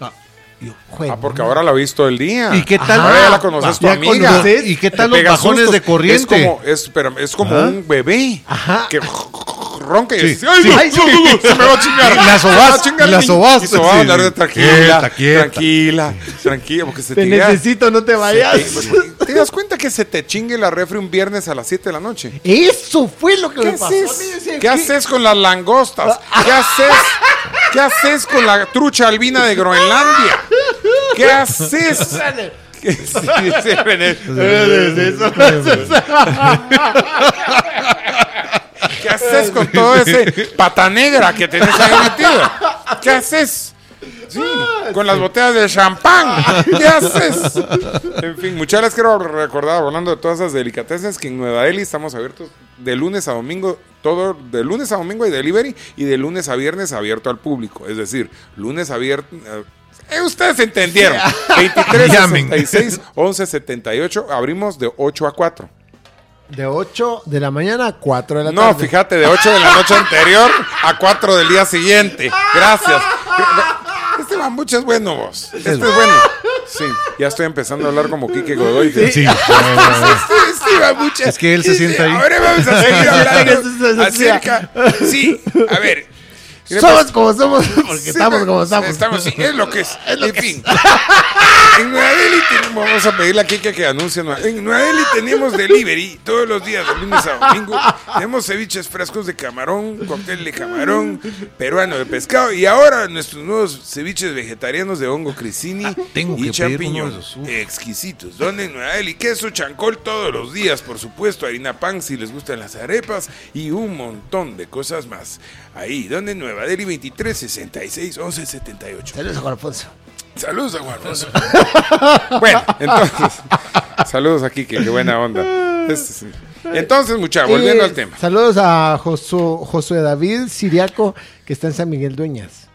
Ah, yo, joder, Ah, porque ahora la he visto el día. ¿Y qué tal? Ah, Ahora ya la conoces tu Ya amiga. conoces. ¿Y qué tal Te los pega bajones sustos. de corriente? Es como, es, pero es como Ajá. un bebé Ajá. que ronca y Sí, dice, ¡ay, sí. no, Ay, sí. no, se me va a chingar! Y Se la me va a sobás, chingar y la el niño. sobás. Y sobás, Sí. la verdad, Quieta, tranquila, quieta. tranquila, tranquila, porque se Te te llega- necesito, no te vayas. ¿Te das cuenta que se te chingue la refri un viernes a las 7 de la noche? Eso fue lo que ¿Qué me pasó. a mí, haces? decía, ¿Qué haces con las langostas? ¿Qué haces? ¿Qué haces con la trucha albina de Groenlandia? ¿Qué haces? ¿Qué- sí, sí, René. ¿Qué haces con todo ese pata negra que tenés ahí metido? ¿Qué haces? Sí, con las botellas de champán. ¿Qué haces? En fin, muchas les quiero recordar, hablando de todas esas delicateces, que en Nueva Delhi estamos abiertos de lunes a domingo, todo de lunes a domingo hay delivery y de lunes a viernes abierto al público. Es decir, lunes abierto. ustedes entendieron. 23 Llamen. 66 11 78. Abrimos de 8 a 4. De 8 de la mañana a 4 de la tarde. No, fíjate, de 8 de la noche anterior a 4 del día siguiente. Gracias. Este bambuche es bueno, vos. Este es bueno. Sí, ya estoy empezando a hablar como Quique Godoy. Sí, no, no, no. Este bambuche. Es que él se Este, sienta ahí. Ahora vamos a seguir hablando Sí, sí, sí. acerca. Sí, a ver. Somos como somos, porque Sí, estamos no, como estamos. sí, es lo que es. en fin. En Nueva Delhi tenemos, vamos a pedirle a Kike que anuncie. Nueva- En Nueva Delhi tenemos delivery todos los días, de lunes a domingo. Tenemos ceviches frescos de camarón, cóctel de camarón, peruano de pescado y ahora nuestros nuevos ceviches vegetarianos de hongo crisini Ah, tengo que y pedir champiñón. uno de esos, uf. Exquisitos. Donde en Nueva Delhi, queso chancol todos los días, por supuesto, harina pan si les gustan las arepas y un montón de cosas más. Ahí, donde en Nueva Delhi 23 66 11 78. Saludos a Juan Alfonso. Saludos a Juan Alfonso. bueno, entonces, saludos a Kike, qué buena onda. Este sí. Entonces, muchachos, volviendo Eh, al tema. Saludos a Josu- Josué David Siriaco, que está en San Miguel Dueñas.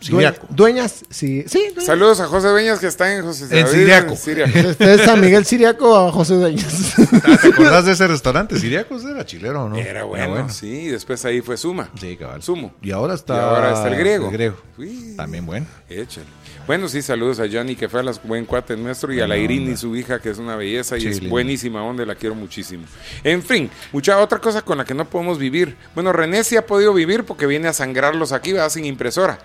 Siriaco. Due- Dueñas, sí. Sí, Dueñas. Saludos a José Dueñas que está en José En David, Siriaco. Siriaco. Este es San Miguel Siriaco a José Dueñas. ¿Te acordás de ese restaurante? Siriacos era chilero, ¿no? Era bueno, sí, y después ahí fue Suma. Sí, cabal. Sumo. Y ahora está, Y ahora está el griego. Uy. También bueno. Échale. Bueno, sí, saludos a Johnny, que fue las buen cuate nuestro, y a la Buena Irini, onda. su hija, que es una belleza y Sí, es linda. buenísima onda, la quiero muchísimo. En fin, mucha otra cosa con la que no podemos vivir. Bueno, René sí ha podido vivir porque viene a sangrarlos aquí, va sin impresora.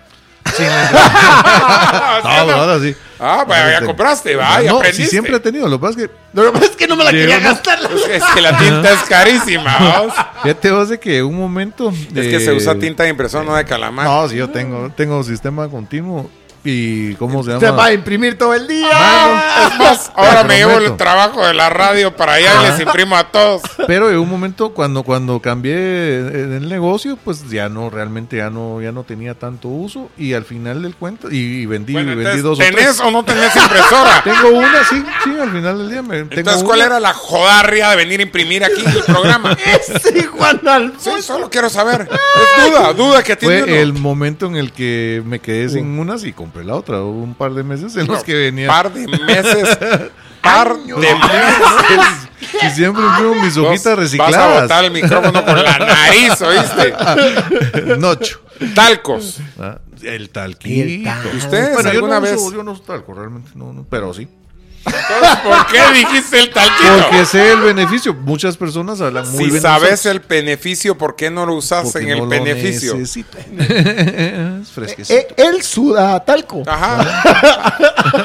Ah, No, ¿sí o no? ahora sí. Ah, pues, Ahora ya te- compraste, va, ya No, aprendiste. sí, siempre he tenido. Lo que pasa es que Lo que pasa es que no me la quería gastar. Es que- Es que la tinta es carísima, vamos. Fíjate vos de que un momento. Es que se usa tinta de impresora, no de calamar. No, sí, yo tengo, tengo sistema continuo. ¿Y cómo se Se va llama? a imprimir todo el día. Mano, ¡Ah! Es más, Te ahora me llevo el prometo. Ah. trabajo de la radio para allá y les imprimo a todos. Pero en un momento cuando, cuando cambié en el negocio, pues ya no, realmente ya no, ya no tenía tanto uso. Y al final del cuento, y, y vendí, Bueno, vendí entonces, dos o ¿Tenés tres. o no tenés impresora? Tengo una, sí, sí, al final del día me tengo Entonces, ¿cuál una. era la jodarria de venir a imprimir aquí el programa? Sí, Juan Sí, Alfonso. solo quiero saber. Es duda, duda que tiene uno. Fue el momento en el que me Uh. quedé sin unas y compré la otra. Hubo un par de meses en los que venía. Par de meses. Par de meses. Y siempre imprimo mis Vos hojitas Vas a recicladas. botar el micrófono con la nariz, ¿oíste? Nocho. Talcos. Ah, El talquito. El talco. ¿Ustedes Bueno, yo alguna no, vez? uso, yo no uso talco, realmente. No, no, pero sí. Entonces, ¿Por qué dijiste el talquito? Porque sé el beneficio. Muchas personas hablan muy si bien. sabes el beneficio, ¿por qué no lo usas Porque en el no lo beneficio? necesito. es fresquecito. Eh, él suda talco. Ah, Ajá.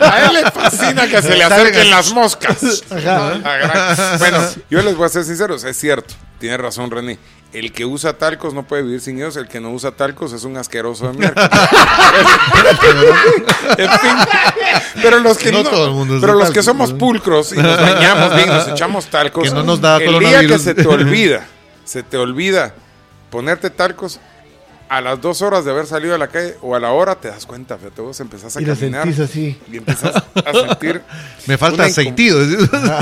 A él le fascina que se le acerquen las moscas. Ajá. Bueno, yo les voy a ser sinceros, es cierto. Tiene razón René. El que usa talcos no puede vivir sin ellos. El que no usa talcos es un asqueroso de mierda. En fin, pero los que No no, todo el mundo usa pero los que talcos, somos ¿no? pulcros y nos bañamos bien, nos echamos talcos. Que no nos da el día que coronavirus. se te olvida, se te olvida ponerte talcos, a las dos horas de haber salido a la calle o a la hora te das cuenta, fíjate, vos empezás a Y la caminar. sentís así. Y empezás a sentir eh, Me falta Una incom- aceitido. Ah.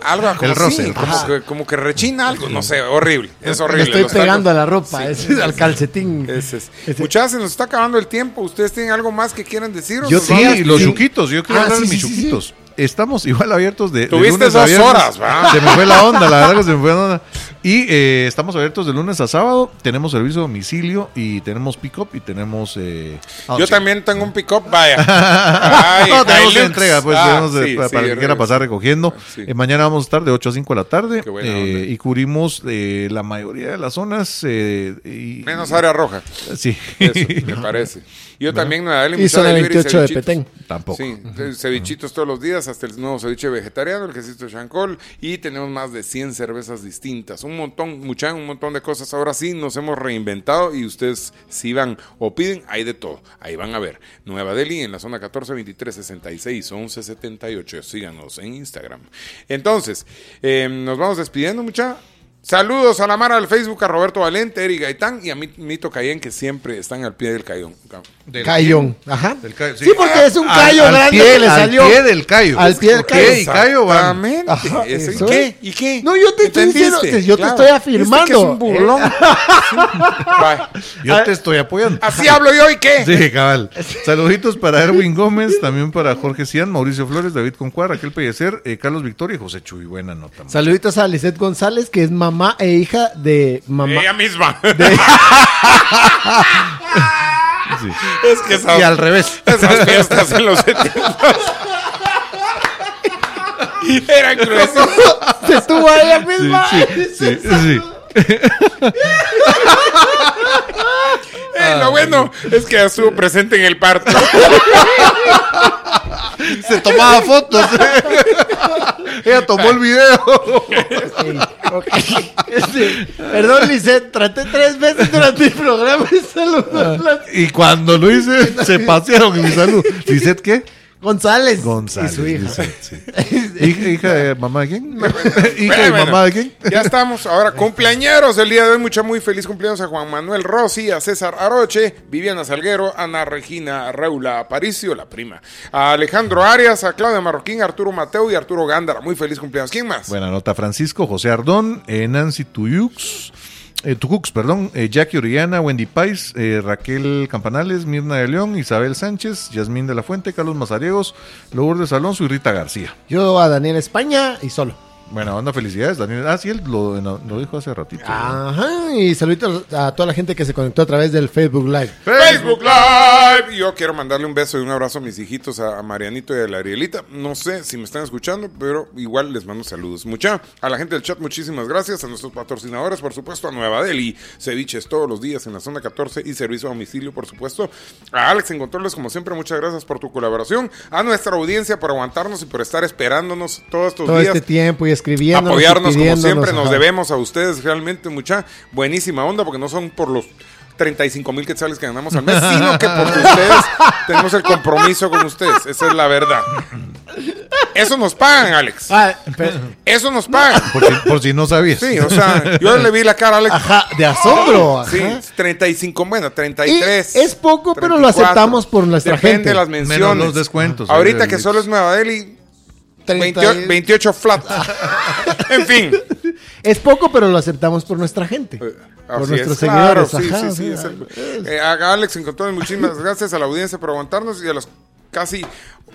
algo como El roce, así, el como, que, como que rechina algo, no sé, horrible. Es Le horrible. estoy los tacos. pegando a la ropa, es, al calcetín. Ese es. Ese- Muchachas, se nos está acabando el tiempo. ¿Ustedes tienen algo más que quieran decir? Yo sí, sí, los sí. chuquitos, yo quiero Ah, hablar sí, de mis sí, sí, chuquitos. Estamos igual abiertos de, de Tuviste lunes a dos viernes. horas, ¿verdad? Se me fue la onda, la verdad que se me fue la onda. Y eh, estamos abiertos de lunes a sábado, tenemos servicio a domicilio y tenemos pick-up y tenemos... Yo eh, outsourcing. también tengo un pick-up, vaya. Ay, no, tenemos Hilux. entrega, pues Ah, tenemos, eh, sí, pa- sí, para de que quiera regreso. pasar recogiendo. Sí. Eh, mañana vamos a estar de 8 a 5 de la tarde Qué buena eh, onda. y cubrimos eh, la mayoría de las zonas. eh, y, Menos área roja. Sí, Eso, me parece. Yo también me da el Y zona 28 de Petén. tampoco. Sí, entonces, cevichitos todos los días, hasta el nuevo ceviche vegetariano, el quesito chancol, y tenemos más de 100 cervezas distintas. Un montón, mucha, un montón de cosas. Ahora sí nos hemos reinventado y ustedes si van o piden, hay de todo. Ahí van a ver. Nueva Delhi en la zona 14, 23, 66, 11, 78. Síganos en Instagram. Entonces, eh, nos vamos despidiendo, mucha. Saludos a la Mara del Facebook, a Roberto Valente, Eric Gaitán y a Mi- Mito Cayén, que siempre están al pie del cayón. Del- Cayón. Ajá. del callo, Sí, porque es un Al- callo al grande pie- que le salió. Al pie del callo. Al pie del callo. y callo van. Exactamente. Ajá, Eso, ¿Y eso qué? es. ¿Y qué? No, yo te estoy diciendo, ¿Entendiste? yo te estoy ¿Viste afirmando. Eh. que es un burlón. Bye. Yo te estoy apoyando. Así hablo yo y qué. Sí, cabal. Saluditos para Erwin Gómez, también para Jorge Cian, Mauricio Flores, David Concuar, Raquel Pellecer, eh, Carlos Victoria y José Chuy. Buena nota. Saluditos a Lisette González, que es mamá e hija de mamá. Eh, Ella misma. Sí. Es que esas, Y al revés. esas fiestas en los 70 eran gruesas. Se estuvo a ella Sí, misma. sí, sí, sí. Eh, lo bueno es que ya estuvo presente en el parto. Se tomaba fotos. Ella tomó el video. Ok, ok. Sí. Perdón, Lisette, traté tres veces durante el programa de saludarla. Y cuando lo hice, se pasearon en mi salud. ¿Lisette qué? González. González. Y su hija. Lisette, sí. ¿Hija, hija de mamá de quién? ¿Hija de Bueno, bueno. mamá de quién? Ya estamos, ahora cumpleañeros el día de hoy. Mucha muy feliz cumpleaños a Juan Manuel Rossi, a César Aroche, Viviana Salguero, Ana Regina Raula Aparicio, la prima, a Alejandro Arias, a Claudia Marroquín, a Arturo Mateo y a Arturo Gándara. Muy feliz cumpleaños. ¿Quién más? Buena nota, Francisco, José Ardón, eh, Nancy Tuyux, eh, Tucux, perdón, eh, Jackie Orellana, Wendy Pais, eh, Raquel Campanales, Mirna de León, Isabel Sánchez, Yasmín de la Fuente, Carlos Mazariegos, Lourdes Alonso y Rita García. Yo a Daniel España y solo. Buena onda, felicidades, Daniel. Ah, sí, él lo, no, lo dijo hace ratito. Ah. Ajá, y saluditos a toda la gente que se conectó a través del Facebook Live. Facebook Live. Yo quiero mandarle un beso y un abrazo a mis hijitos, a a Marianito y a la Arielita. No sé si me están escuchando, pero igual les mando saludos. Mucha, a la gente del chat, muchísimas gracias. A nuestros patrocinadores, por supuesto, a Nueva Delhi, ceviches todos los días en la zona 14 y servicio a domicilio, por supuesto. A Alex en Controles, como siempre, muchas gracias por tu colaboración. A nuestra audiencia por aguantarnos y por estar esperándonos todos estos Todo días este tiempo y escribiendo. apoyarnos como siempre. Nos debemos a ustedes realmente mucha buenísima onda porque no son por los 35 mil quetzales que ganamos al mes, sino que porque ustedes tenemos el compromiso con ustedes. Esa es la verdad. Eso nos pagan, Alex. Ah, pero- Eso nos pagan. Por si, por si no sabías. Sí, o sea, yo le vi la cara a Alex. ajá, de asombro. Ajá. Sí, 35, bueno, Y 33. es poco, pero lo 34. aceptamos por nuestra Depende gente. de las Menos menciones. los descuentos. Ahorita Eh, que solo es Nueva Delhi, 30 28, 28 flat. en fin. Es poco, pero lo aceptamos por nuestra gente. Eh, por así nuestros es, claro, seguidores. sí, ajá, sí, sí, sí, es el- es- eh, a Alex Encontrón, muchísimas gracias a la audiencia por aguantarnos y a los casi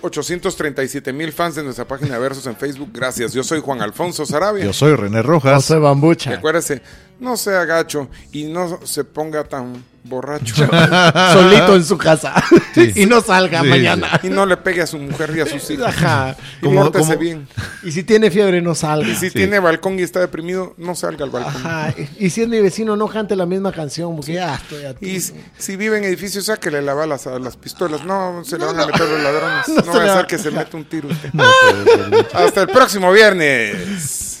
837 mil fans de nuestra página Versus en Facebook. Gracias. Yo soy Juan Alfonso Sarabia. Yo soy René No Rojas. soy Y bambucha. acuérdese, no sea gacho y no se ponga tan borracho Solito en su casa. Sí. y no salga Sí, mañana. y no le pegue a su mujer y a sus hijos. Ajá. Y Como- pórtese como- bien. Y si tiene fiebre, no salga. Y si Sí. tiene balcón y está deprimido, no salga al balcón. Ajá. Y si es mi vecino, no cante la misma canción. Porque ya estoy a Y si, si vive en edificios, sáquele la bala a las pistolas. No, se le van a meter los ladrones. No No, se va le a va- hacer que se meta un tiro usted. pues, Hasta el próximo viernes.